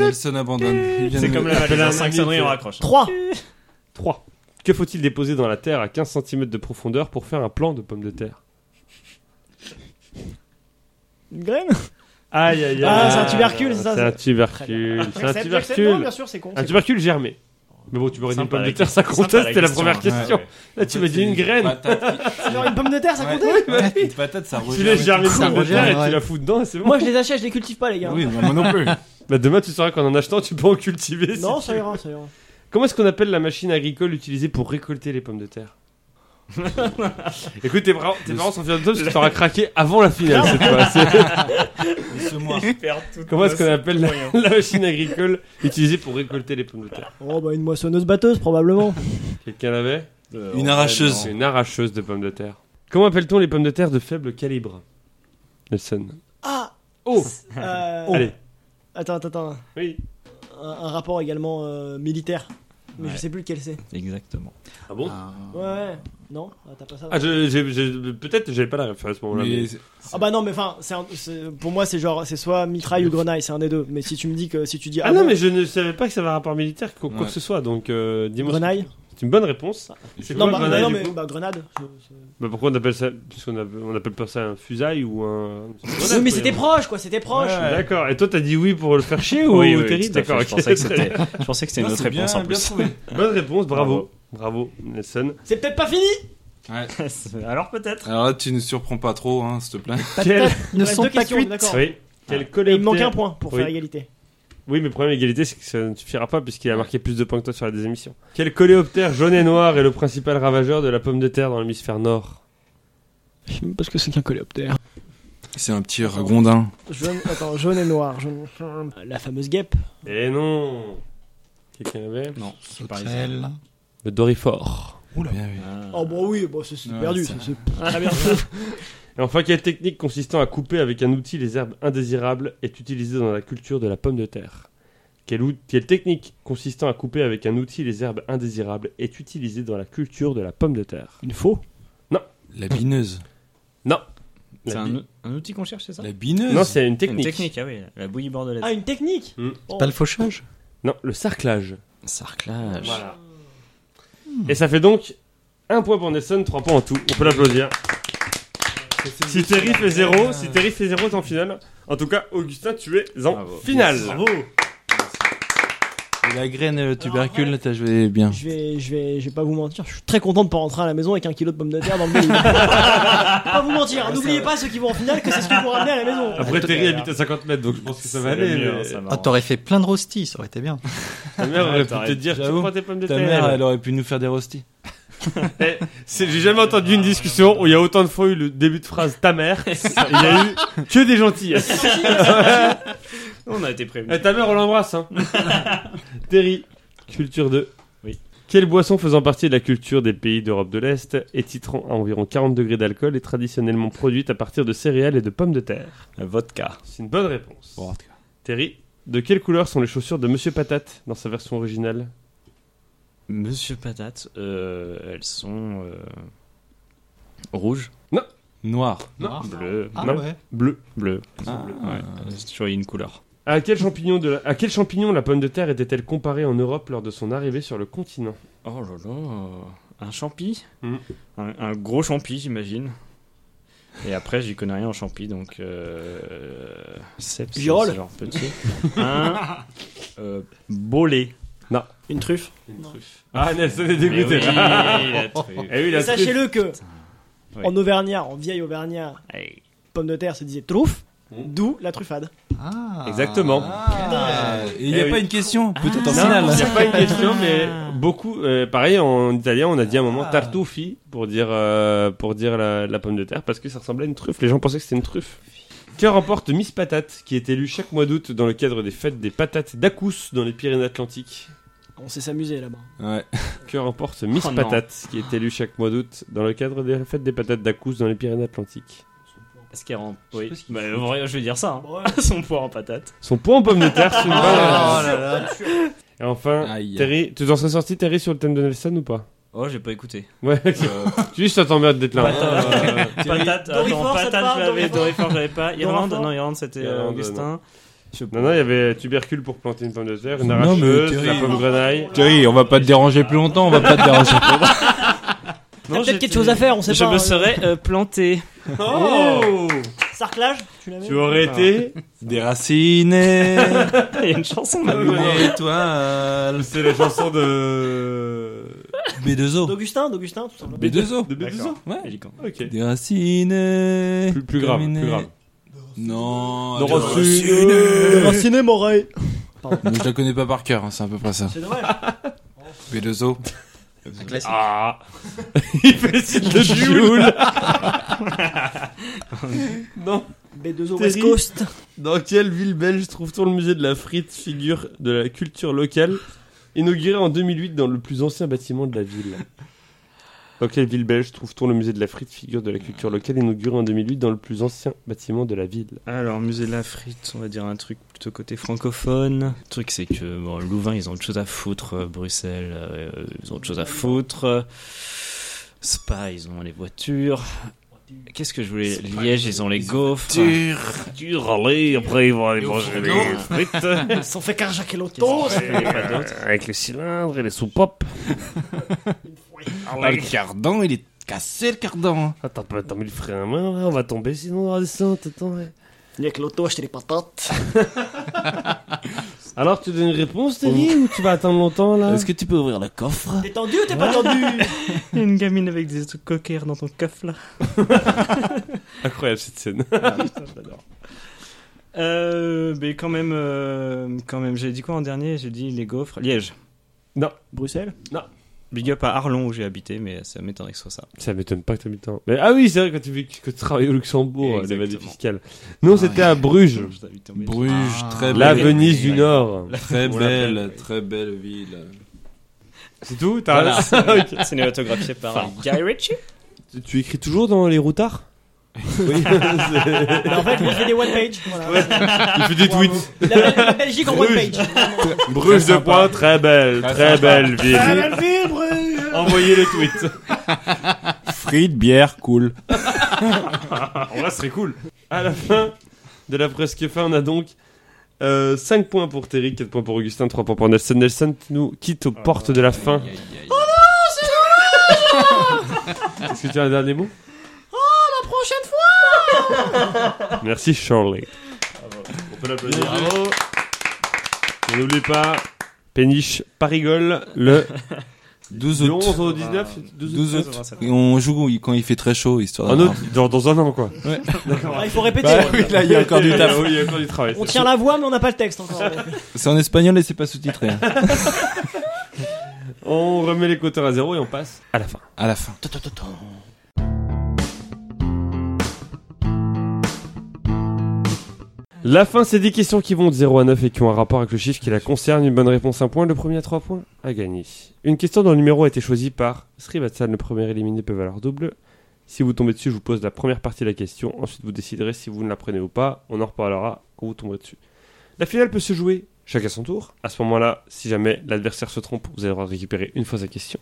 Speaker 3: Nelson abandonne. Il vient
Speaker 4: C'est
Speaker 3: de-
Speaker 4: comme la
Speaker 1: Appelle un
Speaker 4: valise d'un
Speaker 1: ami,
Speaker 4: 5 sonneries,
Speaker 1: c'est-
Speaker 4: on raccroche.
Speaker 2: 3
Speaker 1: 3. Que faut-il déposer dans la terre à 15 cm de profondeur pour faire un plan de pommes de terre
Speaker 2: Une graine
Speaker 1: Aïe aïe aïe.
Speaker 2: Ah, c'est un tubercule, c'est ça,
Speaker 1: C'est un
Speaker 2: c'est-
Speaker 1: tubercule. C'est un Ah,
Speaker 2: J'accepte, j'accepte. Non,
Speaker 1: tubercule.
Speaker 2: bien sûr, c'est con.
Speaker 1: Un
Speaker 2: c'est con.
Speaker 1: tubercule germé. Mais bon, tu m'aurais dit une
Speaker 4: Sympa
Speaker 1: pomme de
Speaker 4: la
Speaker 1: terre, ça
Speaker 4: question. Ah,
Speaker 1: comptait, c'était la
Speaker 4: Sympa la
Speaker 1: première question.
Speaker 4: ouais.
Speaker 3: Ah,
Speaker 1: Là, tu m'as dit une graine.
Speaker 3: [LAUGHS]
Speaker 2: Genre une pomme de terre, ça
Speaker 3: Ouais.
Speaker 2: comptait
Speaker 3: Une patate, ça
Speaker 1: Tu laisses germer une
Speaker 5: Ça
Speaker 1: pomme de
Speaker 5: revient,
Speaker 1: terre et
Speaker 5: ouais.
Speaker 1: tu la fous dedans et c'est bon.
Speaker 2: [LAUGHS] Moi je les achète, je les cultive pas, les gars.
Speaker 3: Oui, moi non [LAUGHS] plus.
Speaker 1: Bah demain, tu sauras qu'en en achetant, tu peux en cultiver. si
Speaker 2: Non,
Speaker 1: tu
Speaker 2: ça
Speaker 1: veux.
Speaker 2: ira, ça ira.
Speaker 1: Comment est-ce qu'on appelle la machine agricole utilisée pour récolter les pommes de terre Écoute, tes, bra- tes parents sont fiers de toi parce que t'auras craqué avant la finale cette fois. C'est-
Speaker 4: [LAUGHS] Bah,
Speaker 1: Comment est-ce qu'on appelle la, la machine agricole utilisée pour récolter les pommes de terre
Speaker 2: Oh bah une moissonneuse
Speaker 1: [LAUGHS]
Speaker 2: batteuse probablement.
Speaker 1: Quelqu'un l'avait
Speaker 3: Une arracheuse.
Speaker 1: C'est une arracheuse de pommes de terre. Comment appelle-t-on les pommes de terre de faible calibre Nelson.
Speaker 2: Ah
Speaker 1: Oh
Speaker 2: euh,
Speaker 1: Allez.
Speaker 2: Attends, attends, attends.
Speaker 1: Oui.
Speaker 2: Un, un rapport également euh, militaire. Mais je
Speaker 4: Ouais.
Speaker 2: sais plus lequel c'est.
Speaker 4: Exactement.
Speaker 1: Ah bon
Speaker 2: Ouais, ouais. Non Ah, T'as pas ça
Speaker 1: Ah, je- j'ai- j'ai- peut-être j'avais pas la référence à ce moment-là.
Speaker 3: Mais
Speaker 1: mais-
Speaker 2: Ah bah non, mais enfin, c'est un- c'est- pour moi c'est genre, c'est soit mitraille ou grenaille, c'est un des deux. Mais si tu me dis que si tu dis
Speaker 1: Ah non,
Speaker 2: bon,
Speaker 1: mais je ne savais pas que ça avait un rapport militaire, quoi, quoi
Speaker 3: Ouais.
Speaker 1: que ce soit. Donc, euh, dis-moi.
Speaker 2: grenaille.
Speaker 1: C'est une bonne réponse. C'est
Speaker 2: Non,
Speaker 1: quoi
Speaker 2: bah,
Speaker 1: le grenaille,
Speaker 2: non,
Speaker 1: du
Speaker 2: mais
Speaker 1: coup
Speaker 2: bah, grenade. je- je-
Speaker 1: Bah pourquoi on appelle ça parce qu'on appelle, on appelle pas ça un fusail ou un
Speaker 2: Oui, mais c'était proche, quoi, c'était proche.
Speaker 1: D'accord. Et toi t'as dit oui pour le faire
Speaker 4: [LAUGHS]
Speaker 1: chier ou
Speaker 4: Oui, oui,
Speaker 1: Terry
Speaker 4: tout à fait,
Speaker 1: D'accord.
Speaker 4: Je
Speaker 1: ok.
Speaker 4: pensais que c'était je pensais que c'était une
Speaker 3: Non,
Speaker 4: autre
Speaker 3: c'est bien-
Speaker 4: réponse en
Speaker 3: bien
Speaker 4: plus.
Speaker 1: [LAUGHS]
Speaker 3: [LAUGHS]
Speaker 1: Bonne réponse. Bravo. Bravo, Nelson.
Speaker 2: C'est peut-être pas fini
Speaker 4: [LAUGHS] Alors peut-être.
Speaker 3: Alors là, tu ne surprends pas trop, hein, s'il te plaît.
Speaker 1: Quel...
Speaker 2: Il
Speaker 5: Ne
Speaker 2: reste
Speaker 5: sont
Speaker 2: deux
Speaker 5: pas
Speaker 2: questions,
Speaker 5: cuites.
Speaker 2: d'accord.
Speaker 1: Oui. Quel
Speaker 2: Et
Speaker 1: collègue
Speaker 2: il me manque un point pour faire
Speaker 1: Oui.
Speaker 2: égalité.
Speaker 1: Oui, mais le problème égalité, c'est que ça ne suffira pas puisqu'il a marqué plus de points que toi sur la deuxième émission. Quel coléoptère jaune et noir est le principal ravageur de la pomme de terre dans l'hémisphère nord
Speaker 2: Je sais même pas ce que c'est qu'un coléoptère.
Speaker 3: C'est un petit ragondin.
Speaker 2: Jaune, attends, jaune et noir. jaune- La fameuse guêpe.
Speaker 1: Eh non. Quelqu'un l'avait
Speaker 5: Non,
Speaker 4: pareil.
Speaker 5: sauterelle.
Speaker 1: Le dorifort.
Speaker 3: Bien
Speaker 4: Ah.
Speaker 3: vu.
Speaker 2: Oh bah oui, bah c'est c'est
Speaker 3: Ouais,
Speaker 2: perdu.
Speaker 3: ça-
Speaker 2: ça, c'est-
Speaker 1: Et enfin, quelle technique consistant à couper avec un outil les herbes indésirables est utilisée dans la culture de la pomme de terre quelle, ou- quelle technique consistant à couper avec un outil les herbes indésirables est utilisée dans la culture de la pomme de terre
Speaker 2: Une faux.
Speaker 3: La bineuse.
Speaker 1: Non.
Speaker 4: C'est
Speaker 1: La
Speaker 4: un,
Speaker 1: bi-
Speaker 4: ou- un outil qu'on cherche, c'est ça
Speaker 3: La bineuse
Speaker 1: Non, c'est une
Speaker 4: Une
Speaker 1: technique.
Speaker 4: technique, ah oui, la bouillie bordelaise.
Speaker 2: Ah, une technique
Speaker 1: Hmm.
Speaker 2: Oh.
Speaker 5: Pas le fauchage
Speaker 1: Non, le sarclage.
Speaker 4: Sarclage.
Speaker 1: Voilà.
Speaker 4: Hmm.
Speaker 1: Et ça fait donc un point pour Nelson, trois points en tout. On peut l'applaudir. Si Terry fait zéro, si Terry fait zéro, t'es en finale. En tout cas, Augustin, tu es en
Speaker 4: Bravo.
Speaker 1: finale.
Speaker 3: Et La graine et le tubercule, là, t'as joué bien.
Speaker 2: Je vais, je, vais, je vais pas vous mentir, je suis très content de pas rentrer à la maison avec un kilo de pommes de terre dans le bolide. pas vous mentir, n'oubliez pas ceux qui vont en finale que c'est ce que vous ramenez à la maison.
Speaker 1: Après, Terry habite à 50 mètres, donc je pense que ça va
Speaker 4: C'est le
Speaker 1: aller.
Speaker 4: mieux,
Speaker 1: mais-
Speaker 4: hein, ça
Speaker 5: Ah,
Speaker 4: marrant.
Speaker 5: t'aurais fait plein de rostis, ça aurait été bien.
Speaker 1: Ta mère aurait pu
Speaker 4: T'arrêtes.
Speaker 1: te dire, tu
Speaker 3: J'avoue,
Speaker 1: prends tes pommes de
Speaker 3: Ta
Speaker 1: terre.
Speaker 3: mère, elle aurait pu nous faire des rostis.
Speaker 1: Eh, c'est- J'ai jamais entendu une discussion où il y a autant de fois eu le début de phrase ta [LAUGHS] mère. et Il y a eu que des gentillesses.
Speaker 4: On a été prévenus.
Speaker 1: Eh, ta mère, on l'embrasse. Hein. [LAUGHS] Terry, culture 2.
Speaker 4: Oui.
Speaker 1: Quelle boisson faisant partie de la culture des pays d'Europe de l'Est et titrant à environ 40 degrés d'alcool est traditionnellement produite à partir de céréales et de pommes de terre
Speaker 4: Vodka.
Speaker 1: C'est une bonne réponse. Terry, de quelle couleur sont les chaussures de Monsieur Patate dans sa version originale
Speaker 4: Monsieur Patate, euh, elles sont euh, rouges,
Speaker 3: Noir.
Speaker 5: Non.
Speaker 4: bleues,
Speaker 5: Ah
Speaker 1: Non.
Speaker 5: ouais.
Speaker 1: Bleu.
Speaker 4: bleues.
Speaker 3: Ah.
Speaker 4: Ouais, c'est toujours une couleur.
Speaker 1: À quel, champignon de la... à quel champignon la pomme de terre était-elle comparée en Europe lors de son arrivée sur le continent
Speaker 4: Oh là là, un champi
Speaker 1: Mm.
Speaker 4: un, un gros champi, j'imagine. Et après, j'y connais rien en champi, donc. Euh, c'est
Speaker 2: Girole.
Speaker 4: c'est genre petit. un euh, bolet.
Speaker 2: Une truffe.
Speaker 1: Ah, Nelson est
Speaker 4: Mais
Speaker 1: dégoûté.
Speaker 4: oui,
Speaker 2: [LAUGHS]
Speaker 4: la truffe.
Speaker 1: [LAUGHS] Eh oui, la
Speaker 2: Et Sachez-le que,
Speaker 4: Ouais.
Speaker 2: en auvergnat, en vieil auvergnat,
Speaker 4: Hey.
Speaker 2: pomme de terre se disait truffe, d'où la truffade.
Speaker 5: Ah.
Speaker 1: Exactement.
Speaker 5: Ah.
Speaker 3: Et il n'y a
Speaker 1: Eh
Speaker 3: pas
Speaker 1: oui.
Speaker 3: une question, peut-être
Speaker 1: Non,
Speaker 3: en finale.
Speaker 1: il n'y a pas une question, mais beaucoup. euh, pareil, en italien, on a dit à un moment tartufi pour dire, euh, pour dire la, la pomme de terre parce que ça ressemblait à une truffe. Les gens pensaient que c'était une truffe. Que remporte Miss Patate, qui est élue chaque mois d'août dans le cadre des fêtes des patates d'Acous dans les Pyrénées-Atlantiques
Speaker 2: On s'est s'amuser là-bas.
Speaker 3: Ouais.
Speaker 1: Que remporte Miss
Speaker 4: Oh non.
Speaker 1: Patate, qui est élue chaque mois d'août dans le cadre des fêtes des patates d'Acous dans les Pyrénées-Atlantiques
Speaker 4: Est-ce qu'elle rend. Oui.
Speaker 3: pas ce qu'il
Speaker 4: Bah,
Speaker 3: fait.
Speaker 4: en vrai, je vais dire
Speaker 2: Ah,
Speaker 4: ça. hein. [LAUGHS] Son poids en patate.
Speaker 1: Son point en pomme de terre, c'est une
Speaker 5: Oh
Speaker 1: bonne réponse.
Speaker 5: là là.
Speaker 1: Et enfin,
Speaker 3: Aïe.
Speaker 1: Terry, tu t'en serais sorti, Terry, sur le thème de Nelson ou pas
Speaker 4: Oh, j'ai pas écouté.
Speaker 1: Ouais, [LAUGHS] tu dis, ça t'emmerde d'être
Speaker 3: Bah,
Speaker 1: là.
Speaker 3: euh,
Speaker 4: Patate, attends,
Speaker 2: Dorifort, ça te
Speaker 4: patate,
Speaker 2: parle,
Speaker 4: je l'avais,
Speaker 2: Dorifort
Speaker 4: Dorifort, je l'avais
Speaker 2: [LAUGHS]
Speaker 4: pas. Irlande,
Speaker 2: Dorifort
Speaker 4: non, Irlande, c'était euh,
Speaker 1: Irlande,
Speaker 4: Augustin. Je sais pas.
Speaker 1: Non, non, il y avait tubercule pour planter une pomme de terre, une
Speaker 3: Non,
Speaker 1: arracheuse,
Speaker 3: mais Thierry-
Speaker 1: la pomme grenaille.
Speaker 3: [LAUGHS] Thierry, on va pas te déranger plus longtemps, on va pas te déranger plus longtemps.
Speaker 2: T'as peut-être quelque chose à faire, on sait
Speaker 4: Je
Speaker 2: pas.
Speaker 4: me
Speaker 2: hein.
Speaker 4: serais euh, planté. [LAUGHS]
Speaker 1: Oh
Speaker 2: Sarclage, tu l'avais
Speaker 1: Tu aurais
Speaker 3: Ah.
Speaker 1: été.
Speaker 3: Déraciné,
Speaker 1: [LAUGHS]
Speaker 4: Il y a une chanson
Speaker 1: Ah oui,
Speaker 4: là-dedans.
Speaker 1: mais
Speaker 3: étoile.
Speaker 1: C'est la chanson de.
Speaker 3: B2O.
Speaker 2: D'Augustin, d'Augustin, tout simplement.
Speaker 3: B2O.
Speaker 1: De Bédouzo
Speaker 4: D'accord.
Speaker 3: Ouais.
Speaker 4: Pélican.
Speaker 1: Ok.
Speaker 3: Déraciné.
Speaker 1: Plus, plus grave, plus grave.
Speaker 3: Non.
Speaker 1: Déraciné.
Speaker 2: Un ciné Moray.
Speaker 3: Mais je la connais pas par cœur, hein, c'est à peu près ça.
Speaker 2: C'est [LAUGHS] dommage.
Speaker 3: B2O.
Speaker 5: Un classique.
Speaker 1: Ah [LAUGHS] Il fait le signe
Speaker 3: [LAUGHS]
Speaker 1: de Jules Non
Speaker 2: B2O
Speaker 1: Terry.
Speaker 2: West Coast.
Speaker 1: Dans quelle ville belge trouve-t-on le musée de la frite, figure de la culture locale, inauguré en 2008 dans le plus ancien bâtiment de la ville Dans quelle ville belge trouve-t-on le musée de la frite, figure de la culture locale, inauguré en 2008 dans le plus ancien bâtiment de la ville
Speaker 4: Alors, musée de la frite, on va dire un truc plutôt côté francophone. Le truc, c'est que bon, Louvain, ils ont autre chose à foutre. euh, Bruxelles, euh, ils ont autre chose à foutre. Spa, ils ont les voitures. Qu'est-ce que je voulais Liège, ils ont les gaufres. Dur, allez, après, ils vont aller manger les frites.
Speaker 2: Ils sont fait carjacker l'auto.
Speaker 1: Eh, Avec les cylindres et les soupapes.
Speaker 3: Ah. le cardan, il est cassé le cardan.
Speaker 1: Attends, t'as mis le frein à main, là, hein, on va tomber sinon dans la descente, attends.
Speaker 2: Il y a que l'auto acheter les patates.
Speaker 1: Alors, tu donnes une réponse, Terry, ou tu vas attendre longtemps, là
Speaker 3: Est-ce que tu peux ouvrir le coffre
Speaker 2: T'es tendu ou t'es pas tendu
Speaker 4: Il y a une gamine avec des trucs coquères dans ton coffre là.
Speaker 1: Incroyable, cette scène.
Speaker 4: Euh, mais quand même, euh, quand même, j'ai dit quoi en dernier J'ai dit les gaufres. Liège.
Speaker 2: Bruxelles
Speaker 4: Big up à Arlon où j'ai habité, mais ça m'étonnerait que ce soit ça.
Speaker 1: Ça m'étonne pas que t'habites en... Mais, ah oui, c'est vrai, quand tu, vis- que tu travailles au Luxembourg, euh,
Speaker 4: Exactement.
Speaker 1: l'évasion fiscale. Nous, c'était à Bruges,
Speaker 4: Je t'invite en Belgique.
Speaker 3: Bruges,
Speaker 5: Ah.
Speaker 3: très
Speaker 1: la
Speaker 3: belle.
Speaker 1: Venise du Nord.
Speaker 3: Très
Speaker 4: On l'appelle,
Speaker 3: belle,
Speaker 4: oui.
Speaker 3: très belle ville.
Speaker 1: [LAUGHS] C'est tout
Speaker 4: Voilà,
Speaker 1: t'as-
Speaker 4: c'est- cinématographié par Guy Ritchie.
Speaker 1: tu, tu écris toujours dans les routards [LAUGHS] Oui.
Speaker 2: Mais En fait, il fait des one page. Voilà.
Speaker 1: Il fait des tweets.
Speaker 2: La, Bel- la Belgique en one page.
Speaker 1: Bruges de points, très belle, Ah, très belle ville.
Speaker 2: Bruges
Speaker 1: Envoyez les tweets.
Speaker 3: Frites, bière, cool.
Speaker 1: En vrai, ce serait cool. À la fin de la presque fin, on a donc euh, 5 points pour Terry, 4 points pour Augustin, 3 points pour Nelson. Nelson nous quitte aux portes de la fin.
Speaker 2: Oh
Speaker 1: Est-ce que tu as un dernier mot Oh, la prochaine fois Merci, Shirley. On peut l'applaudir. Bravo. Et N'oublie pas, Péniche, pas rigole, le
Speaker 3: 12
Speaker 1: le
Speaker 3: août.
Speaker 1: 11 au 19, 12
Speaker 3: 12 août. Et on joue quand il fait très chaud, histoire
Speaker 1: En
Speaker 3: d'avoir-
Speaker 1: août, dans, dans un an, quoi. Ah
Speaker 2: Ah, il faut répéter.
Speaker 3: Bah [LAUGHS] oui, là, il y a encore du
Speaker 1: [LAUGHS]
Speaker 3: taf.
Speaker 1: Oui, il y a encore du travail.
Speaker 2: On tient la voix, mais on n'a pas le texte encore.
Speaker 3: C'est en espagnol et c'est pas sous-titré. hein.
Speaker 1: On remet les compteurs à zéro et on passe à la fin.
Speaker 3: À la fin.
Speaker 1: La fin, c'est 10 questions qui vont de 0 à 9 et qui ont un rapport avec le chiffre qui la concerne. Une bonne réponse, un point. Le premier à 3 points à gagner. Une question dont le numéro a été choisi par Srivatsan. Le premier éliminé peut valoir double. Si vous tombez dessus, je vous pose la première partie de la question. Ensuite, vous déciderez si vous ne la prenez ou pas. On en reparlera quand vous tomberez dessus. La finale peut se jouer chacun son tour. À ce moment-là, si jamais l'adversaire se trompe, vous avez le droit de récupérer une fois sa question.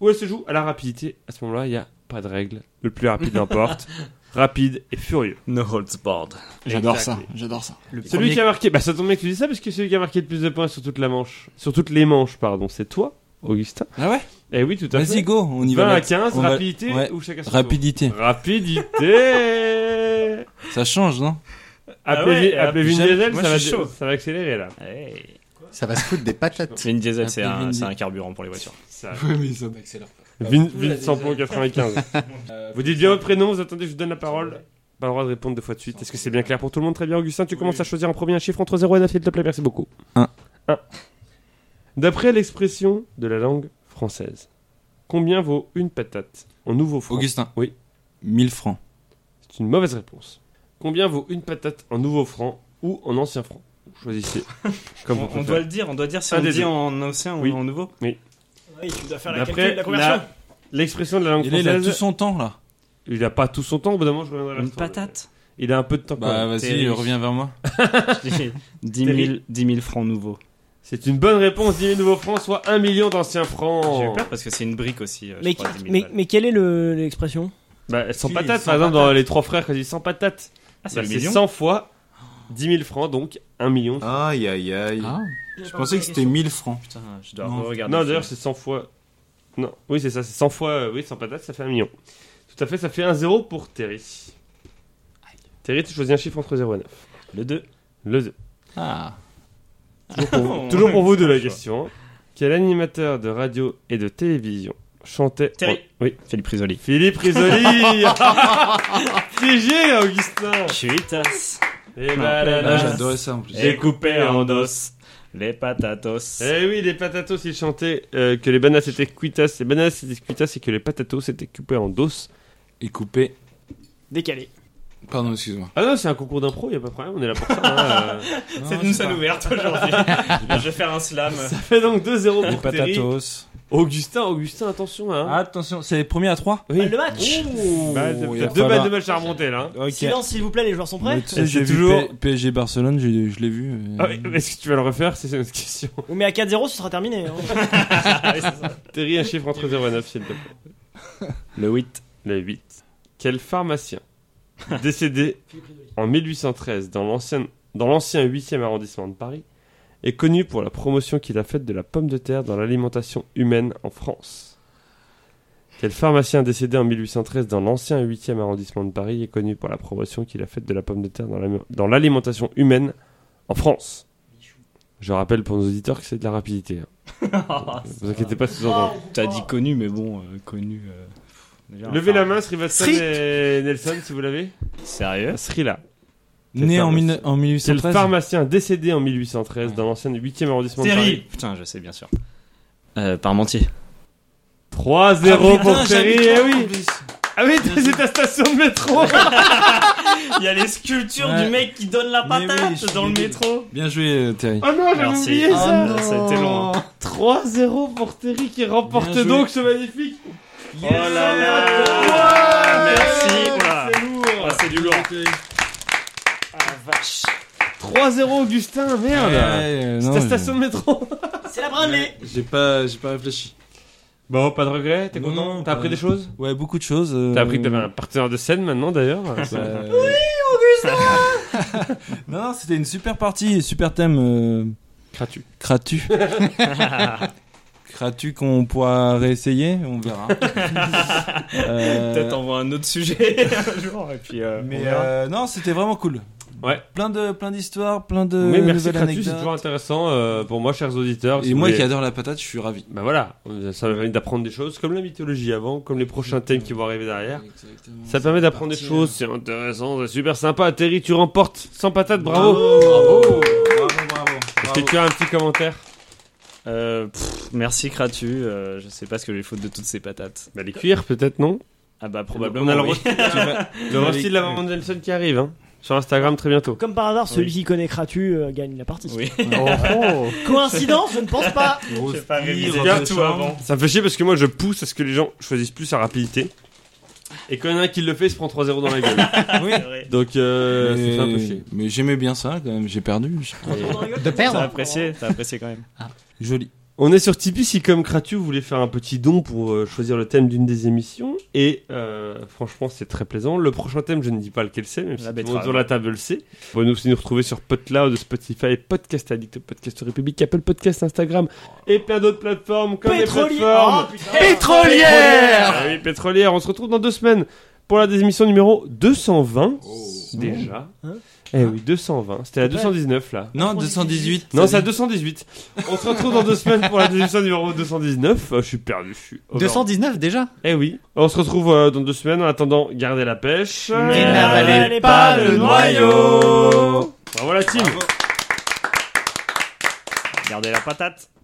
Speaker 1: Ou elle se joue à la rapidité. À ce moment-là, il n'y a pas de règle. Le plus rapide l'emporte. rapide et furieux.
Speaker 4: No holds barred.
Speaker 7: J'adore ça, j'adore ça.
Speaker 5: Le
Speaker 1: Celui
Speaker 5: premier-
Speaker 1: qui a marqué, bah ça tombe bien que tu dis ça parce que celui qui a marqué le plus de points sur toute la manche, sur toutes les manches, pardon, c'est toi, Augustin.
Speaker 3: Ah ouais
Speaker 1: Eh oui, tout à
Speaker 3: Vas-y,
Speaker 1: fait.
Speaker 3: go, on y
Speaker 1: 20
Speaker 3: va.
Speaker 1: à 15,
Speaker 3: on va-
Speaker 1: rapidité
Speaker 3: ouais,
Speaker 1: ou chacun son tour
Speaker 3: Rapidité.
Speaker 4: [LAUGHS]
Speaker 1: Rapidité
Speaker 3: Ça change, [LAUGHS] non
Speaker 1: Appelez,
Speaker 4: Ah ouais, euh,
Speaker 1: Vi- appelez Vin
Speaker 4: j'aime-
Speaker 1: Diesel,
Speaker 4: moi,
Speaker 1: ça, va,
Speaker 4: je suis chaud.
Speaker 1: ça va accélérer là.
Speaker 4: Hey.
Speaker 5: Ça va se foutre des patates.
Speaker 4: Vin Diesel, c'est
Speaker 3: Appelez Vin
Speaker 4: un, c'est
Speaker 3: Diesel.
Speaker 4: un carburant pour les voitures.
Speaker 1: Ça...
Speaker 7: Ouais, mais ça m'accélère.
Speaker 1: Vin, Vin Samplon 95.
Speaker 4: [LAUGHS] Euh,
Speaker 1: vous dites bien votre prénom, vous attendez, je vous donne la parole. Pas le droit de répondre deux fois de suite. Est-ce que c'est bien clair pour tout le monde Très bien, Augustin, tu commences à choisir en premier un chiffre entre 0 et 9, s'il te plaît, merci beaucoup.
Speaker 3: Un.
Speaker 1: 1. D'après l'expression de la langue française, combien vaut une patate en nouveau franc
Speaker 3: Augustin.
Speaker 1: Oui.
Speaker 3: 1000 francs.
Speaker 1: C'est une mauvaise réponse. Combien vaut une patate en nouveau franc ou en ancien franc
Speaker 4: [LAUGHS]
Speaker 1: Choisissez. Comme
Speaker 4: On,
Speaker 1: vous
Speaker 4: on doit le dire, on doit dire si
Speaker 1: Un
Speaker 4: on
Speaker 1: des
Speaker 4: dit
Speaker 1: deux.
Speaker 4: en ancien
Speaker 1: Oui.
Speaker 4: ou en nouveau.
Speaker 2: Oui, tu dois faire la calcul
Speaker 1: D'après
Speaker 2: de la conversion.
Speaker 1: la- l'expression de la langue
Speaker 3: Il est là
Speaker 1: française,
Speaker 3: tout son temps, là.
Speaker 1: il a pas tout son temps, au bout d'un moment je reviendrai à la
Speaker 4: Une
Speaker 1: restauration.
Speaker 4: [LAUGHS] patate.
Speaker 1: Il a un peu de temps. quand même.
Speaker 3: Bah, vas-y,
Speaker 4: Terry.
Speaker 3: reviens vers moi.
Speaker 4: 10 000, 10 000 francs nouveaux.
Speaker 1: C'est une bonne réponse, 10 000 nouveaux francs, soit 1 million d'anciens
Speaker 4: J'ai eu
Speaker 1: francs.
Speaker 4: peur parce que c'est une brique aussi. euh, je
Speaker 2: Mais,
Speaker 4: crois, 10 000
Speaker 2: mais,
Speaker 4: balles.
Speaker 2: mais quelle est le- l'expression
Speaker 1: Bah, sans
Speaker 3: Si,
Speaker 1: patates,
Speaker 3: sans
Speaker 1: par exemple, dans
Speaker 3: patates.
Speaker 1: les trois frères, quand ils disent sans patates,
Speaker 4: Ah, c'est
Speaker 1: bah,
Speaker 4: le
Speaker 1: c'est
Speaker 4: million.
Speaker 1: 100 fois 10 000 francs, donc 1 million.
Speaker 3: Aïe, aïe, aïe.
Speaker 7: Ah,
Speaker 3: Je pensais que c'était 1000 francs.
Speaker 4: Putain, je dois
Speaker 3: Non.
Speaker 4: regarder.
Speaker 1: non, d'ailleurs, c'est 100 fois. Non, oui, c'est ça, c'est 100 fois. euh, oui, sans patates, ça fait 1 million. Tout à fait, ça fait 1-0 pour Terry. Terry, tu choisis un chiffre entre 0 et 9.
Speaker 4: le 2.
Speaker 1: Le 2.
Speaker 3: Ah.
Speaker 1: Toujours pour
Speaker 4: [LAUGHS]
Speaker 1: vous, toujours pour vous de la question. Quel animateur de radio et de télévision chantait.
Speaker 4: Terry.
Speaker 1: Oui.
Speaker 4: Philippe Risoli.
Speaker 1: Philippe [LAUGHS] Risoli GG, Augustin
Speaker 4: Chuitas.
Speaker 1: Les
Speaker 3: Là,
Speaker 1: bananas.
Speaker 3: Ah, j'adorais ça en plus.
Speaker 1: J'ai
Speaker 4: J'ai
Speaker 1: coupé
Speaker 4: coupé
Speaker 1: en
Speaker 4: en dos. Les patatos.
Speaker 1: Eh oui, les patatos, ils chantaient euh, que les bananes c'était cuitas, les bananes c'était cuitas et que les patatos c'était coupé en dos.
Speaker 3: Et coupé.
Speaker 2: Décalé.
Speaker 7: pardon, excuse-moi.
Speaker 1: Ah non, c'est un concours d'impro, y a pas de problème, on est là pour ça. hein, euh.
Speaker 4: C'est une salle ouverte
Speaker 2: [LAUGHS]
Speaker 4: aujourd'hui. je vais faire un slam.
Speaker 1: [LAUGHS] Ça fait donc 2-0
Speaker 3: Les
Speaker 1: pour Terry.
Speaker 3: patatos.
Speaker 1: Augustin, Augustin, attention hein.
Speaker 3: Attention, c'est les premiers à 3
Speaker 1: oui.
Speaker 2: Le match
Speaker 1: Bah, t'as-
Speaker 3: il
Speaker 1: t'as deux
Speaker 3: va
Speaker 1: balles
Speaker 3: falloir-
Speaker 1: de match à remonter là. hein.
Speaker 3: Ok.
Speaker 2: Silence, s'il vous plaît, les joueurs sont prêts
Speaker 3: Mais tu sais, j'ai
Speaker 1: C'est
Speaker 3: vu
Speaker 1: toujours-
Speaker 3: P- PSG Barcelone, je, je l'ai vu. euh,
Speaker 1: Ah oui, mais Est-ce que tu vas le refaire C'est une autre question.
Speaker 2: Oui, Mais à 4-0, ce sera terminé. hein.
Speaker 1: Terry, un chiffre entre 0 et 9, s'il te plaît.
Speaker 4: Le 8.
Speaker 1: Le 8. Quel pharmacien décédé en 1813 dans l'ancien dans l'ancien 8e arrondissement de Paris est connu pour la promotion qu'il a faite de la pomme de terre dans l'alimentation humaine en France. Quel pharmacien décédé en 1813 dans l'ancien 8e arrondissement de Paris est connu pour la promotion qu'il a faite de la pomme de terre dans l'ami- dans l'alimentation humaine en France Je rappelle pour nos auditeurs que c'est de la rapidité. hein. vous inquiétez pas, c'est dans
Speaker 4: T'as
Speaker 2: Oh.
Speaker 4: dit connu, mais bon, euh, connu. euh, pff, déjà,
Speaker 1: Levez
Speaker 4: enfin,
Speaker 1: la main, Srivatsan
Speaker 5: Sri-
Speaker 1: et Nelson, si vous l'avez.
Speaker 4: Sérieux
Speaker 1: Srila.
Speaker 3: Né en, mille- en
Speaker 1: C'est le
Speaker 3: 1813.
Speaker 1: pharmacien décédé en 1813 dans l'ancienne 8e arrondissement
Speaker 4: Terry. Putain, je sais bien sûr. Euh, Parmentier.
Speaker 1: de Paris. 3-0
Speaker 3: Ah,
Speaker 1: pour
Speaker 3: putain,
Speaker 1: Terry,
Speaker 3: j'habite
Speaker 1: eh
Speaker 3: là, en
Speaker 1: oui
Speaker 3: plus.
Speaker 1: Ah oui, c'est ta station de métro
Speaker 4: Il y a les sculptures
Speaker 3: Ouais.
Speaker 4: du mec qui donne la
Speaker 3: Mais oui,
Speaker 4: patate
Speaker 3: je suis
Speaker 4: dans le
Speaker 3: dégueu.
Speaker 4: métro.
Speaker 3: Bien joué, euh, Terry.
Speaker 1: Oh non, j'avais
Speaker 4: Merci.
Speaker 1: oublié
Speaker 4: Oh
Speaker 1: ça
Speaker 4: non. Ça a été long, hein.
Speaker 1: 3-0 pour Terry qui remporte
Speaker 3: Bien joué.
Speaker 1: donc ce magnifique
Speaker 4: Oh là là Merci Oula.
Speaker 1: C'est lourd
Speaker 4: Ah, C'est du lourd.
Speaker 1: 3-0 Augustin, merde
Speaker 3: Ouais, euh,
Speaker 1: C'est
Speaker 3: non,
Speaker 1: ta
Speaker 3: je-
Speaker 1: station de métro
Speaker 2: C'est la Brinley
Speaker 7: J'ai pas, j'ai pas réfléchi.
Speaker 1: Bon, pas de regret, t'es
Speaker 3: Non,
Speaker 1: content
Speaker 3: non,
Speaker 1: T'as
Speaker 3: pas-
Speaker 1: appris des choses
Speaker 3: Ouais, beaucoup de choses. euh,
Speaker 1: T'as appris que t'avais un partenaire de scène maintenant d'ailleurs
Speaker 3: bah, Non, [LAUGHS] non, c'était une super partie, super thème. euh,
Speaker 1: Gratuit. [LAUGHS]
Speaker 3: Cratu. Cratu qu'on pourra réessayer, on
Speaker 1: [LAUGHS]
Speaker 3: verra. Euh,
Speaker 4: Peut-être on voit un autre sujet [LAUGHS] un jour, et puis. euh, on
Speaker 3: mais
Speaker 4: verra.
Speaker 3: euh, non, c'était vraiment cool.
Speaker 1: Ouais.
Speaker 3: Plein de plein d'histoires, plein de
Speaker 1: Mais merci
Speaker 3: nouvelles
Speaker 1: Gratu, c'est
Speaker 3: anecdotes.
Speaker 1: toujours intéressant euh, pour moi, chers auditeurs.
Speaker 7: Et
Speaker 1: si
Speaker 7: moi
Speaker 1: vous
Speaker 7: qui
Speaker 1: voulez-
Speaker 7: adore la patate, je suis ravi.
Speaker 1: Bah voilà, ça me permet d'apprendre des choses, comme la mythologie avant, comme les prochains thèmes qui vont arriver derrière.
Speaker 7: Exactement.
Speaker 1: Ça permet d'apprendre des
Speaker 7: parti,
Speaker 1: choses, c'est intéressant, c'est super sympa. Terry, tu remportes sans patate, bravo.
Speaker 3: Bravo, bravo, bravo.
Speaker 1: Est-ce que tu as un petit commentaire
Speaker 4: Euh, pff, merci Kratu, euh, je sais pas ce que je vais foutre de toutes ces patates.
Speaker 1: Bah les cuirs peut-être, non
Speaker 4: Ah bah
Speaker 1: On
Speaker 4: probablement.
Speaker 1: a le
Speaker 4: oui.
Speaker 1: Le reste de la maman Nelson qui arrive, hein, sur Instagram très bientôt.
Speaker 2: Comme par hasard, celui
Speaker 4: Oui.
Speaker 2: qui connaît Kratu euh, gagne la partie.
Speaker 4: [LAUGHS] Oui.
Speaker 1: Oh.
Speaker 2: Coïncidence, je ne pense pas.
Speaker 4: J'ai pas révisé
Speaker 1: Il revient
Speaker 4: du tout
Speaker 1: sur-
Speaker 4: avant.
Speaker 1: Ça me fait chier parce que moi je pousse à ce que les gens choisissent plus sa rapidité. Et quand il y en a un qui le fait, il se prend 3-0 dans la gueule.
Speaker 4: C'est vrai.
Speaker 1: Donc euh, ça fait un peu
Speaker 7: Mais,
Speaker 1: chier.
Speaker 7: mais j'aimais bien ça quand même, j'ai perdu. je-
Speaker 5: De
Speaker 4: T'as
Speaker 5: perdre
Speaker 4: apprécié, t'as apprécié quand même.
Speaker 3: Joli.
Speaker 1: On est sur Tipeee si comme Kratu vous voulez faire un petit don pour euh, choisir le thème d'une des émissions et euh, franchement c'est très plaisant. Le prochain thème je ne dis pas lequel c'est même si
Speaker 4: La
Speaker 1: tout le monde
Speaker 4: betterave.
Speaker 1: sur la table le sait. Vous pouvez nous aussi nous retrouver sur Podcloud, Spotify, Podcast Addict, Podcast République, Apple Podcast, Instagram et plein d'autres plateformes comme les
Speaker 2: Pétrolier.
Speaker 1: plateformes
Speaker 2: Oh, putain.
Speaker 1: pétrolières. Ah oui pétrolières. On se retrouve dans deux semaines pour la émission numéro 220 déjà.
Speaker 2: Hein
Speaker 1: eh oui 220. C'était la 219 là.
Speaker 3: Non, 218.
Speaker 1: Non, c'est à 218. On se retrouve dans deux semaines pour la émission numéro 219. Euh, je suis perdu, je suis. over.
Speaker 5: 219 déjà
Speaker 1: Eh oui. On se retrouve euh, dans deux semaines. En attendant, gardez la pêche.
Speaker 5: Et n'avalez
Speaker 2: pas
Speaker 5: le
Speaker 1: noyau. Bravo la team.
Speaker 4: Gardez la patate.